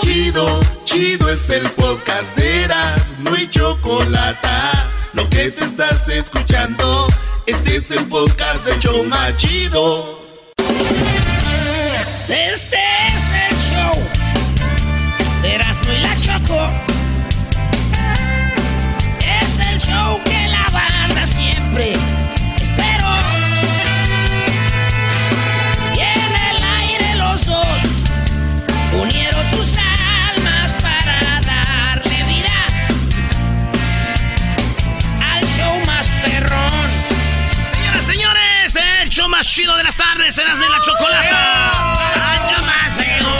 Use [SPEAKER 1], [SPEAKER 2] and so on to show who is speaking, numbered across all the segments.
[SPEAKER 1] Chido, chido es el podcast de Eras, no hay chocolate. Lo que te estás escuchando, este es el podcast de Choma Chido.
[SPEAKER 2] Este es el show de Erasmo y la Choco. Es el show que la banda siempre esperó. Y en el aire los dos unieron sus almas para darle vida al show más perrón. Señoras, señores, el show más chido de las tardes, Eras de la Chocolata. Año más llegó.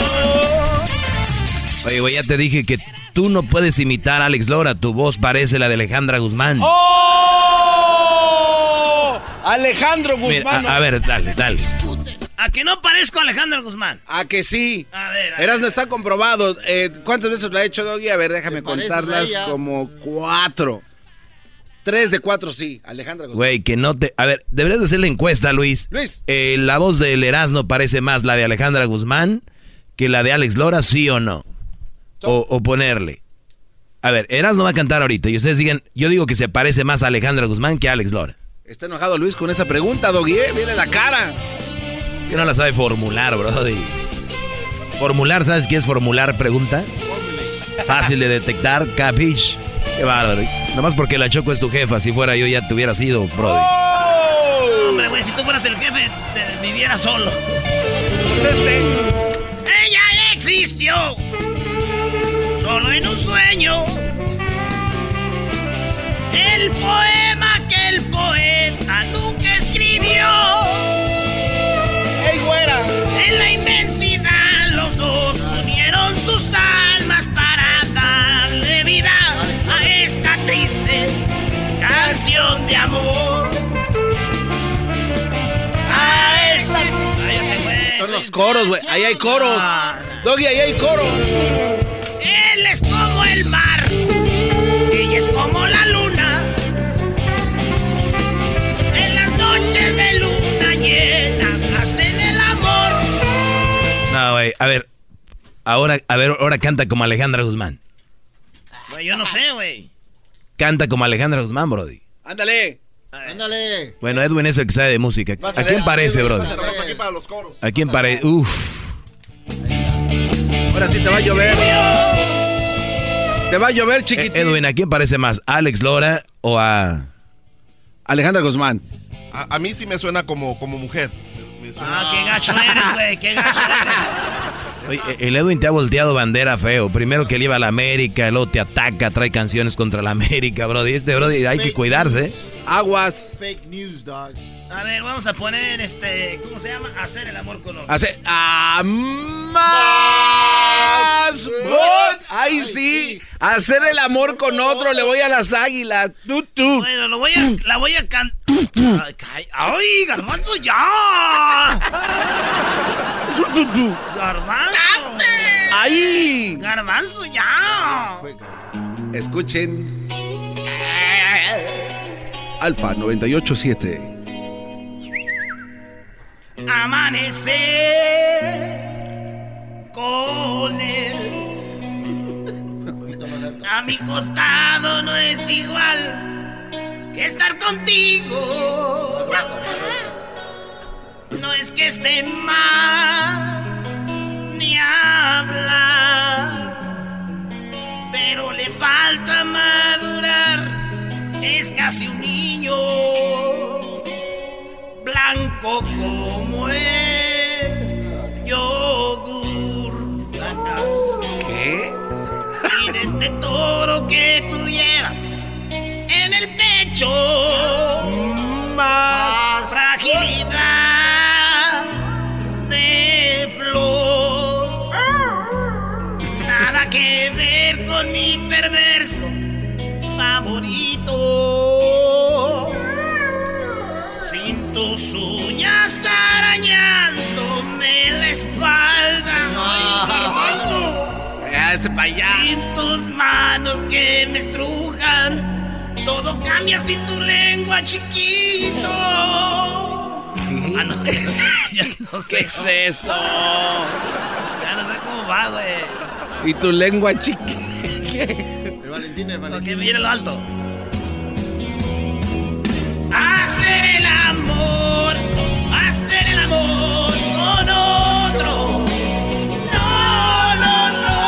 [SPEAKER 3] Oye, güey, ya te dije que tú no puedes imitar a Alex Lora. Tu voz parece la de Alejandra Guzmán.
[SPEAKER 4] ¡Oh! Alejandro
[SPEAKER 3] Mira,
[SPEAKER 4] Guzmán.
[SPEAKER 3] a, a ver, dale, dale.
[SPEAKER 2] A que no parezco Alejandro Guzmán.
[SPEAKER 4] A Ah, que sí.
[SPEAKER 2] A ver, a ver.
[SPEAKER 4] Eras no está comprobado. Eh, ¿Cuántas veces lo ha hecho Doggy? A ver, déjame
[SPEAKER 5] Me parece,
[SPEAKER 4] contarlas
[SPEAKER 5] Raya.
[SPEAKER 4] como cuatro. Tres de cuatro, sí. Alejandra Guzmán.
[SPEAKER 3] Güey, que no te... A ver, deberías de hacer la encuesta, Luis.
[SPEAKER 4] Luis.
[SPEAKER 3] Eh, la voz del Erasmo parece más la de Alejandra Guzmán que la de Alex Lora, sí o no. O, o ponerle. A ver, Erasmo va a cantar ahorita y ustedes digan, yo digo que se parece más a Alejandra Guzmán que a Alex Lora.
[SPEAKER 4] Está enojado Luis con esa pregunta, Doggy. eh, Mira la cara.
[SPEAKER 3] Es que no la sabe formular, brody. Formular, ¿sabes qué es formular pregunta? Fácil de detectar, capiche. Qué bárbaro. Nomás porque la Choco es tu jefa, si fuera yo ya te hubiera sido, brody.
[SPEAKER 4] ¡Oh!
[SPEAKER 2] Hombre, güey, si tú fueras el jefe, te viviera solo.
[SPEAKER 4] Pues este.
[SPEAKER 2] Ella existió solo en un sueño. El poema que el poeta nunca escribió.
[SPEAKER 4] ¡Ey, güera!
[SPEAKER 2] En la inmensidad los dos unieron sus almas para darle vida a esta triste canción de amor. A
[SPEAKER 4] Ah,
[SPEAKER 2] esta... Cállate, güey.
[SPEAKER 4] Son los coros, güey. Ahí hay coros.
[SPEAKER 2] Ah, no.
[SPEAKER 4] Doggy, ahí hay coro.
[SPEAKER 2] Él es como el mar, ella es como la luna. En las noches de luna llena hacen el amor.
[SPEAKER 3] No, güey, a ver. Ahora, a ver, ahora canta como Alejandra Guzmán.
[SPEAKER 2] Güey, yo no sé, güey.
[SPEAKER 3] Canta como Alejandra Guzmán, brody.
[SPEAKER 4] Ándale.
[SPEAKER 5] Ándale.
[SPEAKER 3] Bueno, Edwin es el que sabe de música.
[SPEAKER 4] Vas
[SPEAKER 3] ¿A
[SPEAKER 4] ver,
[SPEAKER 3] quién parece,
[SPEAKER 4] Edwin,
[SPEAKER 3] brody?
[SPEAKER 4] vas a ver. aquí para los coros.
[SPEAKER 3] ¿A quién parece? Uf.
[SPEAKER 4] Ahora sí te va a llover. Te va a llover,
[SPEAKER 3] Eh,
[SPEAKER 4] chiquitín.
[SPEAKER 3] Edwin, ¿a quién parece más? ¿A Alex Lora o a...?
[SPEAKER 4] Alejandra Guzmán.
[SPEAKER 5] A, a mí sí me suena como, como mujer. Me- me suena-
[SPEAKER 2] Ah, qué gacho eres, güey, qué gacho eres.
[SPEAKER 3] Oye, el Edwin te ha volteado bandera feo. Primero que él iba a la América, luego te ataca, trae canciones contra la América, brody. Este, brody, hay que cuidarse.
[SPEAKER 4] Aguas.
[SPEAKER 5] Fake news, dog.
[SPEAKER 2] A ver, vamos a poner este. ¿Cómo se llama? Hacer el amor con otro.
[SPEAKER 4] Hace. ¡Ah, más! bot. ¡Ay, sí! Hacer el amor con otro, le voy a las águilas. ¡Tú, tú!
[SPEAKER 2] Bueno, lo voy a, la voy a cantar. Ay, cay- ay, garbanzo ya.
[SPEAKER 4] ¡Tú, tú, tú!
[SPEAKER 2] Garbanzo.
[SPEAKER 4] ¡Ay!
[SPEAKER 2] Garbanzo ya.
[SPEAKER 4] Escuchen. Alfa 987.
[SPEAKER 2] Amanecer con él. A mi costado no es igual que estar contigo. No es que esté mal ni
[SPEAKER 5] flaco como el yogur. Sacas.
[SPEAKER 4] ¿Qué?
[SPEAKER 5] Sin este toro que tuvieras en el pecho. Más fragilidad de flor. Nada que ver con mi perverso favorito. Sin tus uñas arañándome la espalda. Ay, garbanzo.
[SPEAKER 4] Ah, este payaso.
[SPEAKER 5] En tus manos que me estrujan, todo cambia sin tu lengua, chiquito. Ah, no, ya, no sé.
[SPEAKER 4] ¿Qué es eso?
[SPEAKER 5] Ya no sé cómo va, güey.
[SPEAKER 4] Y tu lengua chiquita.
[SPEAKER 5] Lo que viene lo alto. Hacer el amor, hacer el amor con otro. No, no, no.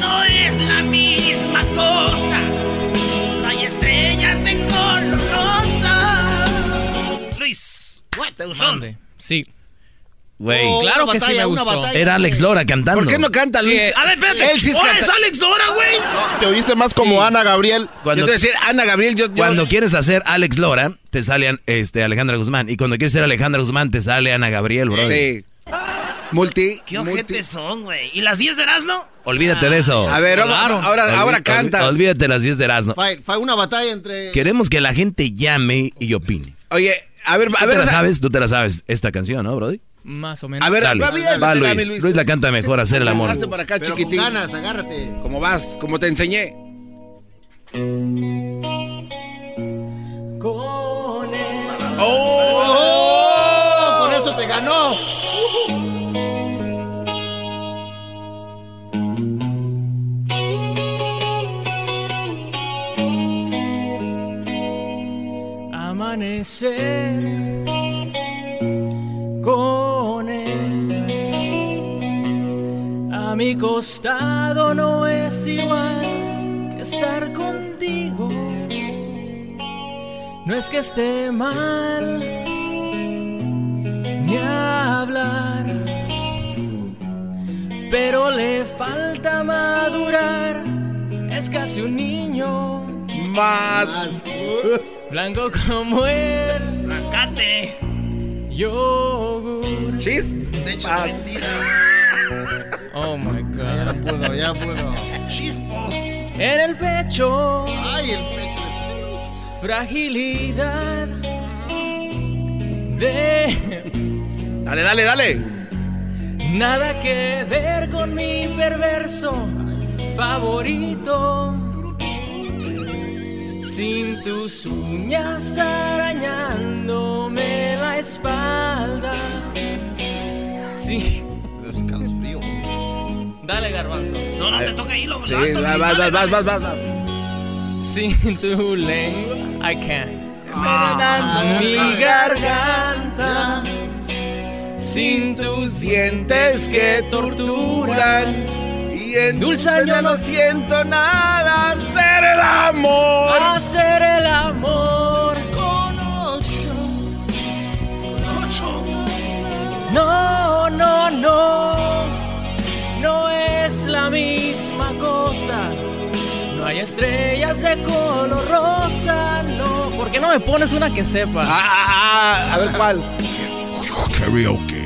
[SPEAKER 5] No es la misma cosa. Hay estrellas de color rosa. Luis, ¿te gustó?
[SPEAKER 6] Mande. Sí.
[SPEAKER 3] Güey.
[SPEAKER 6] Oh, Claro que sí me
[SPEAKER 7] una
[SPEAKER 6] gustó.
[SPEAKER 7] batalla.
[SPEAKER 3] Era Alex Lora cantando.
[SPEAKER 4] ¿Por qué no canta Luis?
[SPEAKER 6] Sí,
[SPEAKER 5] A ver, espérate.
[SPEAKER 4] Él sí es
[SPEAKER 5] Ahora
[SPEAKER 4] canta-
[SPEAKER 5] es Alex Dora, güey.
[SPEAKER 8] Te oíste más como Ana Gabriel.
[SPEAKER 3] Cuando,
[SPEAKER 4] yo te voy a decir, Ana Gabriel, yo. yo-
[SPEAKER 3] cuando quieres hacer Alex Lora, te sale este, Alejandra Guzmán. Y cuando quieres ser Alejandra Guzmán, te sale Ana Gabriel, bro.
[SPEAKER 4] Sí. Multi.
[SPEAKER 5] ¿Qué
[SPEAKER 4] multi-
[SPEAKER 5] ojetes son, güey? ¿Y las 10 de Erasmo?
[SPEAKER 3] Olvídate de eso.
[SPEAKER 4] A ver, vamos-
[SPEAKER 6] Volaron.
[SPEAKER 4] ahora,
[SPEAKER 3] Olví-
[SPEAKER 4] ahora
[SPEAKER 3] olví-
[SPEAKER 4] canta.
[SPEAKER 3] Olvídate las 10 de Erasmo.
[SPEAKER 7] Fue, fue una batalla entre.
[SPEAKER 3] Queremos que la gente llame y opine.
[SPEAKER 4] Oye, a ver, a
[SPEAKER 3] ¿Tú
[SPEAKER 4] ver.
[SPEAKER 3] te la
[SPEAKER 4] esa-
[SPEAKER 3] sabes? Tú te la sabes esta canción, ¿no, Brody?
[SPEAKER 6] Más o menos.
[SPEAKER 4] A ver,
[SPEAKER 3] Dale.
[SPEAKER 4] va bien,
[SPEAKER 3] Va,
[SPEAKER 4] dale,
[SPEAKER 3] Luis.
[SPEAKER 4] dame,
[SPEAKER 3] Luis.
[SPEAKER 4] Luis.
[SPEAKER 3] la canta mejor, hacer el amor.
[SPEAKER 4] Hazte para acá,
[SPEAKER 7] Pero con
[SPEAKER 4] chiquitín.
[SPEAKER 7] ganas, agárrate.
[SPEAKER 4] Como vas, como te enseñé.
[SPEAKER 5] Oh.
[SPEAKER 7] Oh, Por eso te ganó.
[SPEAKER 6] Amanecer con él. A mi costado no es igual que estar contigo. No es que esté mal ni hablar, pero le falta madurar. Es casi un niño.
[SPEAKER 4] Más.
[SPEAKER 6] Blanco como el
[SPEAKER 5] Sacate.
[SPEAKER 6] yogur.
[SPEAKER 4] Chis.
[SPEAKER 5] De hecho,
[SPEAKER 4] Ah.
[SPEAKER 5] bendita.
[SPEAKER 6] Oh my
[SPEAKER 7] Ya
[SPEAKER 6] god.
[SPEAKER 7] pudo, ya pudo.
[SPEAKER 5] Chispo.
[SPEAKER 6] En el pecho,
[SPEAKER 7] Ay, el pecho de
[SPEAKER 6] fragilidad de
[SPEAKER 4] Dale, dale, dale.
[SPEAKER 6] nada que ver con mi perverso favorito. Sin tus uñas arañándome la espalda. Sí.
[SPEAKER 7] los calos fríos.
[SPEAKER 6] Dale, garbanzo.
[SPEAKER 5] No, no, te toca hilo.
[SPEAKER 4] Sí,
[SPEAKER 5] levántate,
[SPEAKER 4] vas, vas, vas,
[SPEAKER 5] dale,
[SPEAKER 4] vas,
[SPEAKER 5] dale.
[SPEAKER 4] vas, vas, vas.
[SPEAKER 6] Sin tu lengua, I can't.
[SPEAKER 7] Ah,
[SPEAKER 6] Mi
[SPEAKER 7] ah,
[SPEAKER 6] garganta, sin tus dientes que torturan.
[SPEAKER 4] Y en
[SPEAKER 6] Dulce,
[SPEAKER 4] dulce
[SPEAKER 6] yo
[SPEAKER 4] yo no
[SPEAKER 6] no-
[SPEAKER 4] siento nada. Hacer el amor.
[SPEAKER 6] Hacer el amor con ocho. No, no, no. No es la misma cosa. No hay estrellas de color rosa, no. ¿Por qué no me pones una que sepa?
[SPEAKER 4] Ah, ah, ah, a ver cuál.
[SPEAKER 8] Karaoke.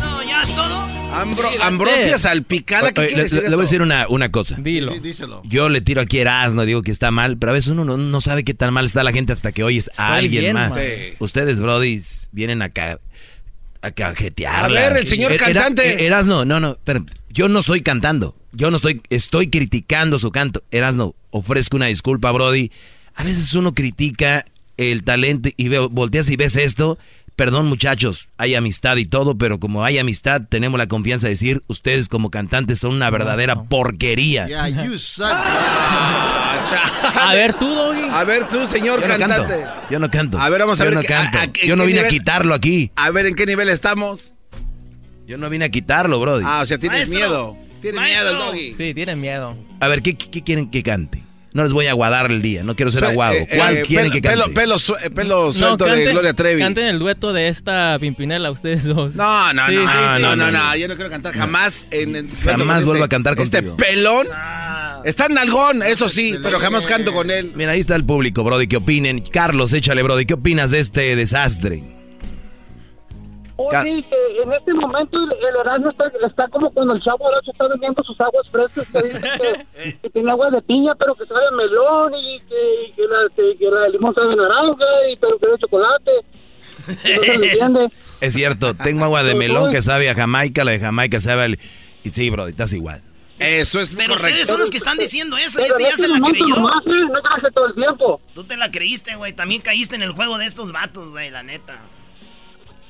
[SPEAKER 5] No, ya es todo.
[SPEAKER 4] Ambro-
[SPEAKER 6] Sí, la
[SPEAKER 4] ambrosia
[SPEAKER 6] sé.
[SPEAKER 4] salpicada. ¿Qué
[SPEAKER 3] Oye,
[SPEAKER 4] quiere
[SPEAKER 3] le,
[SPEAKER 4] decir
[SPEAKER 3] le- le voy a
[SPEAKER 4] eso?
[SPEAKER 3] decir una, una cosa.
[SPEAKER 6] Dilo.
[SPEAKER 7] Dí- Díselo.
[SPEAKER 3] Yo le tiro aquí Erasmo, digo que está mal, pero a veces uno no, no sabe qué tan mal está la gente hasta que oyes a
[SPEAKER 6] Estoy
[SPEAKER 3] alguien
[SPEAKER 6] bien
[SPEAKER 3] más.
[SPEAKER 6] mal.
[SPEAKER 4] Sí.
[SPEAKER 3] Ustedes, Brodis, vienen acá a cajetearla.
[SPEAKER 4] A ver, el señor cantante.
[SPEAKER 3] Er- Erasmo, no, no, espérame. yo no estoy cantando. Yo no estoy, estoy criticando su canto. Erasmo, ofrezco una disculpa, Brody. A veces uno critica el talento y veo, volteas y ves esto. Perdón, muchachos, hay amistad y todo, pero como hay amistad, tenemos la confianza de decir, ustedes como cantantes son una verdadera porquería.
[SPEAKER 7] Ya, Ah, you suck.
[SPEAKER 6] A ver, tú, Doggy.
[SPEAKER 4] A ver tú, señor
[SPEAKER 3] Yo no
[SPEAKER 4] cantante.
[SPEAKER 3] canto. Yo no canto.
[SPEAKER 4] A ver, vamos a
[SPEAKER 3] Yo
[SPEAKER 4] ver
[SPEAKER 3] no
[SPEAKER 4] qué-
[SPEAKER 3] canto.
[SPEAKER 4] a- a qué-
[SPEAKER 3] Yo no
[SPEAKER 4] qué
[SPEAKER 3] vine a
[SPEAKER 4] nivel-
[SPEAKER 3] quitarlo aquí.
[SPEAKER 4] A ver en qué nivel estamos.
[SPEAKER 3] Yo no vine a quitarlo, brody.
[SPEAKER 4] Ah, o sea, tienes
[SPEAKER 5] Maestro.
[SPEAKER 4] miedo. Tienes
[SPEAKER 5] Maestro.
[SPEAKER 4] miedo, el doggy.
[SPEAKER 6] Sí, tienes miedo.
[SPEAKER 3] A ver, ¿qué, qué- qué quieren que cante? No les voy a aguadar el día, no quiero ser aguado.
[SPEAKER 4] Eh, eh,
[SPEAKER 3] ¿Cuál
[SPEAKER 4] eh,
[SPEAKER 3] quieren que
[SPEAKER 4] pelo,
[SPEAKER 3] cante?
[SPEAKER 4] pelo, pelo, sue- eh, pelo suelto de
[SPEAKER 6] canten-
[SPEAKER 4] Gloria Trevi.
[SPEAKER 6] Canten el dueto de esta Pimpinela, ustedes dos.
[SPEAKER 4] No, no,
[SPEAKER 6] Sí,
[SPEAKER 4] no,
[SPEAKER 6] sí,
[SPEAKER 4] no,
[SPEAKER 6] sí.
[SPEAKER 4] no, no, no, yo no quiero cantar jamás. eh. En, en- canto
[SPEAKER 3] Jamás
[SPEAKER 4] con este-
[SPEAKER 3] vuelvo a cantar contigo.
[SPEAKER 4] Este pelón está en algón, eso sí, pero jamás canto con él.
[SPEAKER 3] Mira, ahí está el público, Brody, que opinen. Carlos, échale, Brody, ¿qué opinas de este desastre?
[SPEAKER 9] Oye,
[SPEAKER 3] Ca-
[SPEAKER 9] Oh, que en este momento el, el Erasmo está, está como cuando el chavo Orocho está vendiendo sus aguas frescas que dice
[SPEAKER 10] Eh.
[SPEAKER 9] que, que tiene agua de piña, pero que sabe a melón y que, y que la, que, que la de limón sabe a naranja, y, pero que de chocolate. Y No se le entiende.
[SPEAKER 3] Es cierto, tengo agua de melón que sabe a Jamaica, la de Jamaica sabe al... Y sí, Brody, estás igual.
[SPEAKER 4] Eso es
[SPEAKER 2] Pero ustedes
[SPEAKER 4] correcto.
[SPEAKER 2] son los que están diciendo eso. Y
[SPEAKER 9] Pero
[SPEAKER 2] este
[SPEAKER 9] en
[SPEAKER 2] ya
[SPEAKER 9] este
[SPEAKER 2] se la
[SPEAKER 9] momento
[SPEAKER 2] creyó.
[SPEAKER 9] nomás, ¿eh? no traje todo el tiempo.
[SPEAKER 2] Tú te la creíste, güey. También caíste en el juego de estos vatos, güey, la neta.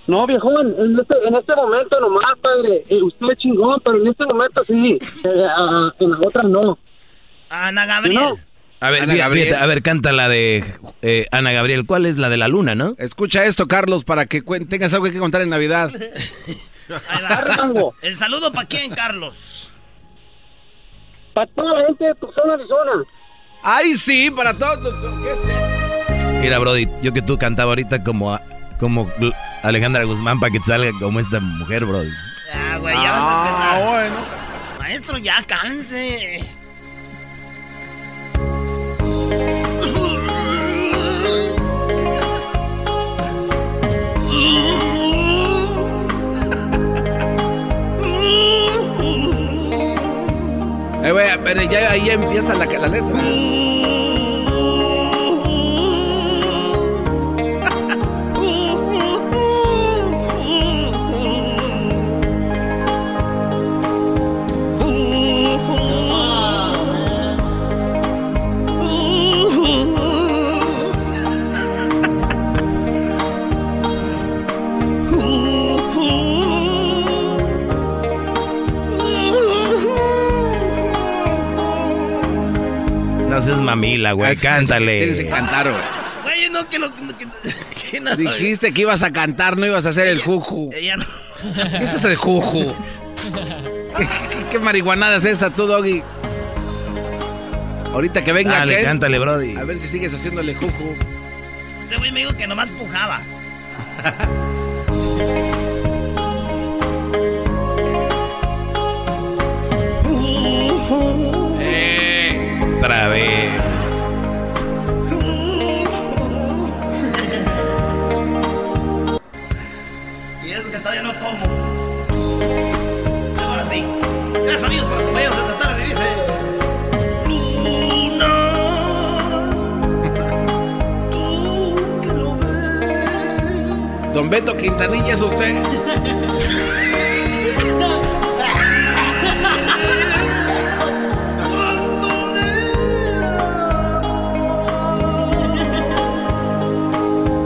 [SPEAKER 9] No, viejón, en este, en este momento nomás, padre. Eh, usted es chingón, pero en este momento sí. Eh, ah, en las otras no.
[SPEAKER 2] Ana Gabriel.
[SPEAKER 9] No.
[SPEAKER 3] A ver,
[SPEAKER 4] Ana
[SPEAKER 3] fíjate,
[SPEAKER 4] Gabriel.
[SPEAKER 3] fíjate, a ver, canta la de eh, Ana Gabriel. ¿Cuál es la de la luna, no?
[SPEAKER 4] Escucha esto, Carlos, para que cuen- tengas algo que contar en Navidad.
[SPEAKER 2] Ahí va.
[SPEAKER 9] Arrango.
[SPEAKER 2] ¿El saludo para quién, Carlos?
[SPEAKER 9] Para toda la gente de Tucson, Arizona.
[SPEAKER 4] Ay, sí, para todos. ¿Qué es eso?
[SPEAKER 3] Mira, Brody, yo que tú cantaba ahorita como, a- como Gl- Alejandra Guzmán para que te salga como esta mujer, Brody.
[SPEAKER 2] Ah, güey, ya vas a empezar.
[SPEAKER 4] bueno.
[SPEAKER 2] Maestro, ya canse.
[SPEAKER 4] Eh, güey, pero ya, ahí ya empieza la, la letra.
[SPEAKER 3] No seas mamila, güey,
[SPEAKER 4] Tienes que
[SPEAKER 3] cántale.
[SPEAKER 4] cantar, güey.
[SPEAKER 2] Güey, no, que lo. Que, que no.
[SPEAKER 4] Dijiste que ibas a cantar, no ibas a hacer el juju.
[SPEAKER 2] Ella no.
[SPEAKER 4] ¿Qué es eso de juju? ¿Qué, qué- qué marihuanada es esa, tú, Doggy? Ahorita que venga
[SPEAKER 3] Dale,
[SPEAKER 4] aquel,
[SPEAKER 3] cántale, Brody.
[SPEAKER 4] A ver si sigues haciéndole juju.
[SPEAKER 2] Este güey me dijo que nomás pujaba.
[SPEAKER 3] Otra vez.
[SPEAKER 2] Y eso que todavía no como. Ahora sí. Gracias amigos por acompañarnos esta tarde, dice. Luna. Tú que lo ves.
[SPEAKER 4] Don Beto Quintanilla es usted.
[SPEAKER 2] Cuánto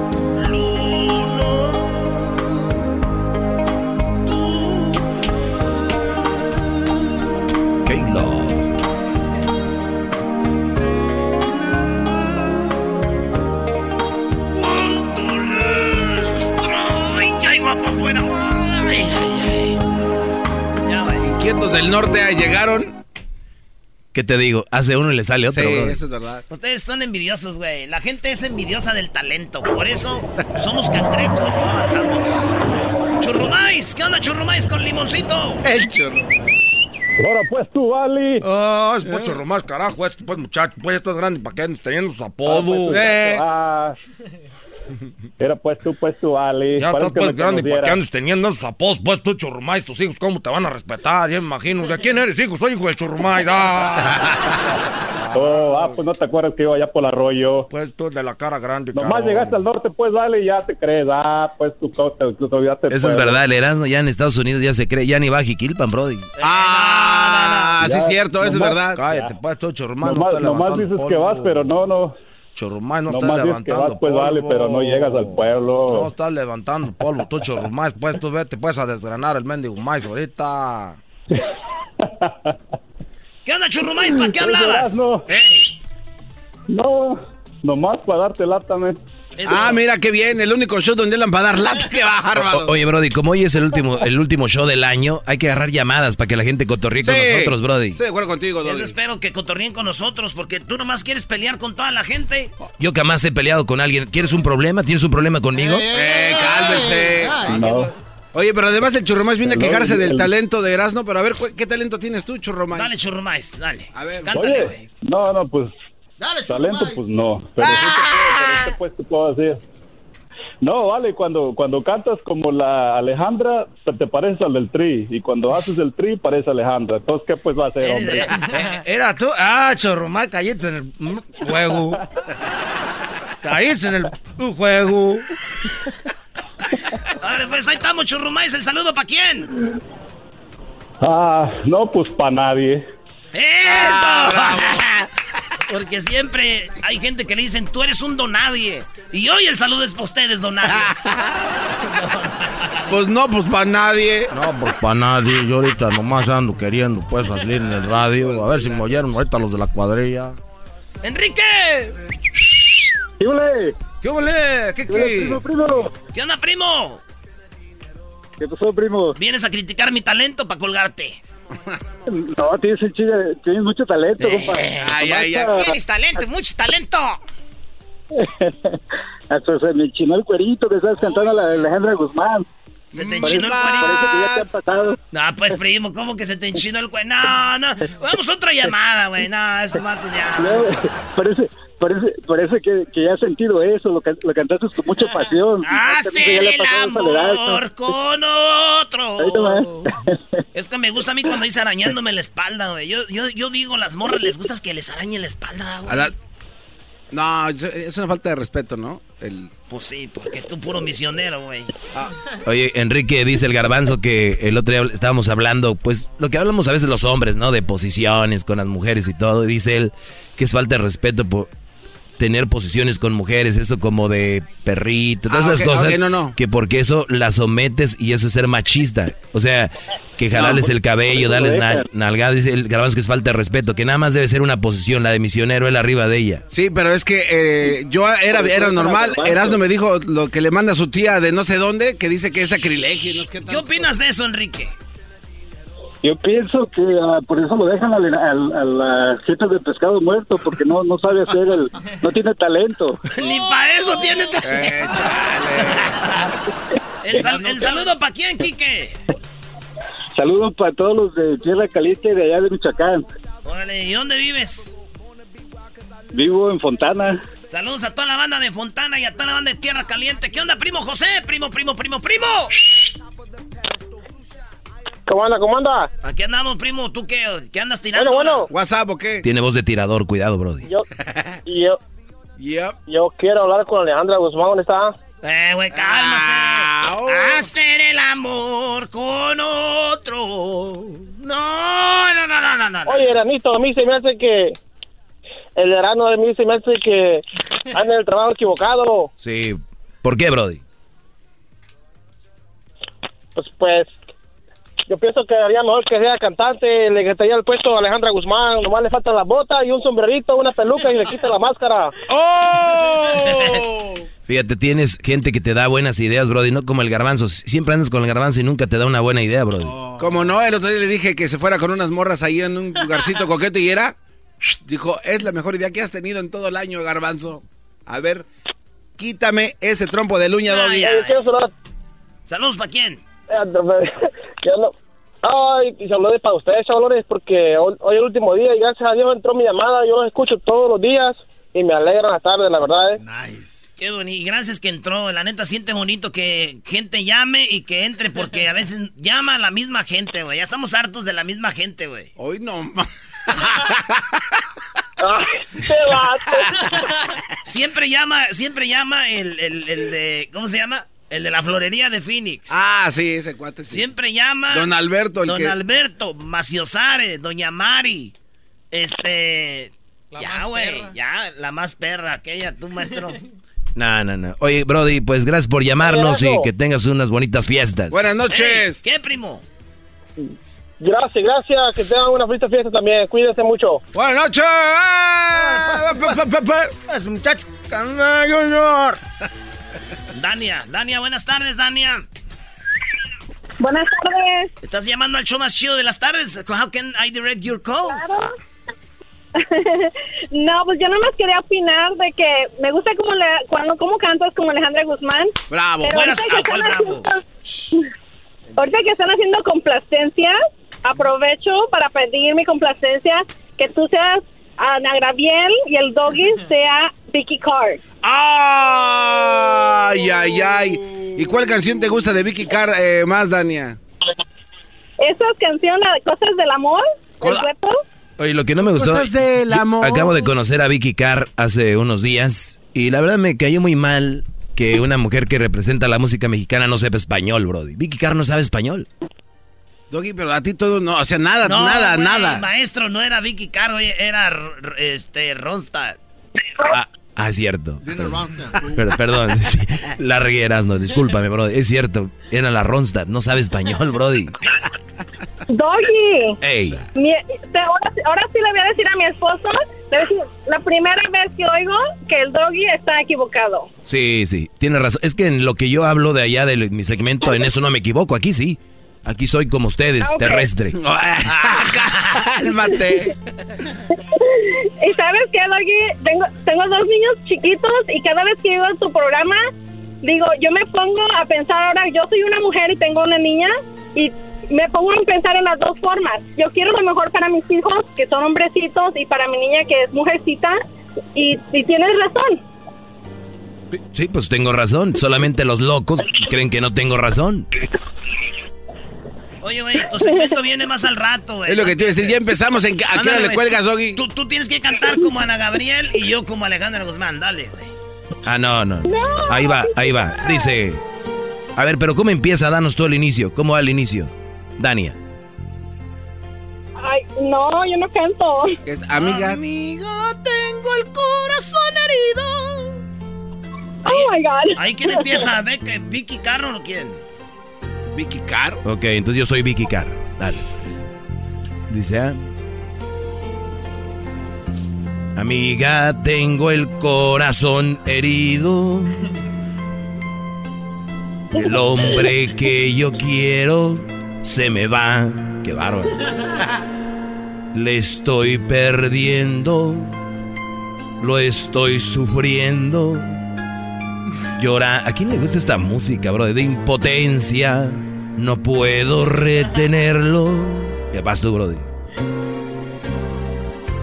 [SPEAKER 2] le amo. Luna.
[SPEAKER 3] Keylor.
[SPEAKER 2] Cuánto le extraño. Ay, ya iba para afuera. Ay, ay, ay. Ya, güey.
[SPEAKER 4] Inquietos del norte ah, llegaron.
[SPEAKER 3] ¿Qué te digo? Hace uno y le sale
[SPEAKER 4] Sí,
[SPEAKER 3] otro, Brody.
[SPEAKER 4] eso es verdad.
[SPEAKER 2] Ustedes son envidiosos, güey. La gente es envidiosa del talento. Por eso somos cangrejos, no avanzamos. Churrumais, ¿qué onda churrumais con limoncito?
[SPEAKER 4] El chorro.
[SPEAKER 9] Ahora pues tú, Ali. ¿Eh?
[SPEAKER 4] Ah, es mucho romás, carajo. Este, pues, muchacho, pues, estás grande para que andes teniendo sus
[SPEAKER 9] pues,
[SPEAKER 4] apodos.
[SPEAKER 9] Ah, era pues tú, pues tú, Ali.
[SPEAKER 11] Ya
[SPEAKER 9] Parece
[SPEAKER 11] estás
[SPEAKER 9] que
[SPEAKER 11] pues
[SPEAKER 9] me
[SPEAKER 11] grande, ¿para qué
[SPEAKER 9] conocieras.
[SPEAKER 11] andes teniendo esos apodos? Pues tú, churrumais, tus hijos, ¿cómo te van a respetar? Ya me imagino. ¿De quién eres, hijo? Soy hijo de churrumais. ¡Ah!
[SPEAKER 9] Oh, ah, pues no te acuerdas que iba allá por el arroyo.
[SPEAKER 11] Pues tú, de la cara grande,
[SPEAKER 9] Nomás llegaste al norte, pues, Ali, ya te crees. Ah, pues tú, te, te olvidaste.
[SPEAKER 3] Eso es verdad, el Erasmo ya en Estados Unidos ya se cree, ya ni va a Jiquilpan, Brody.
[SPEAKER 4] Ah, sí,
[SPEAKER 9] Ya,
[SPEAKER 4] es cierto, eso es
[SPEAKER 9] nomás-
[SPEAKER 4] verdad.
[SPEAKER 11] Cállate, pues tú, churrumais. no
[SPEAKER 9] Nomás,
[SPEAKER 11] estás
[SPEAKER 9] nomás
[SPEAKER 11] levantando
[SPEAKER 9] dices que
[SPEAKER 11] polvo.
[SPEAKER 9] vas, pero no, no.
[SPEAKER 11] Churrumais, no estás
[SPEAKER 9] nomás dices que
[SPEAKER 11] levantando
[SPEAKER 9] vas, pues, Ali,
[SPEAKER 11] polvo.
[SPEAKER 9] pero no llegas al
[SPEAKER 11] No
[SPEAKER 9] pueblo.
[SPEAKER 11] estás levantando polvo, tú, churrumais. Pues tú, vete, pues, a desgranar el mendigo mais ahorita.
[SPEAKER 2] ¿Qué onda churrumais? ¿Para qué hablabas?
[SPEAKER 9] No, no nomás para darte lata, men.
[SPEAKER 4] Ah, mira qué bien, el único show donde élan para dar lata, qué bárbaro.
[SPEAKER 3] Oye, Brody, como hoy es el último, el último show del año, hay que agarrar llamadas para que la gente cotorree con nosotros, Brody.
[SPEAKER 4] Estoy de acuerdo contigo,
[SPEAKER 3] Doggy.
[SPEAKER 4] Doggy.
[SPEAKER 2] Eso espero que cotorreen con nosotros, porque tú nomás quieres pelear con toda la gente.
[SPEAKER 12] Oh,
[SPEAKER 3] Yo jamás he peleado con alguien. ¿Quieres un problema? ¿Tienes un problema conmigo?
[SPEAKER 4] Eh, cálmense.
[SPEAKER 3] No.
[SPEAKER 4] Oye, pero además el Churromais viene a
[SPEAKER 3] El
[SPEAKER 4] quejarse
[SPEAKER 3] Doggy,
[SPEAKER 4] del
[SPEAKER 3] el-
[SPEAKER 4] talento de Erasmo, pero a ver, cu- ¿qué talento tienes tú, Churromais? Dale,
[SPEAKER 2] Churromais, dale.
[SPEAKER 4] A ver,
[SPEAKER 10] Oye, no, no, pues talento, pues no. Pero sí te puedo- pero sí te, pues, te puedo decir. No, vale, cuando, cuando cantas como la Alejandra, te, te pareces al del tri. Y cuando haces el tri, pareces a Alejandra. Entonces, ¿qué pues va a hacer, hombre?
[SPEAKER 12] Era tú. Ah, Churromais, caíste en el juego. caíste en el juego.
[SPEAKER 2] A ver, pues ahí estamos, Churrumais. ¿El saludo para quién?
[SPEAKER 10] Ah, no, pues para nadie.
[SPEAKER 12] Ah,
[SPEAKER 2] ¡Eso! Porque siempre hay gente que le dicen, tú eres un donadie. Y hoy el saludo es para ustedes, donadies.
[SPEAKER 4] Pues no, pues para nadie.
[SPEAKER 13] No, pues para nadie. Yo ahorita nomás ando queriendo pues salir en el radio. A ver si me oyeron ahorita los de la cuadrilla.
[SPEAKER 2] ¡Enrique!
[SPEAKER 10] ¿Qué ole?
[SPEAKER 12] ¿Qué ole? ¿Qué
[SPEAKER 10] primo, primo?
[SPEAKER 2] ¿Qué onda, primo?
[SPEAKER 10] ¿Qué pasó, primo?
[SPEAKER 2] Vienes a criticar mi talento para colgarte.
[SPEAKER 10] No, tienes, un chile- tienes mucho talento,
[SPEAKER 9] Eh.
[SPEAKER 2] Eh,
[SPEAKER 10] compa.
[SPEAKER 2] Tienes talento, mucho talento.
[SPEAKER 10] Hasta se me enchinó el cuerito que estabas cantando a la de Alejandra Guzmán.
[SPEAKER 2] Se te
[SPEAKER 10] Parece-
[SPEAKER 2] enchinó el cuerito.
[SPEAKER 10] Mm, Parece que ya te han pasado.
[SPEAKER 2] No, pues primo, ¿cómo que se te enchinó el cuello? No, no, vamos a otra llamada, güey. No, esos matos ya.
[SPEAKER 10] No, parece, parece, parece que, que ya has sentido eso, lo, can- lo cantaste con mucha pasión.
[SPEAKER 2] Hacer
[SPEAKER 10] Ya le
[SPEAKER 2] Ah,
[SPEAKER 10] ha
[SPEAKER 2] el
[SPEAKER 10] pasado soledad, ¿no?
[SPEAKER 2] amor con otro.
[SPEAKER 10] Ahí ¿eh? nomás.
[SPEAKER 2] Es que me gusta a mí cuando dice arañándome la espalda, güey. Yo, yo, yo digo, las morras les gusta que les arañen la espalda,
[SPEAKER 4] A
[SPEAKER 2] güey.
[SPEAKER 4] la- No, es- es una falta de respeto, ¿no? El... Ah.
[SPEAKER 2] Pues sí, porque tú puro misionero, güey.
[SPEAKER 3] Oye, Enrique dice el garbanzo que el otro día estábamos hablando, pues lo que hablamos a veces los hombres, ¿no? De posiciones con las mujeres y todo. Y dice él que es falta de respeto por tener posiciones con mujeres, eso como de perrito, todas
[SPEAKER 4] Ah,
[SPEAKER 3] esas
[SPEAKER 4] ok,
[SPEAKER 3] cosas.
[SPEAKER 4] ok, no, no.
[SPEAKER 3] Que porque eso las sometes y eso es ser machista. O sea, que jalarles el cabello,
[SPEAKER 4] por eso lo
[SPEAKER 3] darles na-
[SPEAKER 4] dejan.
[SPEAKER 3] nalgada. Dice el garbanzo que es falta de respeto, que nada más debe ser una posición, la de misionero, él arriba de ella.
[SPEAKER 4] Sí, pero es que eh, yo era, era normal. Erasmo me dijo lo que le manda su tía de no sé dónde, que dice que es sacrilegio. ¿no?
[SPEAKER 2] ¿Qué opinas de eso, Enrique?
[SPEAKER 10] Yo pienso que ah, por eso lo dejan al, al, al, ah, jefe de pescado muerto, porque no, no sabe hacer el... no tiene talento.
[SPEAKER 2] Ni para eso tiene talento. el, sal- el saludo para quién, Quique.
[SPEAKER 10] Saludos para todos los de Tierra Caliente de allá de Michoacán.
[SPEAKER 2] Órale, ¿y dónde vives?
[SPEAKER 10] Vivo en Fontana.
[SPEAKER 2] Saludos a toda la banda de Fontana y a toda la banda de Tierra Caliente. ¿Qué onda, primo José? Primo, primo, primo, primo.
[SPEAKER 14] ¿Cómo anda? ¿Cómo anda?
[SPEAKER 2] Aquí andamos, primo. ¿Tú qué? ¿Qué andas tirando?
[SPEAKER 14] Bueno, bueno.
[SPEAKER 4] ¿WhatsApp o qué?
[SPEAKER 3] Tiene voz de tirador, cuidado, Brody.
[SPEAKER 14] Yo, yo, yo quiero hablar con Alejandra Guzmán. ¿Dónde está?
[SPEAKER 2] Eh, güey, cálmate.
[SPEAKER 5] Ah, oh.
[SPEAKER 2] Hacer el amor con otro. No, no, no, no, no, no.
[SPEAKER 14] Oye, Eranito, a mí se me hace que... El verano a mí se me hace que anda en el trabajo equivocado.
[SPEAKER 3] Sí. ¿Por qué, Brody?
[SPEAKER 14] Pues, pues... Yo pienso que haría mejor que sea cantante, le quitaría el puesto a Alejandra Guzmán, nomás le faltan las botas y un sombrerito, una peluca y le quita la máscara.
[SPEAKER 4] ¡Oh!
[SPEAKER 3] Fíjate, tienes gente que te da buenas ideas, Brody, no como el garbanzo. Siempre andas con el garbanzo y nunca te da una buena idea, Brody.
[SPEAKER 4] Como no, el otro día le dije que se fuera con unas morras ahí en un lugarcito coqueto y era. Dijo, es la mejor idea que has tenido en todo el año, Garbanzo. A ver, quítame ese trompo de luña, Doggy.
[SPEAKER 14] Oye, quiero saludar-
[SPEAKER 2] Saludos para quién.
[SPEAKER 14] Eh, Ya no. Ay, y saludos para ustedes, chavalones, porque hoy hoy es el último día y gracias a Dios entró mi llamada. Yo los escucho todos los días y me alegran las tardes, la verdad. ¿eh?
[SPEAKER 2] Qué bonito. Y gracias que entró. La neta siente bonito que gente llame y que entre porque a veces llama a la misma gente, güey. Ya estamos hartos de la misma gente, güey.
[SPEAKER 4] Hoy no.
[SPEAKER 2] siempre llama, siempre llama el, el- el de, ¿cómo se llama? El de la florería de Phoenix.
[SPEAKER 4] Ah, sí, ese cuate. sí.
[SPEAKER 2] Siempre llama.
[SPEAKER 4] Don Alberto, el
[SPEAKER 2] Don
[SPEAKER 4] que-
[SPEAKER 2] Alberto, Maciosare, Doña Mari. Este. ya, güey. Ya, la más perra, aquella, tú, maestro.
[SPEAKER 3] No, no, no. Oye, Brody, pues gracias por llamarnos y
[SPEAKER 2] Oye, Erasmo.
[SPEAKER 3] que tengas unas bonitas fiestas.
[SPEAKER 2] Ey, ¿Qué, primo?
[SPEAKER 14] Gracias, gracias. Que tengan una feliz fiesta también. Cuídense mucho.
[SPEAKER 4] Buenas noches.
[SPEAKER 14] Es muchacho.
[SPEAKER 2] Dania, Dania, buenas tardes, Dania.
[SPEAKER 15] Buenas tardes.
[SPEAKER 2] Estás llamando al show más chido de las tardes. How can I direct your call?
[SPEAKER 15] no, pues yo nomás quería opinar de que me gusta como le- cuando cómo cantas como Alejandra Guzmán.
[SPEAKER 2] Bravo,
[SPEAKER 15] Pero
[SPEAKER 2] buenas-
[SPEAKER 15] ahorita que
[SPEAKER 2] ah, ¿cuál
[SPEAKER 15] están
[SPEAKER 2] bravo?
[SPEAKER 15] haciendo- ahorita que están haciendo complacencia, aprovecho para pedir mi complacencia que tú seas Ana Graviel y el doggy sea Vicky Carr.
[SPEAKER 4] ¡Ah! Ay, ay, ay. ¿Y cuál canción te gusta de Vicky Carr eh, más, Dania?
[SPEAKER 15] Esas canciones, cosas del amor, del cuerpo.
[SPEAKER 3] Oye, lo que no me gustó.
[SPEAKER 4] cosas del
[SPEAKER 3] yo
[SPEAKER 4] amor.
[SPEAKER 3] Acabo de conocer a Vicky Carr hace unos días y la verdad me cayó muy mal que una mujer que representa la música mexicana no sepa español, Brody. Vicky Carr no sabe español.
[SPEAKER 4] Doggy, pero a ti todo no, o sea, nada,
[SPEAKER 2] No,
[SPEAKER 4] nada,
[SPEAKER 2] güey,
[SPEAKER 4] nada.
[SPEAKER 2] Maestro, no era Vicky Carr, oye, era R- R- este Ronstadt.
[SPEAKER 3] Ah, ah, es cierto. Pero, perdón, sí, la rieras, no, discúlpame, Brody. Es cierto, era la Ronstadt, no sabe español, Brody.
[SPEAKER 15] Doggy.
[SPEAKER 3] Ey,
[SPEAKER 15] Mi- te- ahora, ahora sí le voy a decir a mi esposo, le voy a decir, la primera vez que oigo que el doggy está equivocado.
[SPEAKER 3] sí, sí, tiene razón. Es que en lo que yo hablo de allá de mi segmento, en eso no me equivoco, aquí sí. Aquí soy como ustedes,
[SPEAKER 15] Ah, ok.
[SPEAKER 3] terrestre.
[SPEAKER 5] Ah.
[SPEAKER 4] Cálmate.
[SPEAKER 15] y sabes qué, Doggy, tengo, tengo dos niños chiquitos y cada vez que oigo tu programa, digo, yo me pongo a pensar ahora, yo soy una mujer y tengo una niña y me pongo a pensar en las dos formas. Yo quiero lo mejor para mis hijos, que son hombrecitos, y para mi niña, que es mujercita, y, y tienes razón.
[SPEAKER 3] Sí, pues tengo razón. Solamente los locos creen que no tengo razón.
[SPEAKER 2] Oye, güey, tu segmento viene más al rato, güey.
[SPEAKER 3] Es lo que te iba a decir, ya empezamos en que- ¿a qué hora
[SPEAKER 2] Ándale,
[SPEAKER 3] le
[SPEAKER 2] güey.
[SPEAKER 3] cuelgas, Doggy?
[SPEAKER 2] Tú, tú tienes que cantar como Ana Gabriel y yo como Alejandra Guzmán, dale, güey.
[SPEAKER 3] Ah, no, no. Ahí va, ahí va. Dice. A ver, pero ¿cómo empieza? Danos tú el inicio. ¿Cómo va el inicio? Dania.
[SPEAKER 15] Ay, no, yo no canto.
[SPEAKER 3] amiga.
[SPEAKER 5] Amiga, tengo el corazón herido.
[SPEAKER 15] Oh my God.
[SPEAKER 2] Ahí quién empieza, ¿Ve que Vicky Carro o quién?
[SPEAKER 4] Vicky Carr.
[SPEAKER 3] Ok, entonces yo soy Vicky Carr. Dale. Dice. ah. Amiga, tengo el corazón herido. El hombre que yo quiero se me va. Qué bárbaro. Le estoy perdiendo. Lo estoy sufriendo. Llora. ¿A quién le gusta esta música, bro? De impotencia. No puedo retenerlo. ¿Qué pasa tú, Brody?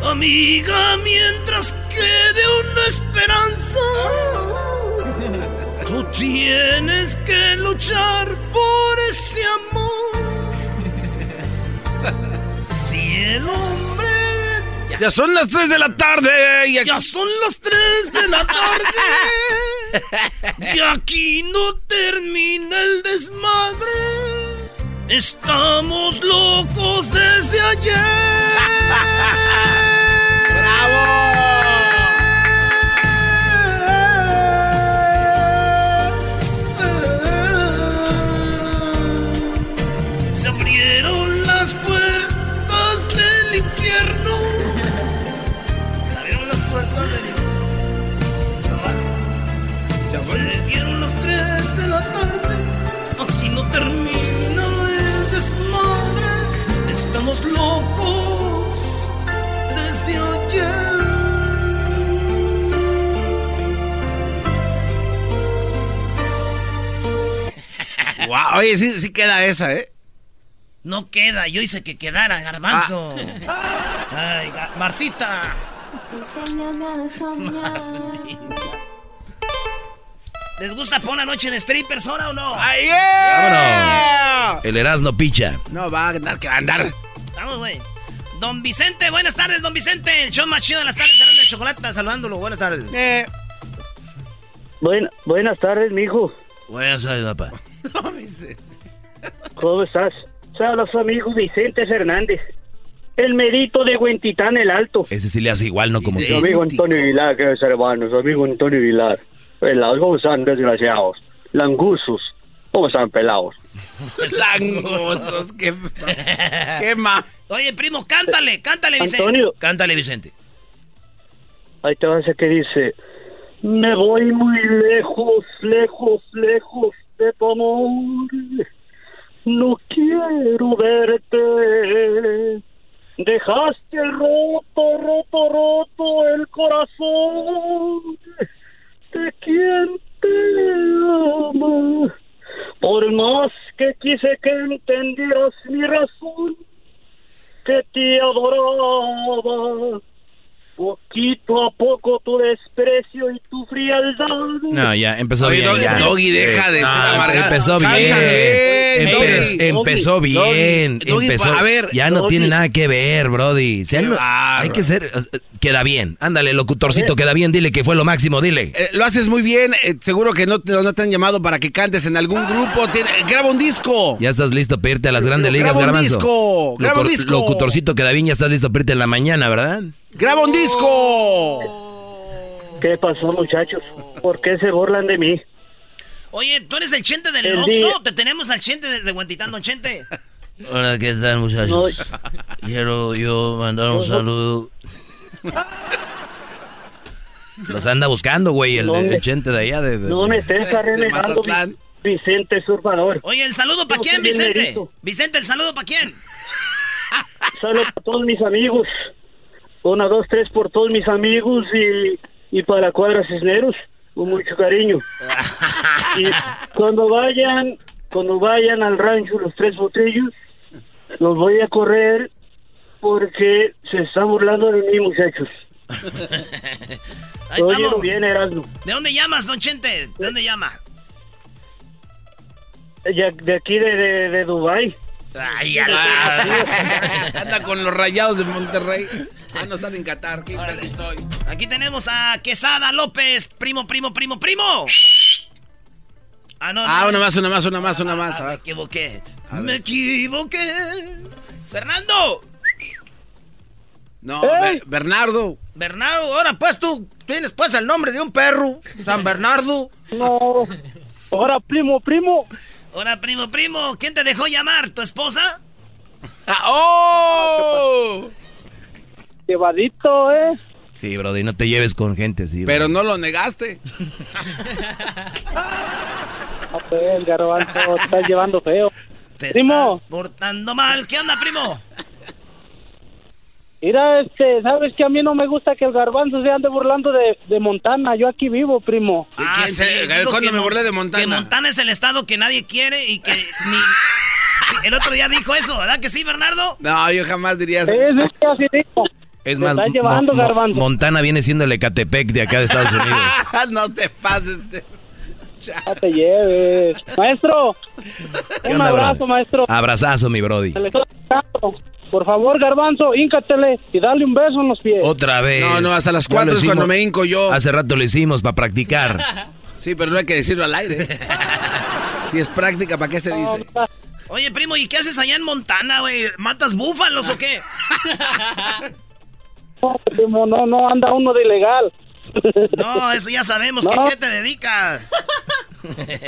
[SPEAKER 5] Amiga, mientras quede una esperanza, tú tienes que luchar por ese amor. Si el hombre.
[SPEAKER 4] Ya son las 3 de la tarde. y aquí-
[SPEAKER 5] Ya son las 3 de la tarde. Y aquí no termina el desmadre. Estamos locos desde ayer. Eh, Se abrieron las puertas del infierno. Se abrieron las puertas del infierno. Se dieron las 3 de la tarde. Aquí no termina el desmadre. Estamos locos desde ayer.
[SPEAKER 4] Guau, Oye, sí, sí queda esa, ¿eh?
[SPEAKER 2] No queda, yo hice que quedara, garbanzo. Ay, ga- Martita. ¿Les gusta por una noche de strippers ahora o no?
[SPEAKER 4] ¡Ay,
[SPEAKER 3] ¡Vámonos! El Erasmo picha.
[SPEAKER 4] ¡Ah! No va a andar, que va a andar.
[SPEAKER 2] Vamos, güey. Don Vicente, buenas tardes, don Vicente. El show más chido de las tardes, Erasmo de chocolate, saludándolo. Buenas tardes.
[SPEAKER 9] Buen- buenas tardes, mijo.
[SPEAKER 3] Buenas tardes, papá.
[SPEAKER 9] ¿Cómo estás? Saludos a mi hijo Vicente Fernández, el merito de Huentitán el Alto.
[SPEAKER 3] Ese sí le hace igual, no como
[SPEAKER 9] Su amigo
[SPEAKER 3] tú.
[SPEAKER 9] Antonio Vilar, que es hermano, su amigo Antonio Vilar. Pelados, ¿cómo están, desgraciados? Langusos, ¿cómo están, pelados?
[SPEAKER 2] Langosos, qué, qué ma. Oye, primo, cántale, cántale, Vicente.
[SPEAKER 9] Antonio.
[SPEAKER 2] Cántale, Vicente.
[SPEAKER 9] Ahí te va ese que dice, Me voy muy lejos, lejos, lejos de tu amor. No quiero verte. Dejaste roto, roto, roto el corazón de quien te ama. Por más que quise que entendieras mi razón, que te adoraba. Poquito a poco tu desprecio y tu frialdad.
[SPEAKER 3] No, ya empezó
[SPEAKER 4] Oye,
[SPEAKER 3] bien.
[SPEAKER 4] Doggy-
[SPEAKER 3] ya.
[SPEAKER 4] Doggy, deja de ser
[SPEAKER 3] Ah,
[SPEAKER 4] amargado.
[SPEAKER 3] Empezó bien.
[SPEAKER 4] Cállate,
[SPEAKER 3] Empe-
[SPEAKER 4] Doggy.
[SPEAKER 3] empezó
[SPEAKER 4] Doggy,
[SPEAKER 3] bien.
[SPEAKER 4] Doggy, Doggy,
[SPEAKER 3] empezó-
[SPEAKER 4] pa- a ver,
[SPEAKER 3] ya no
[SPEAKER 4] Doggy.
[SPEAKER 3] tiene nada que ver, Brody. Se han- hay que ser. eh, Queda bien. Ándale, locutorcito, queda bien. Dile que fue lo máximo. Dile.
[SPEAKER 4] Eh, lo haces muy bien, eh, seguro que no, te- no te han llamado para que cantes en
[SPEAKER 2] Ah.
[SPEAKER 4] algún grupo. Te- eh, graba un disco.
[SPEAKER 3] Ya estás listo para irte a las grandes
[SPEAKER 4] Graba
[SPEAKER 3] ligas,
[SPEAKER 4] un
[SPEAKER 3] Garbanzo.
[SPEAKER 4] disco, graba un
[SPEAKER 3] Locor-
[SPEAKER 4] disco.
[SPEAKER 3] Locutorcito queda bien, ya estás listo para irte en la mañana, ¿verdad?
[SPEAKER 4] ¡Graba un disco!
[SPEAKER 9] ¿Qué pasó, muchachos? ¿Por qué se burlan de mí?
[SPEAKER 2] Oye, ¿tú eres el chente del
[SPEAKER 9] El día-
[SPEAKER 2] Oxxo? ¿Te tenemos al chente desde Guantitán, chente?
[SPEAKER 3] Hola, ¿qué tal, muchachos? Quiero yo mandar un saludo. Los anda buscando, güey, el,
[SPEAKER 9] No,
[SPEAKER 3] el
[SPEAKER 9] hombre.
[SPEAKER 3] chente de allá. De, de-
[SPEAKER 9] No me estés arreglando, Vicente Surfador.
[SPEAKER 2] Oye, ¿el saludo para
[SPEAKER 9] Yo
[SPEAKER 2] quién,
[SPEAKER 9] soy el
[SPEAKER 2] Vicente?
[SPEAKER 9] negrito.
[SPEAKER 2] Vicente, ¿el saludo para quién?
[SPEAKER 9] Solo para todos mis amigos. Una, dos, tres por todos mis amigos y, y para Cuadra Cisneros. Con mucho cariño. Y cuando vayan, cuando vayan al rancho los tres botellos, los voy a correr porque se están burlando de mí, muchachos.
[SPEAKER 2] Ahí
[SPEAKER 9] Oye,
[SPEAKER 2] estamos.
[SPEAKER 9] bien, Erasmo.
[SPEAKER 2] ¿De dónde llamas, don Chente? ¿De dónde llama?
[SPEAKER 9] Ya- De aquí de, de, de Dubái.
[SPEAKER 2] Ay,
[SPEAKER 4] a la- Anda con los rayados de Monterrey. Ah, no están en Qatar. Qué imbécil soy.
[SPEAKER 2] Aquí tenemos a Quesada López, primo, primo, primo, primo. Ah, no,
[SPEAKER 4] Ah,
[SPEAKER 2] no.
[SPEAKER 4] una más, una más, una más, una más. A
[SPEAKER 2] Ah, me
[SPEAKER 4] ver.
[SPEAKER 2] equivoqué. Me equivoqué. Fernando.
[SPEAKER 4] No,
[SPEAKER 2] ¡Ey!
[SPEAKER 4] Ber- Bernardo.
[SPEAKER 2] Bernardo, ahora pues tú tienes pues el nombre de un perro. San Bernardo.
[SPEAKER 9] No. Ahora, primo, primo.
[SPEAKER 2] Ahora, primo, primo, ¿quién te dejó llamar? ¿Tu esposa?
[SPEAKER 4] ¡Oh!
[SPEAKER 9] Llevadito, ¿eh?
[SPEAKER 3] Sí, Brody, no te lleves con gente así.
[SPEAKER 4] Pero
[SPEAKER 3] Brody.
[SPEAKER 4] no lo negaste.
[SPEAKER 9] Ah, pues, el garbanzo, te estás llevando feo.
[SPEAKER 2] Te
[SPEAKER 9] primo,
[SPEAKER 2] estás portando mal. ¿Qué onda, primo?
[SPEAKER 9] mira, este, sabes que a mí no me gusta que el garbanzo se ande burlando de, de Montana. Yo aquí vivo, primo.
[SPEAKER 2] Ah,
[SPEAKER 4] se-
[SPEAKER 2] sí,
[SPEAKER 4] a ver,
[SPEAKER 2] digo
[SPEAKER 4] ¿cuándo
[SPEAKER 2] que
[SPEAKER 4] eh, me
[SPEAKER 2] Mon-
[SPEAKER 4] burlé de Montana?
[SPEAKER 2] Que Montana es el estado que nadie quiere y que ni... Sí, el otro día dijo eso, ¿verdad que sí, Bernardo?
[SPEAKER 4] No, yo jamás diría eso.
[SPEAKER 3] Es
[SPEAKER 4] Me
[SPEAKER 3] más,
[SPEAKER 4] estás
[SPEAKER 3] Mo-
[SPEAKER 4] llevando,
[SPEAKER 3] Mo-
[SPEAKER 4] garbanzo.
[SPEAKER 3] Montana viene siendo el Ecatepec de acá de Estados Unidos.
[SPEAKER 4] no te pases. de-
[SPEAKER 9] No te lleves. Maestro,
[SPEAKER 3] ¿Qué
[SPEAKER 9] un
[SPEAKER 3] onda,
[SPEAKER 9] abrazo,
[SPEAKER 3] brother?
[SPEAKER 9] maestro.
[SPEAKER 3] Abrazazo, mi Brody.
[SPEAKER 9] Se le está dando. Por favor, garbanzo, híncatele y dale un beso en los pies.
[SPEAKER 3] Otra vez.
[SPEAKER 4] No, no, hasta las
[SPEAKER 3] Ya lo
[SPEAKER 4] cuatro es
[SPEAKER 3] hicimos.
[SPEAKER 4] cuando me hinco yo.
[SPEAKER 3] Hace rato lo hicimos para practicar.
[SPEAKER 4] Sí, pero no hay que decirlo al aire. Si es práctica, ¿para qué se dice?
[SPEAKER 2] Oye, primo, ¿y qué haces allá en Montana, güey? ¿Matas búfalos o qué?
[SPEAKER 9] No, primo, no, no, anda uno de ilegal.
[SPEAKER 2] No, eso ya sabemos. ¿Qué,
[SPEAKER 9] No.
[SPEAKER 2] qué te dedicas?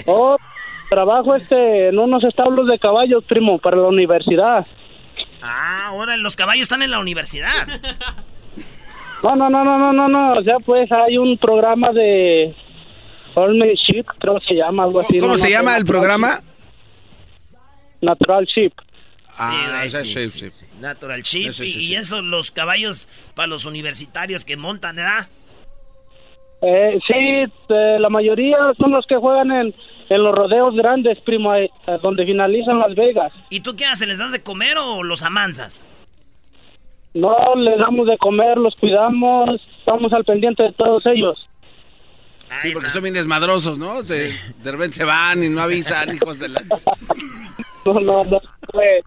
[SPEAKER 9] Oh, trabajo este en unos establos de caballos, primo, para la universidad.
[SPEAKER 2] Ah, ahora los caballos están en la universidad.
[SPEAKER 9] No, no, no, no, no, no, no. O sea, pues hay un programa de Horsemanship, creo que se llama algo así.
[SPEAKER 4] ¿Cómo
[SPEAKER 9] no,
[SPEAKER 4] se
[SPEAKER 9] no,
[SPEAKER 4] llama el
[SPEAKER 9] Natural
[SPEAKER 4] programa?
[SPEAKER 9] Ship. Natural Ship.
[SPEAKER 4] Ah,
[SPEAKER 2] güey,
[SPEAKER 4] esa
[SPEAKER 2] sí,
[SPEAKER 4] shape, sí.
[SPEAKER 2] Natural chip
[SPEAKER 4] Sí, sí, sí,
[SPEAKER 2] y
[SPEAKER 4] sí.
[SPEAKER 2] eso, los caballos para los universitarios que montan, ¿verdad?
[SPEAKER 9] Eh, sí, eh, la mayoría son los que juegan en, en los rodeos grandes, primo, ahí, eh, donde finalizan Las Vegas.
[SPEAKER 2] ¿Y tú qué haces? ¿Les das de comer o los amanzas?
[SPEAKER 9] No les damos de comer, los cuidamos, estamos al pendiente de todos ellos.
[SPEAKER 4] Sí, porque son bien desmadrosos, ¿no? De, de repente se van y no avisan, hijos de la...
[SPEAKER 9] No, no, no, pues,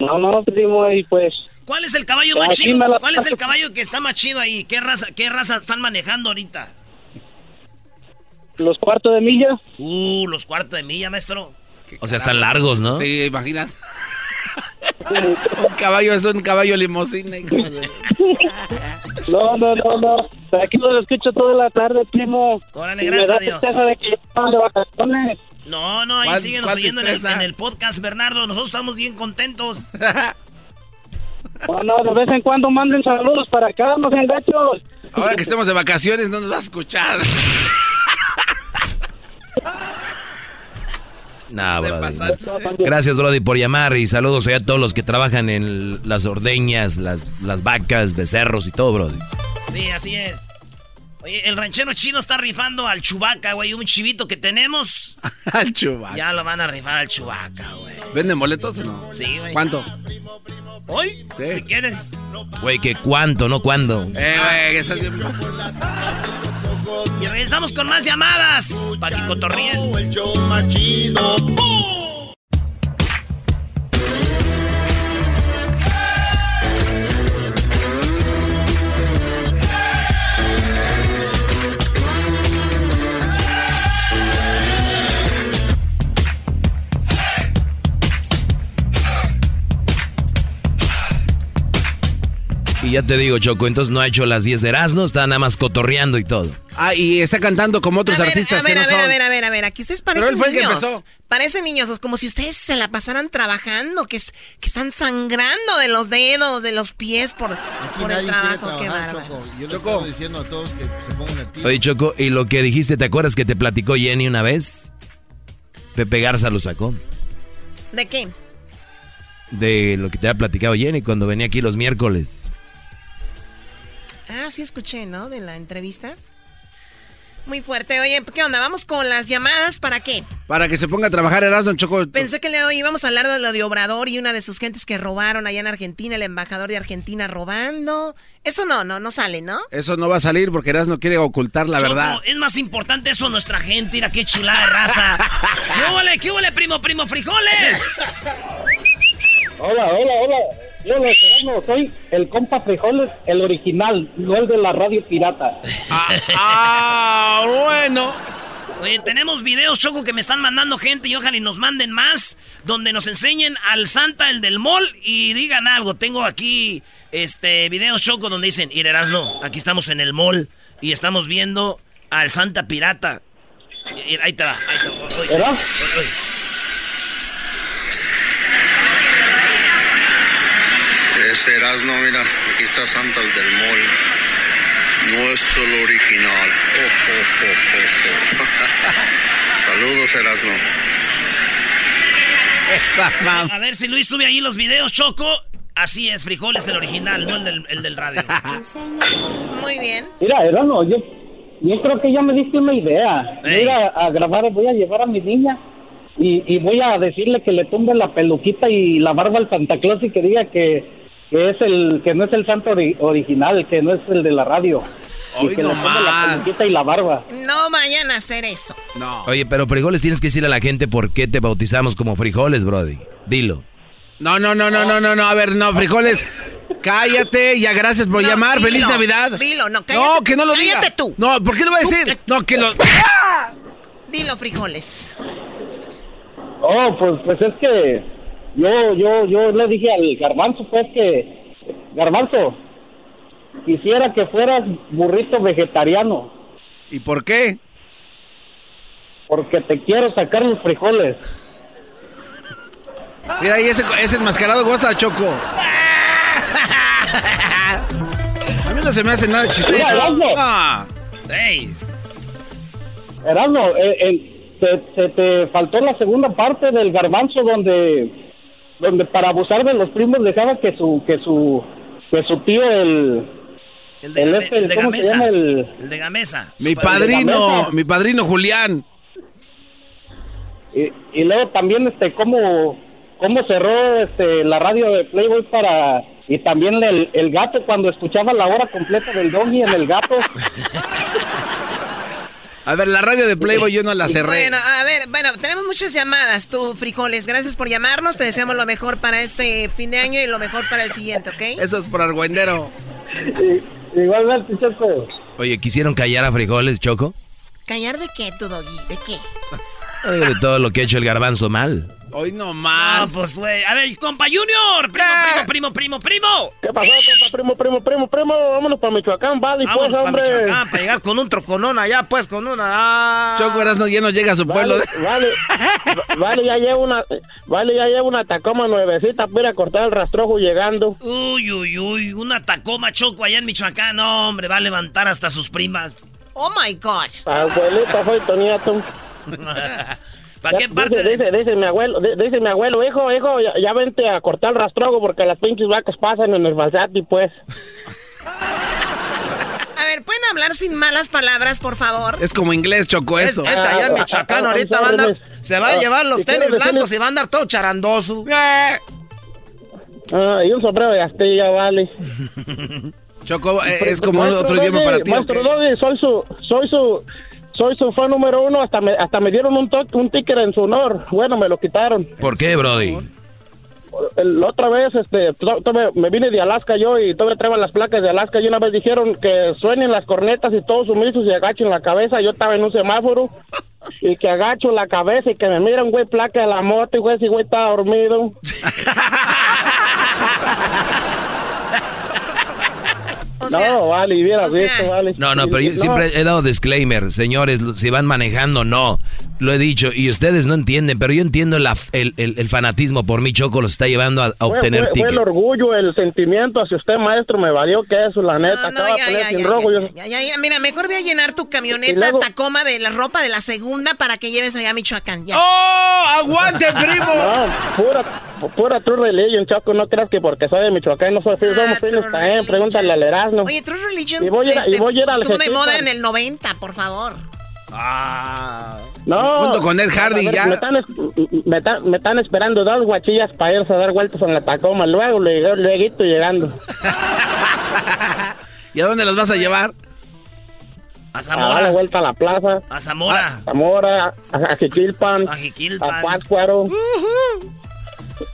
[SPEAKER 9] no, no, primo, y pues,
[SPEAKER 2] ¿Cuál es el caballo más
[SPEAKER 9] Aquí
[SPEAKER 2] chido?
[SPEAKER 9] me la
[SPEAKER 2] ¿Cuál es el
[SPEAKER 9] paso.
[SPEAKER 2] caballo que está más chido ahí? ¿Qué raza, qué raza están manejando ahorita?
[SPEAKER 9] los cuartos de milla.
[SPEAKER 2] Uh, los cuartos de milla, maestro.
[SPEAKER 3] O sea, están largos, ¿no?
[SPEAKER 4] Sí, imagínate. un caballo es un caballo limosina. hijo de-
[SPEAKER 9] No, no, no, no. Aquí los escucho toda la tarde, primo.
[SPEAKER 2] Órale,
[SPEAKER 9] Y me
[SPEAKER 2] gracias
[SPEAKER 9] da
[SPEAKER 2] a Dios.
[SPEAKER 9] tristeza de que estamos de vacaciones.
[SPEAKER 2] No, no, ahí
[SPEAKER 9] ¿Cuál-
[SPEAKER 2] síguenos
[SPEAKER 9] cuál
[SPEAKER 2] oyendo en el,
[SPEAKER 9] tristeza?
[SPEAKER 2] en el podcast, Bernardo. Nosotros estamos bien contentos.
[SPEAKER 9] No, no, de vez en cuando manden saludos para acá, no sean gachos.
[SPEAKER 4] Ahora que estemos de vacaciones no nos va a escuchar.
[SPEAKER 3] Nah, brody. Gracias, Brody, por llamar y saludos a todos los que trabajan en las ordeñas, las, las vacas, becerros y todo, Brody.
[SPEAKER 2] Sí, así es. Oye, el ranchero chino está rifando al Chubaca, güey. Un chivito que tenemos.
[SPEAKER 4] Al chubaca.
[SPEAKER 2] Ya lo van a rifar al Chubaca, güey.
[SPEAKER 4] ¿Venden boletos o no?
[SPEAKER 2] Sí, güey.
[SPEAKER 4] ¿Cuánto?
[SPEAKER 2] ¿Hoy? Si quieres.
[SPEAKER 3] Güey, que cuánto, no cuándo.
[SPEAKER 4] Eh, güey, que estás siempre-
[SPEAKER 2] Y regresamos con más llamadas. Para que cotorríen.
[SPEAKER 3] Y ya te digo, Choco, entonces no ha hecho las 10 de Erasmo, está nada más cotorreando y todo.
[SPEAKER 4] Ah, y está cantando como otros
[SPEAKER 3] A ver,
[SPEAKER 4] artistas
[SPEAKER 3] a
[SPEAKER 4] que
[SPEAKER 3] ver, a
[SPEAKER 4] no
[SPEAKER 3] ver,
[SPEAKER 4] son.
[SPEAKER 3] a
[SPEAKER 16] ver, a ver, a ver, aquí ustedes
[SPEAKER 4] Pero
[SPEAKER 16] parecen
[SPEAKER 4] él fue el que
[SPEAKER 16] niños.
[SPEAKER 4] empezó.
[SPEAKER 16] Parecen niños, es como si ustedes se la pasaran trabajando, que, es, que están sangrando de los dedos, de los pies por, por
[SPEAKER 17] nadie
[SPEAKER 16] el
[SPEAKER 17] quiere
[SPEAKER 16] trabajo. Qué
[SPEAKER 17] trabajar,
[SPEAKER 16] bárbaro.
[SPEAKER 17] Choco. Yo les estoy diciendo a todos que se pongan a ti.
[SPEAKER 3] Oye, Choco, y lo que dijiste, ¿te acuerdas que te platicó Jenny una vez? Pepe Garza lo sacó.
[SPEAKER 16] ¿De qué?
[SPEAKER 3] De lo que te había platicado Jenny cuando venía aquí los miércoles.
[SPEAKER 16] Ah, sí escuché, ¿no? De la entrevista. Muy fuerte. Oye, ¿qué onda? ¿Vamos con las llamadas? ¿Para qué?
[SPEAKER 4] Para que se ponga a trabajar Erasmo Choco.
[SPEAKER 16] Pensé que le hoy íbamos a hablar de lo de Obrador y una de sus gentes que robaron allá en Argentina, el embajador de Argentina robando. Eso no, no, no sale, ¿no?
[SPEAKER 4] Eso no va a salir porque Erasmo quiere ocultar la verdad.
[SPEAKER 2] Choco, es más importante eso nuestra gente. Mira qué chulada de raza. ¿Qué huele, qué huele, primo, primo, frijoles?
[SPEAKER 14] Hola, hola, hola. Yo les Erasmo, soy el compa Frijoles, el original, no el de la radio pirata.
[SPEAKER 2] Ah, bueno. Oye, tenemos videos, Choco, que me están mandando gente y ojalá y nos manden más, donde nos enseñen al Santa, el del mall, y digan algo. Tengo aquí este videos, Choco, donde dicen, no, aquí estamos en el mall y estamos viendo al Santa Pirata. Y- y- Ahí te va, ahí te va. Oye,
[SPEAKER 14] ¿Era?
[SPEAKER 2] oye.
[SPEAKER 7] Es Erasmo, mira, aquí está Santa el del Mall. No es solo original. Oh, oh, oh, oh, oh. Saludos, Erasmo.
[SPEAKER 2] A ver si Luis sube ahí los videos, Choco. Así es, frijoles el original, no el del, el del radio.
[SPEAKER 16] Muy bien.
[SPEAKER 14] Mira, Erasmo, yo, yo creo que ya me diste una idea. Voy a, ir a- a grabar, voy a llevar a mi niña y, y voy a decirle que le tumbe la peluquita y la barba al Santa Claus y que diga que, que es el que no es el santo ori- original, que no es el de la radio.
[SPEAKER 3] Hoy
[SPEAKER 14] y que le ponga la
[SPEAKER 3] nomás.
[SPEAKER 14] peluquita y la barba.
[SPEAKER 16] No vayan a hacer eso.
[SPEAKER 4] No.
[SPEAKER 3] Oye, pero frijoles tienes que decirle a la gente por qué te bautizamos como frijoles, Brody. Dilo.
[SPEAKER 4] No, no, no, no, no, no, no. A ver, no, frijoles. Cállate, ya gracias por llamar.
[SPEAKER 16] dilo,
[SPEAKER 4] ¡Feliz Navidad!
[SPEAKER 16] Dilo, no, cállate.
[SPEAKER 4] No, que no lo diga.
[SPEAKER 16] Cállate tú.
[SPEAKER 4] No, ¿por qué lo va a decir? No, que lo.
[SPEAKER 16] Dilo, frijoles.
[SPEAKER 14] Oh, pues, pues es que yo, yo, yo le dije al garbanzo, pues que, garbanzo, quisiera que fueras burrito vegetariano.
[SPEAKER 4] ¿Y por qué?
[SPEAKER 14] Porque te quiero sacar los frijoles.
[SPEAKER 4] Mira, ahí ese, ese enmascarado goza, Choco. A mí no se me hace nada chistoso.
[SPEAKER 14] Mira, Erasmo.
[SPEAKER 4] Ah.
[SPEAKER 2] ¡Ey!
[SPEAKER 14] Erasmo, eh, eh, te, te- te faltó la segunda parte del garbanzo donde, donde para abusar de los primos dejaba que su, que su, que su tío el, el,
[SPEAKER 2] Game-
[SPEAKER 14] este, el-
[SPEAKER 2] el de
[SPEAKER 14] ¿cómo se
[SPEAKER 2] Gamesa.
[SPEAKER 14] llama? El,
[SPEAKER 2] El de Gamesa.
[SPEAKER 4] Mi
[SPEAKER 2] Su padre.
[SPEAKER 4] padrino, mi padrino Julián.
[SPEAKER 14] Y, y luego también, este, cómo, cómo cerró este, la radio de Playboy para. Y también el, el gato, cuando escuchaba la hora completa del doggy en el gato.
[SPEAKER 4] A ver, la radio de Playboy yo no la cerré.
[SPEAKER 16] Bueno, a ver, bueno, tenemos muchas llamadas, tú, frijoles. Gracias por llamarnos. Te deseamos lo mejor para este fin de año y lo mejor para el siguiente, ¿ok?
[SPEAKER 4] Eso es por Argüendero.
[SPEAKER 14] Igualmente, Choco.
[SPEAKER 3] Oye, ¿quisieron callar a frijoles, Choco?
[SPEAKER 16] ¿Callar de qué, tu doggy? ¿De qué?
[SPEAKER 3] Oye, de todo lo que ha hecho el garbanzo mal.
[SPEAKER 4] Hoy nomás.
[SPEAKER 2] No, pues, güey. A ver, compa Junior. Primo, primo, primo, primo, primo.
[SPEAKER 14] ¿Qué pasó, compa? Primo, primo, primo, primo. Vámonos para Michoacán, vale,
[SPEAKER 2] Vámonos
[SPEAKER 14] pues,
[SPEAKER 2] para
[SPEAKER 14] hombre.
[SPEAKER 2] Michoacán para llegar con un troconón allá, pues, con una. Ah.
[SPEAKER 4] Choco Erasmo ya no llega a su pueblo.
[SPEAKER 14] Vale, vale, va- vale, ya llevo una, vale, ya llevo una Tacoma nuevecita para ir a cortar el rastrojo llegando.
[SPEAKER 2] Uy, uy, uy. Una Tacoma Choco allá en Michoacán. No, hombre, va a levantar hasta sus primas.
[SPEAKER 16] Oh my God.
[SPEAKER 14] Abuelita, soy Toniato.
[SPEAKER 2] ¿Para qué
[SPEAKER 14] Ya,
[SPEAKER 2] parte?
[SPEAKER 14] Dice, dice, dice mi abuelo, di- dice mi abuelo, hijo, hijo, ya, ya vente a cortar el rastrogo porque las pinches vacas pasan en el balsati, pues.
[SPEAKER 16] A ver, ¿pueden hablar sin malas palabras, por favor?
[SPEAKER 4] Es como inglés, Choco, eso.
[SPEAKER 18] Esta allá en Michoacán ahorita va a andar, se va a llevar los tenis blancos y va a andar todo charandoso.
[SPEAKER 14] Ah, y un sombrero de astilla, vale.
[SPEAKER 18] Eh,
[SPEAKER 14] pues,
[SPEAKER 4] Choco, eh, es como otro idioma para ti. ¿o
[SPEAKER 14] Maestro
[SPEAKER 4] qué?
[SPEAKER 14] Doggy, soy su, soy su, soy su fan número uno, hasta me, hasta me dieron un, to- un ticket en su honor, bueno, me lo quitaron.
[SPEAKER 3] ¿Por qué, Brody?
[SPEAKER 14] El- La otra vez, este, to- to- me- me vine de Alaska yo y todavía traían las placas de Alaska y una vez dijeron que suenen las cornetas y todos sumisos y agachen la cabeza. Yo estaba en un semáforo y que agacho la cabeza y que me miran, güey, placa de la moto y güey, si güey está dormido. no, Oh, vale, y vieras esto, vale.
[SPEAKER 3] No, no, pero yo siempre he dado disclaimer, señores, si van manejando, no. Lo he dicho y ustedes no entienden, pero yo entiendo la- el, el- el fanatismo por mi Choco los está llevando a, a
[SPEAKER 14] Fue-
[SPEAKER 3] obtener
[SPEAKER 14] fue, fue
[SPEAKER 3] tickets.
[SPEAKER 14] el orgullo, el sentimiento hacia usted, maestro, me valió que eso, la neta.
[SPEAKER 16] No,
[SPEAKER 14] acaba de Eh, poner
[SPEAKER 16] ya, ya,
[SPEAKER 14] sin
[SPEAKER 16] ya,
[SPEAKER 14] rojo.
[SPEAKER 16] ya,
[SPEAKER 14] yo-
[SPEAKER 16] ya, ya, ya. Mira, mejor voy a llenar tu
[SPEAKER 14] Y
[SPEAKER 16] camioneta
[SPEAKER 14] luego-
[SPEAKER 16] Tacoma de la ropa de la segunda para que lleves allá a Michoacán. Ya.
[SPEAKER 14] ¡Oh!
[SPEAKER 16] aguante, primo!
[SPEAKER 14] No, pura, pura True Religion, Chaco. No creas que porque soy de Michoacán no soy fiel. Somos fieles también. Pregúntale al Erasmo.
[SPEAKER 16] Ah, Oye, True Religion
[SPEAKER 14] Y voy a ir a-
[SPEAKER 16] este,
[SPEAKER 14] y voy a ir al
[SPEAKER 16] estuvo de
[SPEAKER 14] Jesús,
[SPEAKER 16] moda
[SPEAKER 14] al-
[SPEAKER 16] en el 90, por favor.
[SPEAKER 5] Ah.
[SPEAKER 14] No.
[SPEAKER 4] Junto con Ed Hardy,
[SPEAKER 14] A ver,
[SPEAKER 4] ya.
[SPEAKER 14] Me están, es- me están- me están esperando dos guachillas para irse a dar vueltas en la Tacoma. Luego, luego, luego llegando.
[SPEAKER 4] ¿Y a dónde las vas a llevar?
[SPEAKER 2] A
[SPEAKER 14] A dar la
[SPEAKER 2] Zamora.
[SPEAKER 14] vuelta a la plaza.
[SPEAKER 2] A Zamora.
[SPEAKER 14] A Zamora. A, a Jiquilpan.
[SPEAKER 2] A Jiquilpan.
[SPEAKER 14] A Pátzcuaro.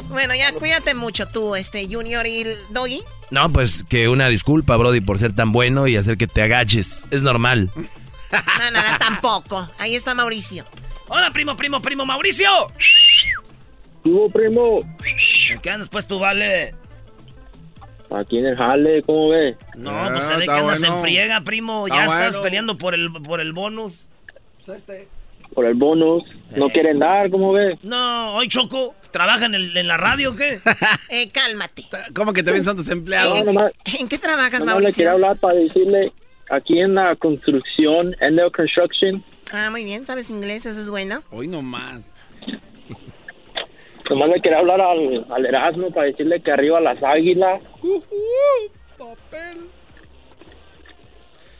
[SPEAKER 16] Bueno, ya cuídate mucho tú, este Junior y el Doggy.
[SPEAKER 3] No, pues que una disculpa, Brody, por ser tan bueno y hacer que te agaches. Es normal.
[SPEAKER 16] No, no, no, tampoco. Oh, Ahí está Mauricio.
[SPEAKER 2] Hola, primo, primo, primo, Mauricio.
[SPEAKER 9] Tú, primo,
[SPEAKER 2] ¿En qué andas pues tú, vale?
[SPEAKER 9] aquí en el jale, ¿cómo ves?
[SPEAKER 2] No,
[SPEAKER 14] Ah,
[SPEAKER 2] pues
[SPEAKER 4] Ah,
[SPEAKER 2] se ve que andas en friega, primo. Ya
[SPEAKER 9] Está
[SPEAKER 2] estás
[SPEAKER 9] bueno.
[SPEAKER 2] peleando por el, por el bonus.
[SPEAKER 9] Por el bonus,
[SPEAKER 4] Eh.
[SPEAKER 9] no quieren dar, ¿cómo ves?
[SPEAKER 2] No, hoy Choco, ¿trabaja en, el- en la radio o qué?
[SPEAKER 16] eh, cálmate.
[SPEAKER 4] ¿Cómo que te ven santos empleados?
[SPEAKER 16] ¿En, en qué trabajas,
[SPEAKER 9] Nomás le quería
[SPEAKER 16] Mauricio?
[SPEAKER 9] hablar para decirle, aquí en la construcción, en la construction,
[SPEAKER 16] Ah, muy bien, sabes inglés, eso es bueno.
[SPEAKER 4] Hoy nomás.
[SPEAKER 9] nomás le quería hablar al, al Erasmo para decirle que arriba las águilas.